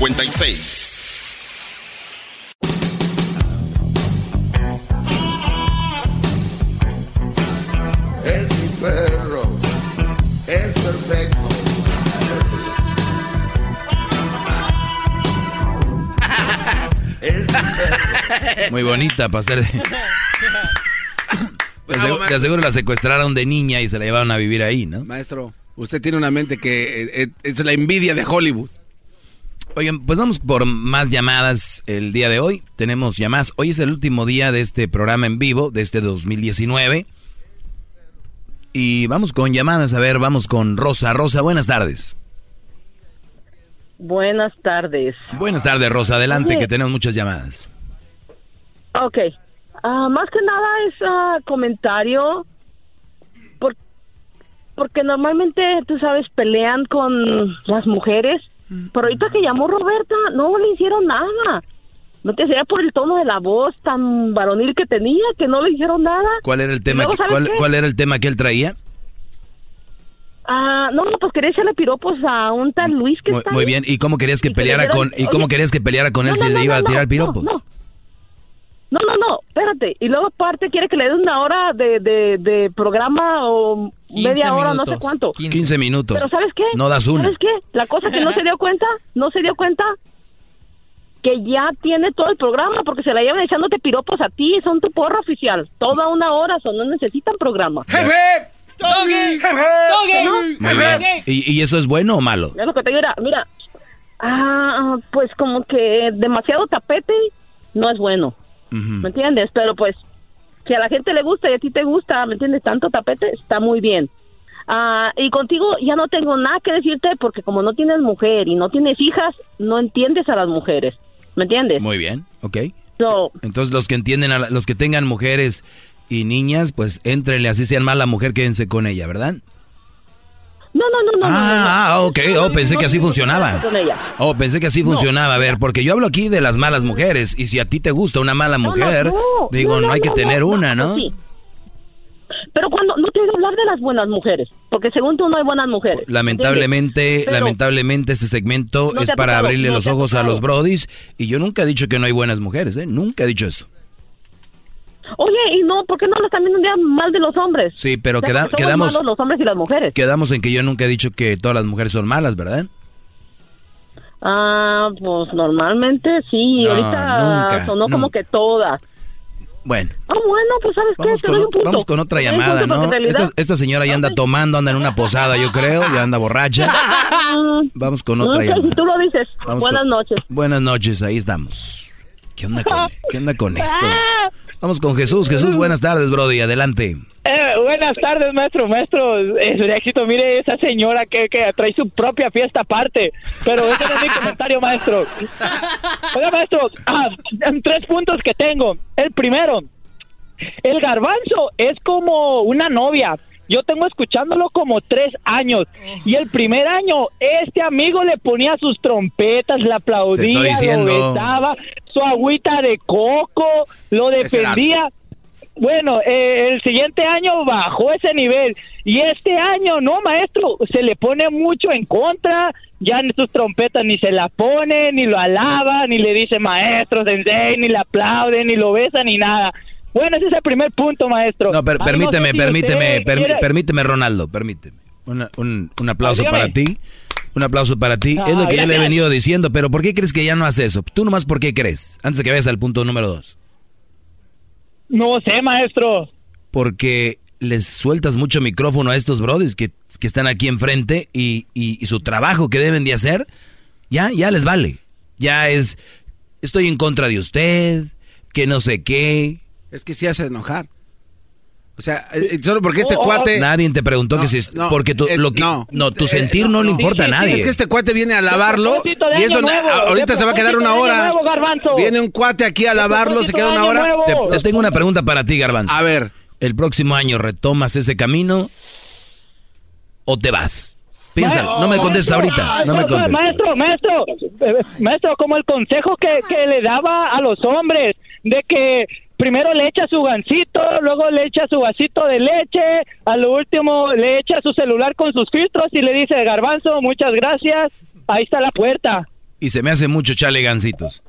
[SPEAKER 27] 2656.
[SPEAKER 1] Es mi perro. Es perfecto. Es mi perro.
[SPEAKER 3] Muy bonita para ser. de- Te aseguro- te aseguro la secuestraron de niña y se la llevaron a vivir ahí, ¿no?
[SPEAKER 4] Maestro, usted tiene una mente que eh, eh, es la envidia de Hollywood.
[SPEAKER 3] Oigan, pues vamos por más llamadas el día de hoy. Tenemos llamadas. Hoy es el último día de este programa en vivo, de este 2019. Y vamos con llamadas. A ver, vamos con Rosa. Rosa, buenas tardes.
[SPEAKER 28] Buenas tardes.
[SPEAKER 3] Buenas tardes, Rosa. Adelante,
[SPEAKER 28] Oye.
[SPEAKER 3] que tenemos muchas llamadas.
[SPEAKER 28] Ok. Ah, más que nada es ah, comentario. por- porque normalmente, tú sabes, pelean con las mujeres. Pero ahorita que llamó Roberta, no le hicieron nada. No te sea por el tono de la voz tan varonil que tenía, que no le dijeron nada.
[SPEAKER 3] ¿Cuál era el tema?
[SPEAKER 28] luego,
[SPEAKER 3] que-
[SPEAKER 28] ¿sabes
[SPEAKER 3] cuál,
[SPEAKER 28] qué?
[SPEAKER 3] cuál era el tema que él traía?
[SPEAKER 28] Ah, no, pues quería echarle piropos a un tal Luis que
[SPEAKER 3] Muy,
[SPEAKER 28] está
[SPEAKER 3] muy
[SPEAKER 28] ahí.
[SPEAKER 3] bien. ¿Y cómo querías que
[SPEAKER 28] le
[SPEAKER 3] peleara
[SPEAKER 28] dieron-
[SPEAKER 3] con y cómo
[SPEAKER 28] oye,
[SPEAKER 3] querías que peleara con él
[SPEAKER 28] no,
[SPEAKER 3] si
[SPEAKER 28] no,
[SPEAKER 3] le
[SPEAKER 28] no,
[SPEAKER 3] iba a
[SPEAKER 28] no,
[SPEAKER 3] tirar
[SPEAKER 28] no,
[SPEAKER 3] piropos?
[SPEAKER 28] no. No, no, no, espérate. Y luego aparte quiere que le dé una hora de, de, de programa o
[SPEAKER 3] 15
[SPEAKER 28] media hora, no sé
[SPEAKER 3] minutos,
[SPEAKER 28] cuánto.
[SPEAKER 3] 15 15 minutos.
[SPEAKER 28] Pero ¿sabes qué?
[SPEAKER 3] No das una.
[SPEAKER 28] ¿Sabes qué? La cosa que no se dio cuenta, no se dio cuenta que ya tiene todo el programa porque se la llevan echándote piropos a ti, son tu porra oficial. Toda una hora, son, no necesitan programa.
[SPEAKER 4] ¡Jefe!
[SPEAKER 28] ¡Doggy!
[SPEAKER 3] Muy bien. ¿Y, y eso es bueno o malo?
[SPEAKER 28] Ya lo que te digo era, mira, ah, pues como que demasiado tapete no es bueno,
[SPEAKER 3] Mm.
[SPEAKER 28] ¿me entiendes? Pero pues, si a la gente le gusta y a ti te gusta, ¿me entiendes? Tanto tapete está muy bien. Ah, y contigo ya no tengo nada que decirte porque como no tienes mujer y no tienes hijas, no entiendes a las mujeres, ¿me entiendes?
[SPEAKER 3] Muy bien, ok.
[SPEAKER 28] So,
[SPEAKER 3] Entonces los que entienden, a la- los que tengan mujeres y niñas, pues éntrenle, así sean mala mujer, quédense con ella, ¿verdad?
[SPEAKER 28] no, no, no, no.
[SPEAKER 3] Ah, ah, ok, oh, pensé que así funcionaba.
[SPEAKER 28] Con ella.
[SPEAKER 3] Oh, pensé que así funcionaba, a ver, porque yo hablo aquí de las malas mujeres y si a ti te gusta una mala mujer,
[SPEAKER 28] no,
[SPEAKER 3] digo,
[SPEAKER 28] no,
[SPEAKER 3] no,
[SPEAKER 28] no,
[SPEAKER 3] hay que
[SPEAKER 28] no,
[SPEAKER 3] tener
[SPEAKER 28] no,
[SPEAKER 3] una, ¿no?
[SPEAKER 28] sí. Pero cuando no te digo hablar de las buenas mujeres, porque según tú no hay buenas mujeres.
[SPEAKER 3] Lamentablemente,
[SPEAKER 28] Pero-
[SPEAKER 3] lamentablemente este segmento
[SPEAKER 28] No te
[SPEAKER 3] es
[SPEAKER 28] ha
[SPEAKER 3] para
[SPEAKER 28] tocado,
[SPEAKER 3] abrirle
[SPEAKER 28] no
[SPEAKER 3] los
[SPEAKER 28] te ha
[SPEAKER 3] ojos a
[SPEAKER 28] tocado.
[SPEAKER 3] los brodis y yo nunca he dicho que no hay buenas mujeres, ¿eh? Nunca he dicho eso.
[SPEAKER 28] Oye, y no, ¿por qué no hablas también un día mal de los hombres?
[SPEAKER 3] Sí, pero
[SPEAKER 28] O sea,
[SPEAKER 3] queda-
[SPEAKER 28] porque somos
[SPEAKER 3] quedamos,
[SPEAKER 28] malos los hombres y las mujeres.
[SPEAKER 3] quedamos en que yo nunca he dicho que todas las mujeres son malas, ¿verdad?
[SPEAKER 28] Ah, pues normalmente sí,
[SPEAKER 3] No,
[SPEAKER 28] ahorita
[SPEAKER 3] nunca,
[SPEAKER 28] sonó como
[SPEAKER 3] nunca.
[SPEAKER 28] que todas.
[SPEAKER 3] Bueno.
[SPEAKER 28] Ah, bueno, pues ¿sabes
[SPEAKER 3] Vamos
[SPEAKER 28] qué? Te
[SPEAKER 3] con,
[SPEAKER 28] doy
[SPEAKER 3] ot-
[SPEAKER 28] un punto.
[SPEAKER 3] vamos con otra
[SPEAKER 28] Te doy un
[SPEAKER 3] llamada,
[SPEAKER 28] punto
[SPEAKER 3] ¿no?
[SPEAKER 28] porque en realidad-
[SPEAKER 3] Esta, esta señora ya anda tomando, anda en una posada, yo creo, ya anda borracha. Vamos con
[SPEAKER 28] Ah, No
[SPEAKER 3] otra
[SPEAKER 28] sé si
[SPEAKER 3] llamada.
[SPEAKER 28] tú lo dices.
[SPEAKER 3] Vamos
[SPEAKER 28] Buenas
[SPEAKER 3] con-
[SPEAKER 28] noches.
[SPEAKER 3] Buenas noches, ahí estamos. ¿Qué onda con, qué onda con esto? Vamos con Jesús. Jesús, buenas tardes, Brody, adelante.
[SPEAKER 29] Eh, buenas tardes, maestro, maestro. Es un éxito. Mire esa señora que, que trae su propia fiesta aparte. Pero ese no es mi comentario, maestro. Oiga, maestro, ah, tres puntos que tengo. El primero, el garbanzo es como una novia. Yo tengo escuchándolo como tres años. Y el primer año, este amigo le ponía sus trompetas, le
[SPEAKER 3] Te
[SPEAKER 29] aplaudía,
[SPEAKER 3] estoy
[SPEAKER 29] lo
[SPEAKER 3] diciendo.
[SPEAKER 29] besaba, su agüita de coco, lo
[SPEAKER 3] Ese era
[SPEAKER 29] defendía. Bueno, eh, el siguiente año bajó ese nivel y este año, no, maestro, se le pone mucho en contra, ya ni sus trompetas ni se la pone, ni lo alaba, ni le dice maestro, sensei, ni le aplaude, ni lo besa, ni nada. Bueno, ese es el primer punto, maestro.
[SPEAKER 3] No, per-
[SPEAKER 29] A mí
[SPEAKER 3] permíteme,
[SPEAKER 29] Ah, sé si
[SPEAKER 3] permíteme,
[SPEAKER 29] usted
[SPEAKER 3] permi-
[SPEAKER 29] quiera-
[SPEAKER 3] permíteme, Ronaldo, permíteme. Una- un, un aplauso
[SPEAKER 29] Dígame.
[SPEAKER 3] para ti. Un aplauso para ti. es lo que yo le he
[SPEAKER 29] gracias.
[SPEAKER 3] venido diciendo, pero ¿por qué crees que ya no haces eso? Tú nomás, ¿por qué crees? Antes de que vayas al punto número dos.
[SPEAKER 29] No sé, maestro.
[SPEAKER 3] Porque les sueltas mucho micrófono a estos brodies que, que están aquí enfrente y, y- y su trabajo que deben de hacer, ya, ya les vale. Ya es, estoy en contra de usted, que no sé qué.
[SPEAKER 4] Es que sí hace enojar. O sea, eh, eh, solo porque
[SPEAKER 6] Oh,
[SPEAKER 4] este cuate...
[SPEAKER 3] Nadie te preguntó
[SPEAKER 4] No,
[SPEAKER 3] que si... es-
[SPEAKER 4] no,
[SPEAKER 3] porque tú,
[SPEAKER 4] es-
[SPEAKER 3] lo que, no,
[SPEAKER 4] no.
[SPEAKER 3] tu
[SPEAKER 4] Eh,
[SPEAKER 3] sentir no, le importa a nadie.
[SPEAKER 4] Es que este cuate viene a lavarlo
[SPEAKER 29] De propósito de
[SPEAKER 4] y eso
[SPEAKER 29] año
[SPEAKER 4] na-
[SPEAKER 29] nuevo,
[SPEAKER 4] ahorita
[SPEAKER 29] de
[SPEAKER 4] se va a quedar una
[SPEAKER 29] propósito de
[SPEAKER 4] hora.
[SPEAKER 29] año nuevo, garbanzo.
[SPEAKER 4] Viene un cuate aquí a
[SPEAKER 29] De
[SPEAKER 4] lavarlo, se queda
[SPEAKER 29] propósito de
[SPEAKER 4] una
[SPEAKER 29] año
[SPEAKER 4] hora.
[SPEAKER 3] Te,
[SPEAKER 29] nuevo.
[SPEAKER 3] te tengo una pregunta para ti, Garbanzo. A ver. ¿El próximo año retomas ese camino o te vas? Piénsalo, no me contestes ahorita, no me
[SPEAKER 29] Maestro,
[SPEAKER 3] contestes.
[SPEAKER 29] Maestro, maestro, eh, maestro, como el consejo que, que le daba a los hombres, de que primero le echa su gancito, luego le echa su vasito de leche, a lo último le echa su celular con sus filtros y le dice, garbanzo, muchas gracias, ahí está la puerta.
[SPEAKER 3] Y se me hace mucho chale gancitos.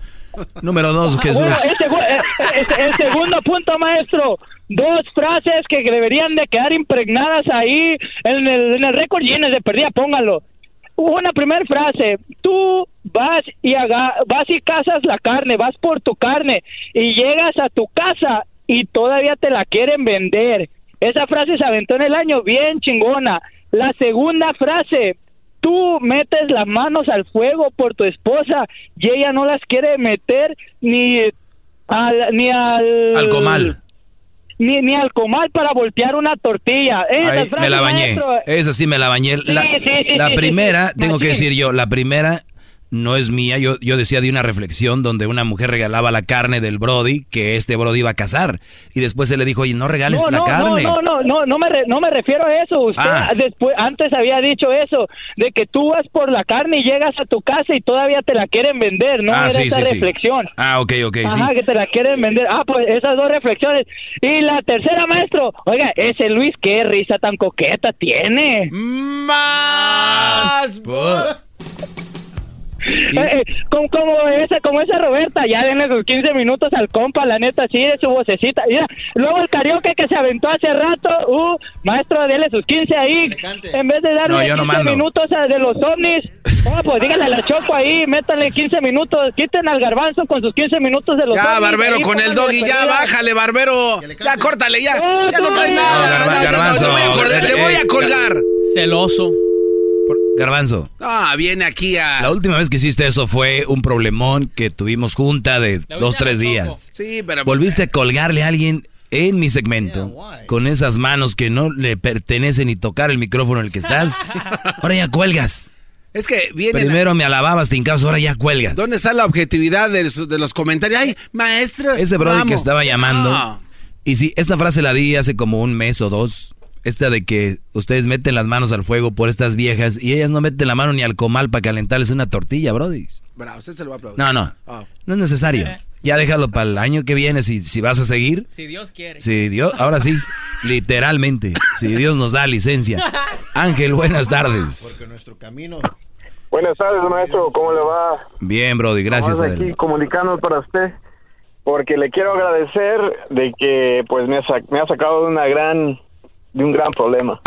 [SPEAKER 3] Número dos, Jesús.
[SPEAKER 29] Bueno, el, segu- eh, eh, el- el segundo punto, maestro. Dos frases que deberían de quedar impregnadas ahí en el, en el récord Guinness de perdida, póngalo. Una primera frase, tú vas y haga- vas y cazas la carne, vas por tu carne y llegas a tu casa y todavía te la quieren vender. Esa frase se aventó en el año bien chingona. La segunda frase, tú metes las manos al fuego por tu esposa y ella no las quiere meter ni al ni al,
[SPEAKER 3] Al comal.
[SPEAKER 29] ni, ni al comal para voltear una tortilla. Esa
[SPEAKER 3] Ahí
[SPEAKER 29] frase,
[SPEAKER 3] me la bañé.
[SPEAKER 29] maestro,
[SPEAKER 3] Esa sí me la bañé. La,
[SPEAKER 29] Sí, sí, sí,
[SPEAKER 3] la
[SPEAKER 29] sí, sí,
[SPEAKER 3] primera,
[SPEAKER 29] sí.
[SPEAKER 3] tengo que decir yo, la primera no es mía. Yo, yo decía de una reflexión donde una mujer regalaba la carne del Brody que este Brody iba a casar. Y después se le dijo, oye, no regales
[SPEAKER 23] no,
[SPEAKER 3] la
[SPEAKER 23] no,
[SPEAKER 3] carne.
[SPEAKER 23] No, no, no, no, no me, re- no me refiero a eso. Usted
[SPEAKER 3] Ah.
[SPEAKER 23] después, antes había dicho eso, de que tú vas por la carne y llegas a tu casa y todavía te la quieren vender, ¿no?
[SPEAKER 3] Ah,
[SPEAKER 23] Era
[SPEAKER 3] sí,
[SPEAKER 23] esa
[SPEAKER 3] sí, sí.
[SPEAKER 23] reflexión.
[SPEAKER 3] Ah, ok, ok,
[SPEAKER 23] Ajá,
[SPEAKER 3] sí.
[SPEAKER 23] que te la quieren vender. Ah, pues esas dos reflexiones. Y la tercera, maestro. Oiga, ese Luis, qué risa tan coqueta tiene.
[SPEAKER 3] Mm,
[SPEAKER 23] ¡Más! Eh, como, como esa, como esa Roberta, ya denle sus 15 minutos al compa, la neta, sí, de su vocecita. Mira, luego el karaoke que se aventó hace rato, uh, maestro, denle sus 15 ahí. En vez de darle
[SPEAKER 3] No, yo
[SPEAKER 23] 15
[SPEAKER 3] no mando.
[SPEAKER 23] minutos a- de los ovnis, ah, pues díganle a la Choco ahí, métanle 15 minutos, quiten al garbanzo con sus 15 minutos de los
[SPEAKER 4] Ya,
[SPEAKER 23] ovnis.
[SPEAKER 4] Barbero,
[SPEAKER 23] ahí,
[SPEAKER 4] con el
[SPEAKER 23] pónganle
[SPEAKER 4] doggy, ya
[SPEAKER 23] perdida.
[SPEAKER 4] bájale, Barbero. Ya, córtale, ya. Ya no traes
[SPEAKER 3] No,
[SPEAKER 4] nada.
[SPEAKER 3] Garba-
[SPEAKER 4] No, no, no,
[SPEAKER 3] Garbanzo,
[SPEAKER 4] te voy a colgar,
[SPEAKER 3] eh,
[SPEAKER 4] Te voy a
[SPEAKER 3] eh,
[SPEAKER 4] colgar.
[SPEAKER 22] Celoso.
[SPEAKER 3] Garbanzo.
[SPEAKER 4] Ah, viene aquí a.
[SPEAKER 3] La última vez que hiciste eso fue un problemón que tuvimos junta de dos, tres días.
[SPEAKER 4] Sí, pero.
[SPEAKER 3] Volviste a colgarle a alguien en mi segmento con esas manos que no le pertenecen ni tocar el micrófono en el que estás. Ahora ya cuelgas.
[SPEAKER 4] Es que viene.
[SPEAKER 3] Primero me alababas, te hincabas, ahora ya cuelgas.
[SPEAKER 4] ¿Dónde está la objetividad de, su- de los comentarios? Ay, maestro.
[SPEAKER 3] Ese Este brother
[SPEAKER 4] vamos.
[SPEAKER 3] que estaba llamando.
[SPEAKER 4] No.
[SPEAKER 3] Y sí, esta frase la di hace como un mes o dos. Esta de que ustedes meten las manos al fuego por estas viejas y ellas no meten la mano ni al comal para calentarles una tortilla, brody.
[SPEAKER 4] Bravo, usted se lo va a aplaudir.
[SPEAKER 3] No, no.
[SPEAKER 4] Ah.
[SPEAKER 3] No es necesario. Ya déjalo para el año que viene si, si vas a seguir.
[SPEAKER 22] Eh. Si Dios quiere.
[SPEAKER 3] Si Dios, ahora sí, literalmente. Si Dios nos da licencia. Ángel, buenas tardes.
[SPEAKER 7] Porque nuestro camino.
[SPEAKER 20] Buenas tardes, maestro. ¿Cómo le va?
[SPEAKER 3] Bien, Brody, gracias.
[SPEAKER 20] Estamos
[SPEAKER 3] Adela.
[SPEAKER 20] aquí comunicándonos para usted porque le quiero agradecer de que pues me ha, sac- me ha sacado de una gran de un gran problema.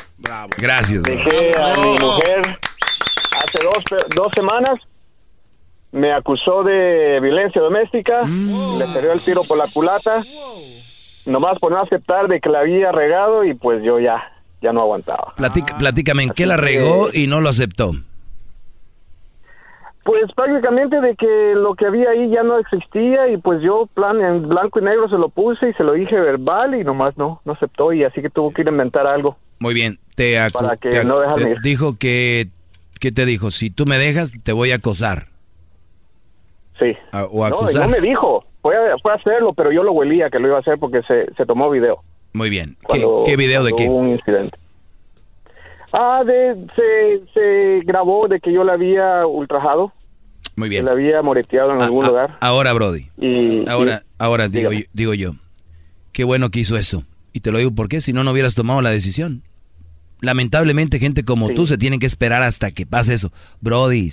[SPEAKER 3] Gracias. Brody.
[SPEAKER 20] Dejé a mi mujer hace dos, pe- dos semanas. Me acusó de violencia doméstica. Le salió el tiro por la culata. Nomás por no aceptar de que la había regado y pues yo ya, ya no aguantaba.
[SPEAKER 3] Platica- platícame, ¿en qué la regó y no lo aceptó?
[SPEAKER 20] Pues prácticamente de que lo que había ahí ya no existía y pues yo plan en blanco y negro se lo puse y se lo dije verbal y nomás no, no aceptó y así que tuvo que ir a inventar algo.
[SPEAKER 3] Muy bien, te, acu-
[SPEAKER 20] Para que
[SPEAKER 3] te ac-
[SPEAKER 20] no dejarme
[SPEAKER 3] te
[SPEAKER 20] ir.
[SPEAKER 3] dijo que, ¿qué te dijo? Si tú me dejas, te voy a acosar. Ah,
[SPEAKER 20] Sí.
[SPEAKER 3] o
[SPEAKER 20] No,
[SPEAKER 3] acusar.
[SPEAKER 20] no me dijo, fue, a- fue a hacerlo, pero yo lo huelía que lo iba a hacer porque se, se tomó video.
[SPEAKER 3] Muy bien. ¿Qué,
[SPEAKER 20] Cuando-
[SPEAKER 3] qué video de
[SPEAKER 20] cuando
[SPEAKER 3] qué?
[SPEAKER 20] hubo un incidente. Ah, de, se, se grabó de que yo la había ultrajado.
[SPEAKER 3] Muy bien. Ah,
[SPEAKER 20] Que la había moreteado en algún lugar.
[SPEAKER 3] Ahora, Brody.
[SPEAKER 20] Y,
[SPEAKER 3] Ahora,
[SPEAKER 20] y-
[SPEAKER 3] ahora digo, yo, digo yo, qué bueno que hizo eso. Y te lo digo porque si no, no hubieras tomado la decisión. Lamentablemente, gente como
[SPEAKER 20] Sí.
[SPEAKER 3] tú se tienen que esperar hasta que pase eso. Brody,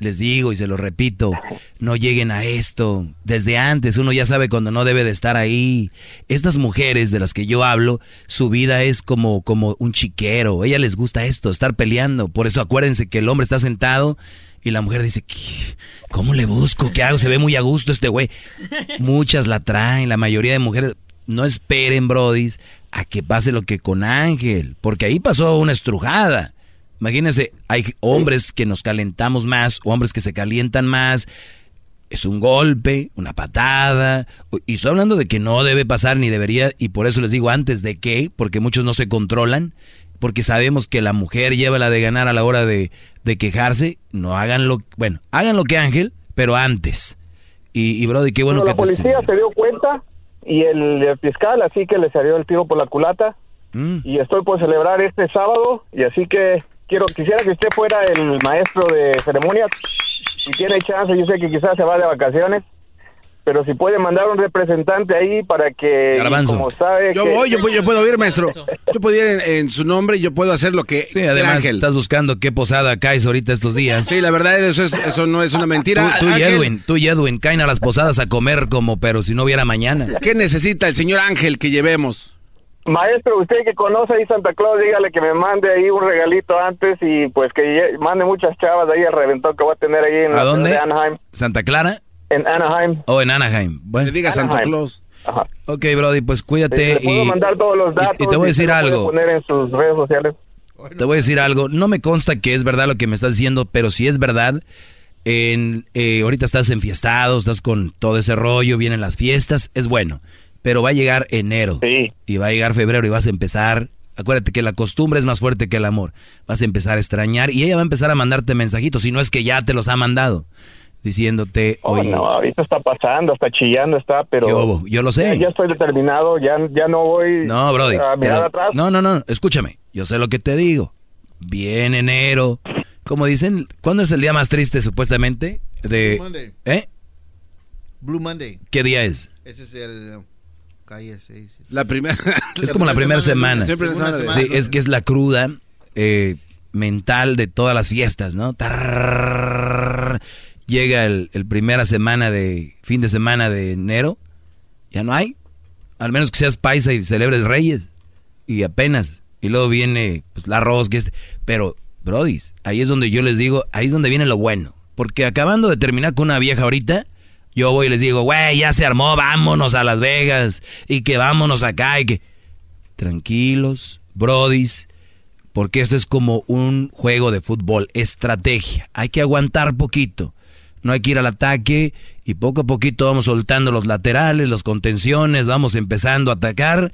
[SPEAKER 3] les digo y se lo repito, no lleguen a esto. Desde antes uno ya sabe cuando no debe de estar ahí. Estas mujeres de las que yo hablo, su vida es como, como un chiquero. A ellas les gusta esto, estar peleando. Por eso acuérdense que el hombre está sentado y la mujer dice, "¿Qué? ¿cómo le busco? ¿Qué hago? Se ve muy a gusto este güey. Muchas la traen, la mayoría de mujeres. No esperen, brodis, a que pase lo que con Ángel, porque ahí pasó una estrujada. Imagínense, hay hombres que nos calentamos más, hombres que se calientan más. Es un golpe, una patada. Y estoy hablando de que no debe pasar ni debería, y por eso les digo antes de qué, porque muchos no se controlan, porque sabemos que la mujer lleva la de ganar a la hora de, de quejarse. No hagan lo, bueno, hagan lo que Ángel, pero antes. Y, y Brody, qué bueno
[SPEAKER 20] Bueno,
[SPEAKER 3] que
[SPEAKER 20] la
[SPEAKER 3] te-
[SPEAKER 20] policía se dio cuenta y el, el fiscal así que le salió el tiro por la culata
[SPEAKER 3] Mm.
[SPEAKER 20] y estoy por celebrar este sábado y así que quiero quisiera que usted fuera el maestro de ceremonias si tiene chance yo sé que quizás se va de vacaciones pero si puede mandar un representante ahí para que
[SPEAKER 4] Garbanzo.
[SPEAKER 20] como sabe
[SPEAKER 4] Yo
[SPEAKER 20] que-
[SPEAKER 4] voy, yo, puedo- yo puedo ir, maestro. Yo puedo ir en, en su nombre y yo puedo hacer lo que. Sí,
[SPEAKER 3] Además, estás buscando qué posada caes ahorita estos días.
[SPEAKER 4] Sí, la verdad, eso, es- eso no es una mentira.
[SPEAKER 3] Tú, tú y
[SPEAKER 4] Ah, Ángel,
[SPEAKER 3] Edwin, tú y Edwin caen a las posadas a comer como pero si no hubiera mañana.
[SPEAKER 4] ¿Qué necesita el señor Ángel que llevemos?
[SPEAKER 20] maestro usted que conoce ahí Santa Claus dígale que me mande ahí un regalito antes y pues que lle- mande muchas chavas ahí al reventón que voy a tener ahí en
[SPEAKER 3] ¿A
[SPEAKER 20] la ciudad
[SPEAKER 3] dónde?
[SPEAKER 20] de Anaheim
[SPEAKER 3] ¿Santa Clara?
[SPEAKER 20] en Anaheim
[SPEAKER 3] O en Anaheim. Bueno.
[SPEAKER 20] diga Santa Anaheim. Claus.
[SPEAKER 3] Ok, Brody, pues cuídate
[SPEAKER 20] Le puedo
[SPEAKER 3] y
[SPEAKER 20] mandar todos los datos
[SPEAKER 3] y te voy a
[SPEAKER 20] y se
[SPEAKER 3] decir
[SPEAKER 20] los puede
[SPEAKER 3] algo.
[SPEAKER 20] poner en sus redes sociales.
[SPEAKER 3] te voy a decir algo. No me consta que es verdad lo que me estás diciendo, pero si es verdad, en, eh, ahorita estás enfiestado, estás con todo ese rollo, vienen las fiestas, es bueno. Pero va a llegar enero y va a llegar febrero y vas a empezar Acuérdate que la costumbre es más fuerte que el amor. Vas a empezar a extrañar y ella va a empezar a mandarte mensajitos, si no es que ya te los ha mandado, diciéndote,
[SPEAKER 20] Oh,
[SPEAKER 3] oye,
[SPEAKER 20] no, ahorita está pasando, está chillando, está, pero...
[SPEAKER 3] ¿Qué hubo? Yo lo sé.
[SPEAKER 20] Ya, ya estoy determinado, ya, ya no voy
[SPEAKER 3] No, Brody.
[SPEAKER 20] a mirar
[SPEAKER 3] pero-
[SPEAKER 20] atrás.
[SPEAKER 3] No, no, no. Escúchame. Yo sé lo que te digo. Bien enero. Como dicen, ¿cuándo es el día más triste supuestamente? De,
[SPEAKER 7] Blue Monday.
[SPEAKER 3] ¿Eh?
[SPEAKER 7] Blue Monday.
[SPEAKER 3] ¿Qué día es?
[SPEAKER 7] Ese es el. Calle 6.
[SPEAKER 4] La primera.
[SPEAKER 3] Es como la primera semana.
[SPEAKER 7] Siempre la semana.
[SPEAKER 3] Sí, es que es la cruda eh, mental de todas las fiestas, ¿no? Tarrrrrrr. llega el, el primera semana de fin de semana de enero, ya no hay. Al menos que seas paisa y celebres Reyes y apenas. Y luego viene pues, la rosca, este. pero brodis, ahí es donde yo les digo, ahí es donde viene lo bueno, porque acabando de terminar con una vieja ahorita, yo voy y les digo, güey, ya se armó, vámonos a Las Vegas y que vámonos acá y que tranquilos, brodis, porque esto es como un juego de fútbol, estrategia. Hay que aguantar poquito. No hay que ir al ataque y poco a poquito vamos soltando los laterales, los contenciones, vamos empezando a atacar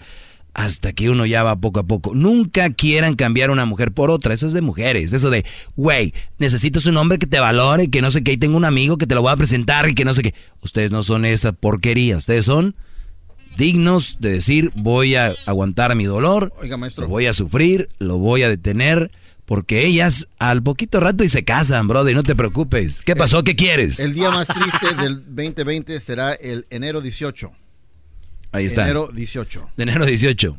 [SPEAKER 3] hasta que uno ya va poco a poco. Nunca quieran cambiar una mujer por otra, eso es de mujeres, eso de, güey, necesitas un hombre que te valore, que no sé qué, y tengo un amigo que te lo voy a presentar y que no sé qué. Ustedes no son esa porquería, ustedes son dignos de decir voy a aguantar mi dolor,
[SPEAKER 7] Oiga, maestro.
[SPEAKER 3] lo voy a sufrir, lo voy a detener, porque ellas al poquito rato y se casan, brother, no te preocupes. ¿Qué pasó? ¿Qué quieres? Ah.
[SPEAKER 7] El día más triste del 2020 será el enero 18.
[SPEAKER 3] Ahí está.
[SPEAKER 7] Enero 18.
[SPEAKER 3] De enero 18.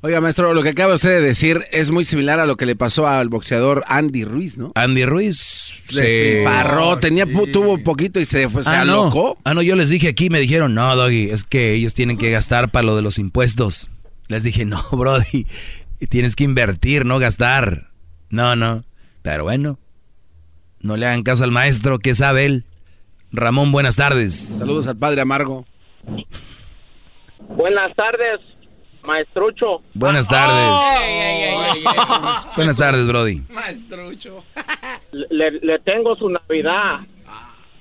[SPEAKER 4] Oiga, maestro, lo que acaba usted de decir es muy similar a lo que le pasó al boxeador Andy Ruiz, ¿no?
[SPEAKER 3] Andy Ruiz
[SPEAKER 4] se parró, tenía, pu- tuvo poquito y se, fue, Pues, se
[SPEAKER 3] ah, no.
[SPEAKER 4] alocó.
[SPEAKER 3] Ah, no, yo les dije aquí, me dijeron, no, Doggy, es que ellos tienen que gastar para lo de los impuestos. Les dije, no, Brody, tienes que invertir, no gastar. No, no. Pero bueno, no le hagan caso al maestro, que sabe él. Ramón, buenas tardes.
[SPEAKER 4] Saludos al padre Amargo.
[SPEAKER 14] Buenas tardes, maestrucho.
[SPEAKER 3] Buenas tardes.
[SPEAKER 14] Oh.
[SPEAKER 3] Buenas tardes, Brody.
[SPEAKER 14] Maestrucho. Le, le tengo su Navidad.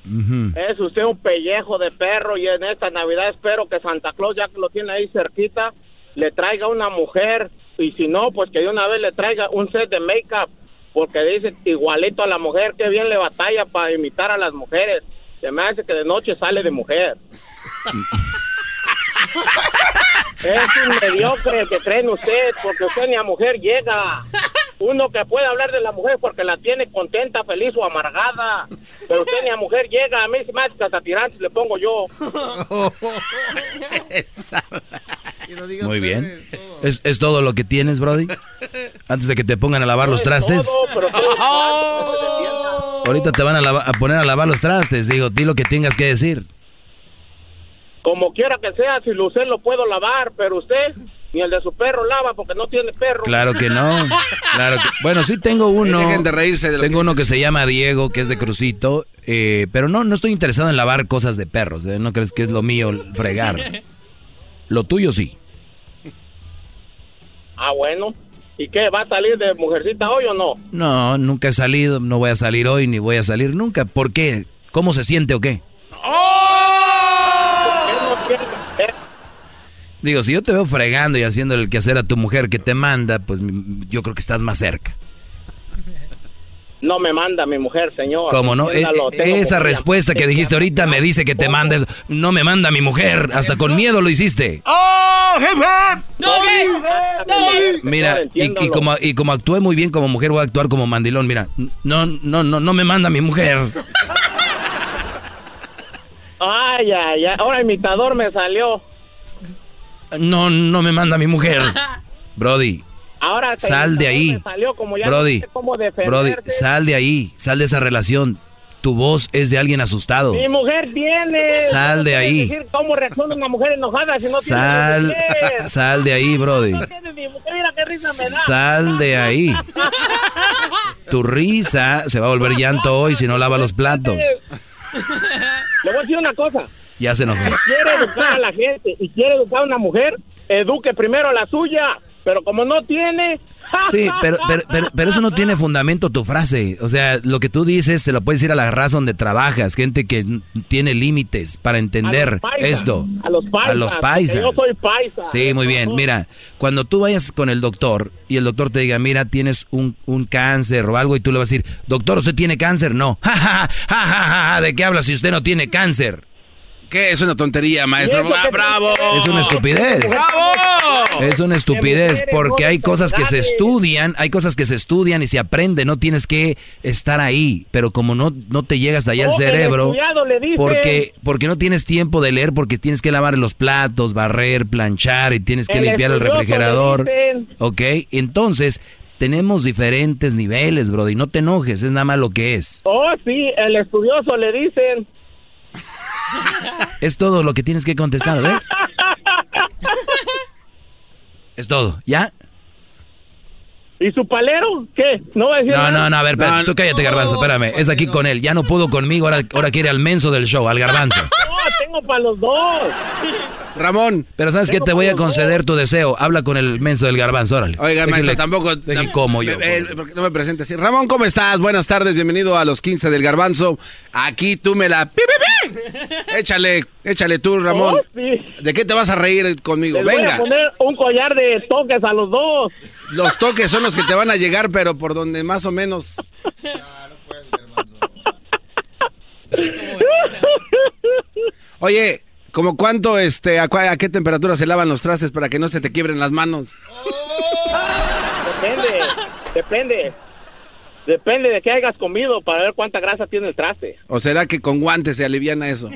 [SPEAKER 14] Es usted un pellejo de perro y en esta Navidad espero que Santa Claus, ya que lo tiene ahí cerquita, le traiga una mujer y si no, pues que de una vez le traiga un set de make-up porque dice igualito a la mujer, que bien le batalla para imitar a las mujeres. Se me hace que de noche sale de mujer. es un mediocre el que creen usted porque usted ni a mujer llega. Uno que puede hablar de la mujer porque la tiene contenta, feliz o amargada. Pero usted ni a mujer llega, a mí se me hace que hasta tirantes le pongo yo.
[SPEAKER 3] Muy bien. ¿Es, es todo lo que tienes, Brody? Antes de que te pongan a lavar los trastes.
[SPEAKER 14] Todo, pero todo es falso, no se defienda.
[SPEAKER 3] Ahorita te van a, lava- a poner a lavar los trastes. Digo, di lo que tengas que decir.
[SPEAKER 14] Como quiera que sea, si lo usted lo puedo lavar, pero usted ni el de su perro lava porque no tiene perro.
[SPEAKER 3] Claro que no. Claro que- Bueno, sí tengo uno. tengo uno que se llama Diego, que es de Crucito. eh, pero no, no estoy interesado en lavar cosas de perros. eh, No crees que es lo mío el fregar. Lo tuyo sí.
[SPEAKER 14] Ah, bueno. ¿Y qué? ¿Va a salir de mujercita hoy o no?
[SPEAKER 3] No, nunca he salido. No voy a salir hoy ni voy a salir nunca. ¿Por qué? ¿Cómo se siente o qué? Digo, si yo te veo fregando y haciendo el quehacer a tu mujer que te manda, pues mm, yo creo que estás más cerca.
[SPEAKER 14] No me manda mi mujer, señor.
[SPEAKER 3] ¿Cómo no? Eh, Es-
[SPEAKER 14] Entiéndalo, pues, tengo
[SPEAKER 3] esa
[SPEAKER 14] mujer.
[SPEAKER 3] respuesta que dijiste ahorita me dice que te manda eso. No me manda mi mujer. Hasta con miedo lo hiciste.
[SPEAKER 14] ¡Oh, jefe!
[SPEAKER 3] Mira, y, y como, y como actué muy bien como mujer, voy a actuar como mandilón. Mira, no, no, no, no me manda mi mujer.
[SPEAKER 14] Ay, ay, ay. Ahora imitador me salió.
[SPEAKER 3] No, no me manda mi mujer. Brody,
[SPEAKER 14] Ahora hasta
[SPEAKER 3] Sal de
[SPEAKER 14] imitador
[SPEAKER 3] ahí.
[SPEAKER 14] me salió, como ya no
[SPEAKER 3] Brody,
[SPEAKER 14] sé cómo defenderte.
[SPEAKER 3] Brody, sal de ahí, sal de esa relación. Tu voz es de alguien asustado.
[SPEAKER 14] Mi mujer tiene.
[SPEAKER 3] Sal de
[SPEAKER 14] ¿Cómo
[SPEAKER 3] ahí.
[SPEAKER 14] decir ¿Cómo reacciona una mujer enojada si no
[SPEAKER 3] Sal,
[SPEAKER 14] tiene
[SPEAKER 3] sal de ahí, Brody.
[SPEAKER 14] tiene ni mujer? Mira qué risa me da.
[SPEAKER 3] Sal de ahí. Tu risa se va a volver llanto hoy si no lava los platos.
[SPEAKER 14] Le voy a decir una cosa.
[SPEAKER 3] Ya se nos
[SPEAKER 14] Si quiere educar a la gente y quiere educar a una mujer, eduque primero a la suya. Pero como no tiene.
[SPEAKER 3] Sí, pero, pero, pero, pero eso no tiene fundamento tu frase. O sea, lo que tú dices se lo puedes decir a la raza donde trabajas, gente que n- tiene límites para entender
[SPEAKER 14] paisas,
[SPEAKER 3] esto.
[SPEAKER 14] a los paisas,
[SPEAKER 3] A los
[SPEAKER 14] porque
[SPEAKER 3] paisas.
[SPEAKER 14] yo soy paisa.
[SPEAKER 3] Sí, muy bien. Mira, cuando tú vayas con el doctor y el doctor te diga, mira, tienes un, un cáncer o algo, y tú le vas a decir, doctor, ¿usted tiene cáncer? No. Ja, ja, ja, ja, ja, ja, ¿De qué habla si usted no tiene cáncer?
[SPEAKER 4] ¿Qué? Es una tontería, maestro. ¡Ah, ¡Bravo!
[SPEAKER 3] Es una estupidez.
[SPEAKER 4] ¡Bravo!
[SPEAKER 3] Es una estupidez
[SPEAKER 4] mujeres
[SPEAKER 3] porque
[SPEAKER 4] no
[SPEAKER 3] hay cosas que se
[SPEAKER 4] responsable.
[SPEAKER 3] estudian, hay cosas que se estudian y se aprende, no tienes que estar ahí, pero como no, no te llega hasta allá el
[SPEAKER 14] Ojo, el
[SPEAKER 3] cerebro,
[SPEAKER 14] estudiado, le dices.
[SPEAKER 3] porque, porque no tienes tiempo de leer, porque tienes que lavar los platos, barrer, planchar y tienes que
[SPEAKER 14] El
[SPEAKER 3] limpiar el
[SPEAKER 14] estudioso, le
[SPEAKER 3] refrigerador.
[SPEAKER 14] dicen.
[SPEAKER 3] Ok, entonces tenemos diferentes niveles, Brody, no te enojes, es nada más lo que es.
[SPEAKER 14] Oh, sí, el estudioso le dicen.
[SPEAKER 3] Es todo lo que tienes que contestar, ¿ves? Es todo, ¿ya?
[SPEAKER 14] ¿Y su palero? ¿Qué? No va a decir.
[SPEAKER 3] No,
[SPEAKER 14] nada?
[SPEAKER 3] no, no, a ver, espérate, tú cállate, garbanzo, espérame. Es aquí con él, ya no pudo conmigo, ahora, ahora quiere al menso del show, al garbanzo.
[SPEAKER 14] No, tengo para los dos.
[SPEAKER 3] Ramón. Pero ¿sabes qué? Te voy a conceder tu deseo. Habla con el menso del garbanzo, órale.
[SPEAKER 4] Oiga,
[SPEAKER 3] Déjale-
[SPEAKER 4] maestro, tampoco.
[SPEAKER 3] déjale como yo.
[SPEAKER 4] Eh, eh, porque no me presentes así. Ramón, ¿cómo estás? Buenas tardes, bienvenido a los 15 del Garbanzo. Aquí tú me la. ¡Pi, pi, pi! Échale, échale tú, Ramón.
[SPEAKER 14] Oh, sí.
[SPEAKER 4] ¿De qué te vas a reír conmigo?
[SPEAKER 14] Les voy
[SPEAKER 4] Venga.
[SPEAKER 14] a poner un collar de toques a los dos.
[SPEAKER 4] Los toques son los que te van a llegar, pero por donde más o menos. Oye, ¿como cuánto, este, a, cua- a qué temperatura se lavan los trastes para que no se te quiebren las manos?
[SPEAKER 14] Depende, depende. Depende de qué hayas comido para ver cuánta grasa tiene el traste.
[SPEAKER 4] ¿O será que con guantes se aliviana eso?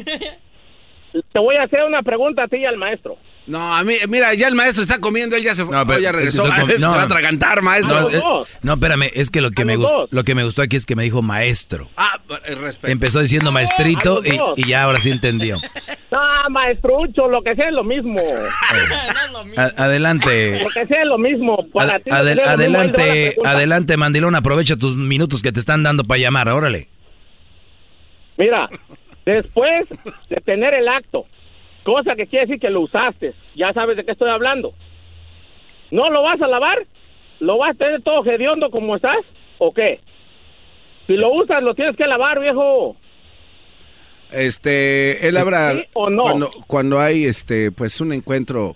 [SPEAKER 14] Te voy a hacer una pregunta a ti y al maestro.
[SPEAKER 4] No, a mí, mira, ya el maestro está comiendo, él ya se fue. No,
[SPEAKER 3] pero
[SPEAKER 4] ya
[SPEAKER 3] es que
[SPEAKER 4] regresó.
[SPEAKER 3] estoy con-
[SPEAKER 4] Se va a atragantar, maestro.
[SPEAKER 3] No, eh, no, espérame, es que lo que, me
[SPEAKER 4] los
[SPEAKER 3] gustó,
[SPEAKER 4] dos.
[SPEAKER 3] lo que me gustó aquí es que me dijo maestro.
[SPEAKER 4] Ah, eh, respeto.
[SPEAKER 3] Empezó diciendo
[SPEAKER 14] A
[SPEAKER 3] maestrito
[SPEAKER 14] los
[SPEAKER 3] y,
[SPEAKER 14] Ah, dos.
[SPEAKER 3] y ya ahora sí entendió. Eh,
[SPEAKER 14] Ah, maestrucho, lo que sea es lo mismo.
[SPEAKER 3] A- adelante.
[SPEAKER 14] Lo que sea es lo mismo. Para
[SPEAKER 3] Ad-
[SPEAKER 14] ti lo que
[SPEAKER 3] adel-
[SPEAKER 14] sea es lo mismo, él te va a
[SPEAKER 3] adelante,
[SPEAKER 14] preguntar.
[SPEAKER 3] adelante, Mandilón, aprovecha tus minutos que te están dando para llamar, órale.
[SPEAKER 14] Mira, después de tener el acto, cosa que quiere decir que lo usaste, ya sabes de qué estoy hablando. ¿No lo vas a lavar? ¿Lo vas a tener todo hediondo como estás? ¿O qué? Si lo usas, lo tienes que lavar, viejo.
[SPEAKER 4] Este,
[SPEAKER 3] eh,
[SPEAKER 4] él habrá.
[SPEAKER 14] ¿Sí o no?
[SPEAKER 4] Cuando, cuando hay, este, pues un encuentro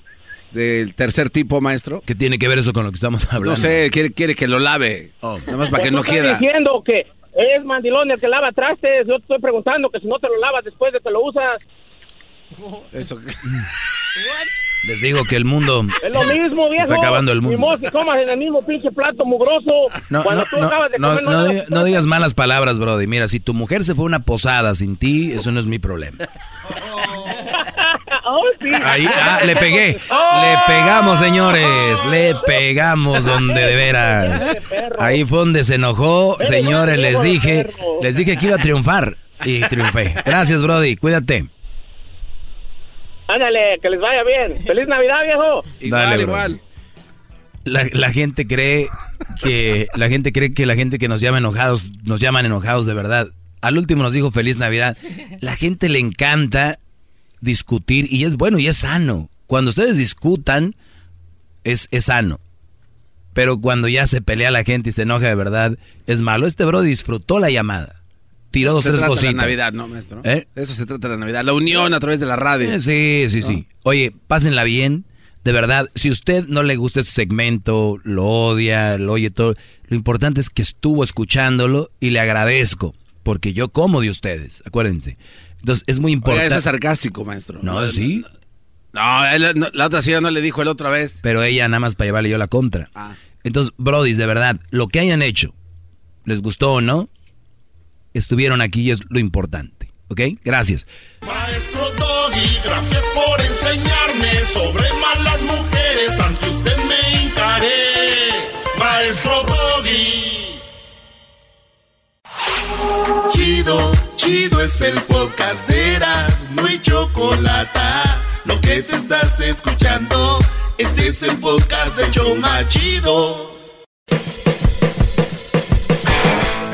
[SPEAKER 4] del tercer tipo, maestro.
[SPEAKER 3] ¿Qué tiene que ver eso con lo que estamos hablando?
[SPEAKER 4] No sé, quiere, quiere que lo lave.
[SPEAKER 3] Oh.
[SPEAKER 4] Nada más para que no
[SPEAKER 14] Estoy
[SPEAKER 4] queda.
[SPEAKER 14] Pues diciendo que es mandilón el que lava trastes. Yo te estoy preguntando que si no te lo lavas después de que lo usas,
[SPEAKER 4] Eso.
[SPEAKER 3] Les digo que el mundo
[SPEAKER 14] es lo mismo, viejo.
[SPEAKER 3] está acabando el
[SPEAKER 14] Ni
[SPEAKER 3] mundo.
[SPEAKER 14] modo que comas en el mismo pinche plato mugroso.
[SPEAKER 3] No,
[SPEAKER 14] Cuando
[SPEAKER 3] no,
[SPEAKER 14] tú
[SPEAKER 3] no,
[SPEAKER 14] acabas de
[SPEAKER 3] no,
[SPEAKER 14] comer, no
[SPEAKER 3] no
[SPEAKER 14] lavas
[SPEAKER 3] diga- no digas malas palabras, Brody. Mira, si tu mujer se fue a una posada sin ti, eso no es mi problema.
[SPEAKER 14] Oh, sí.
[SPEAKER 3] Ahí, ah, le pegué. Le pegamos, señores. Le pegamos donde de veras. Ahí fue donde se enojó. Señores, les dije, les dije que iba a triunfar. Y triunfé. Gracias, Brody. Cuídate.
[SPEAKER 14] Ándale, que les vaya bien. ¡Feliz Navidad, viejo!
[SPEAKER 3] Dale, Brody. La, la gente cree que la gente cree que la gente que nos llama enojados nos llaman enojados de verdad. Al último nos dijo feliz Navidad. La gente le encanta discutir y es bueno y es sano. Cuando ustedes discutan es, es sano. Pero cuando ya se pelea la gente y se enoja de verdad, es malo. Este bro disfrutó la llamada. Tiró dos,
[SPEAKER 4] Eso se
[SPEAKER 3] tres
[SPEAKER 4] trata
[SPEAKER 3] cositas.
[SPEAKER 4] La Navidad, ¿no, maestro?
[SPEAKER 3] ¿Eh?
[SPEAKER 4] De Eso se trata la Navidad. La unión a través de la radio.
[SPEAKER 3] Eh, Sí, sí, sí. Oye, pásenla bien. De verdad, si usted no le gusta este segmento, lo odia, lo oye todo, lo importante es que estuvo escuchándolo y le agradezco, porque yo como de ustedes, acuérdense. Entonces, es muy
[SPEAKER 4] Oiga,
[SPEAKER 3] importante.
[SPEAKER 4] eso es sarcástico, maestro.
[SPEAKER 3] No, sí,
[SPEAKER 4] No, él- no, la otra señora no le dijo el otra vez.
[SPEAKER 3] pero ella nada más para llevarle yo la contra.
[SPEAKER 4] Ah.
[SPEAKER 3] Entonces, Brody, de verdad, lo que hayan hecho, les gustó o no, estuvieron aquí y es lo importante. ¿Ok? Gracias.
[SPEAKER 1] Maestro Doggy, gracias por enseñarme sobre malas mujeres. Ante usted me encaré. Maestro Doggy. Chido, chido es el podcast de Eras. No hay chocolate. Lo que te estás escuchando, este es el podcast de Choma Chido.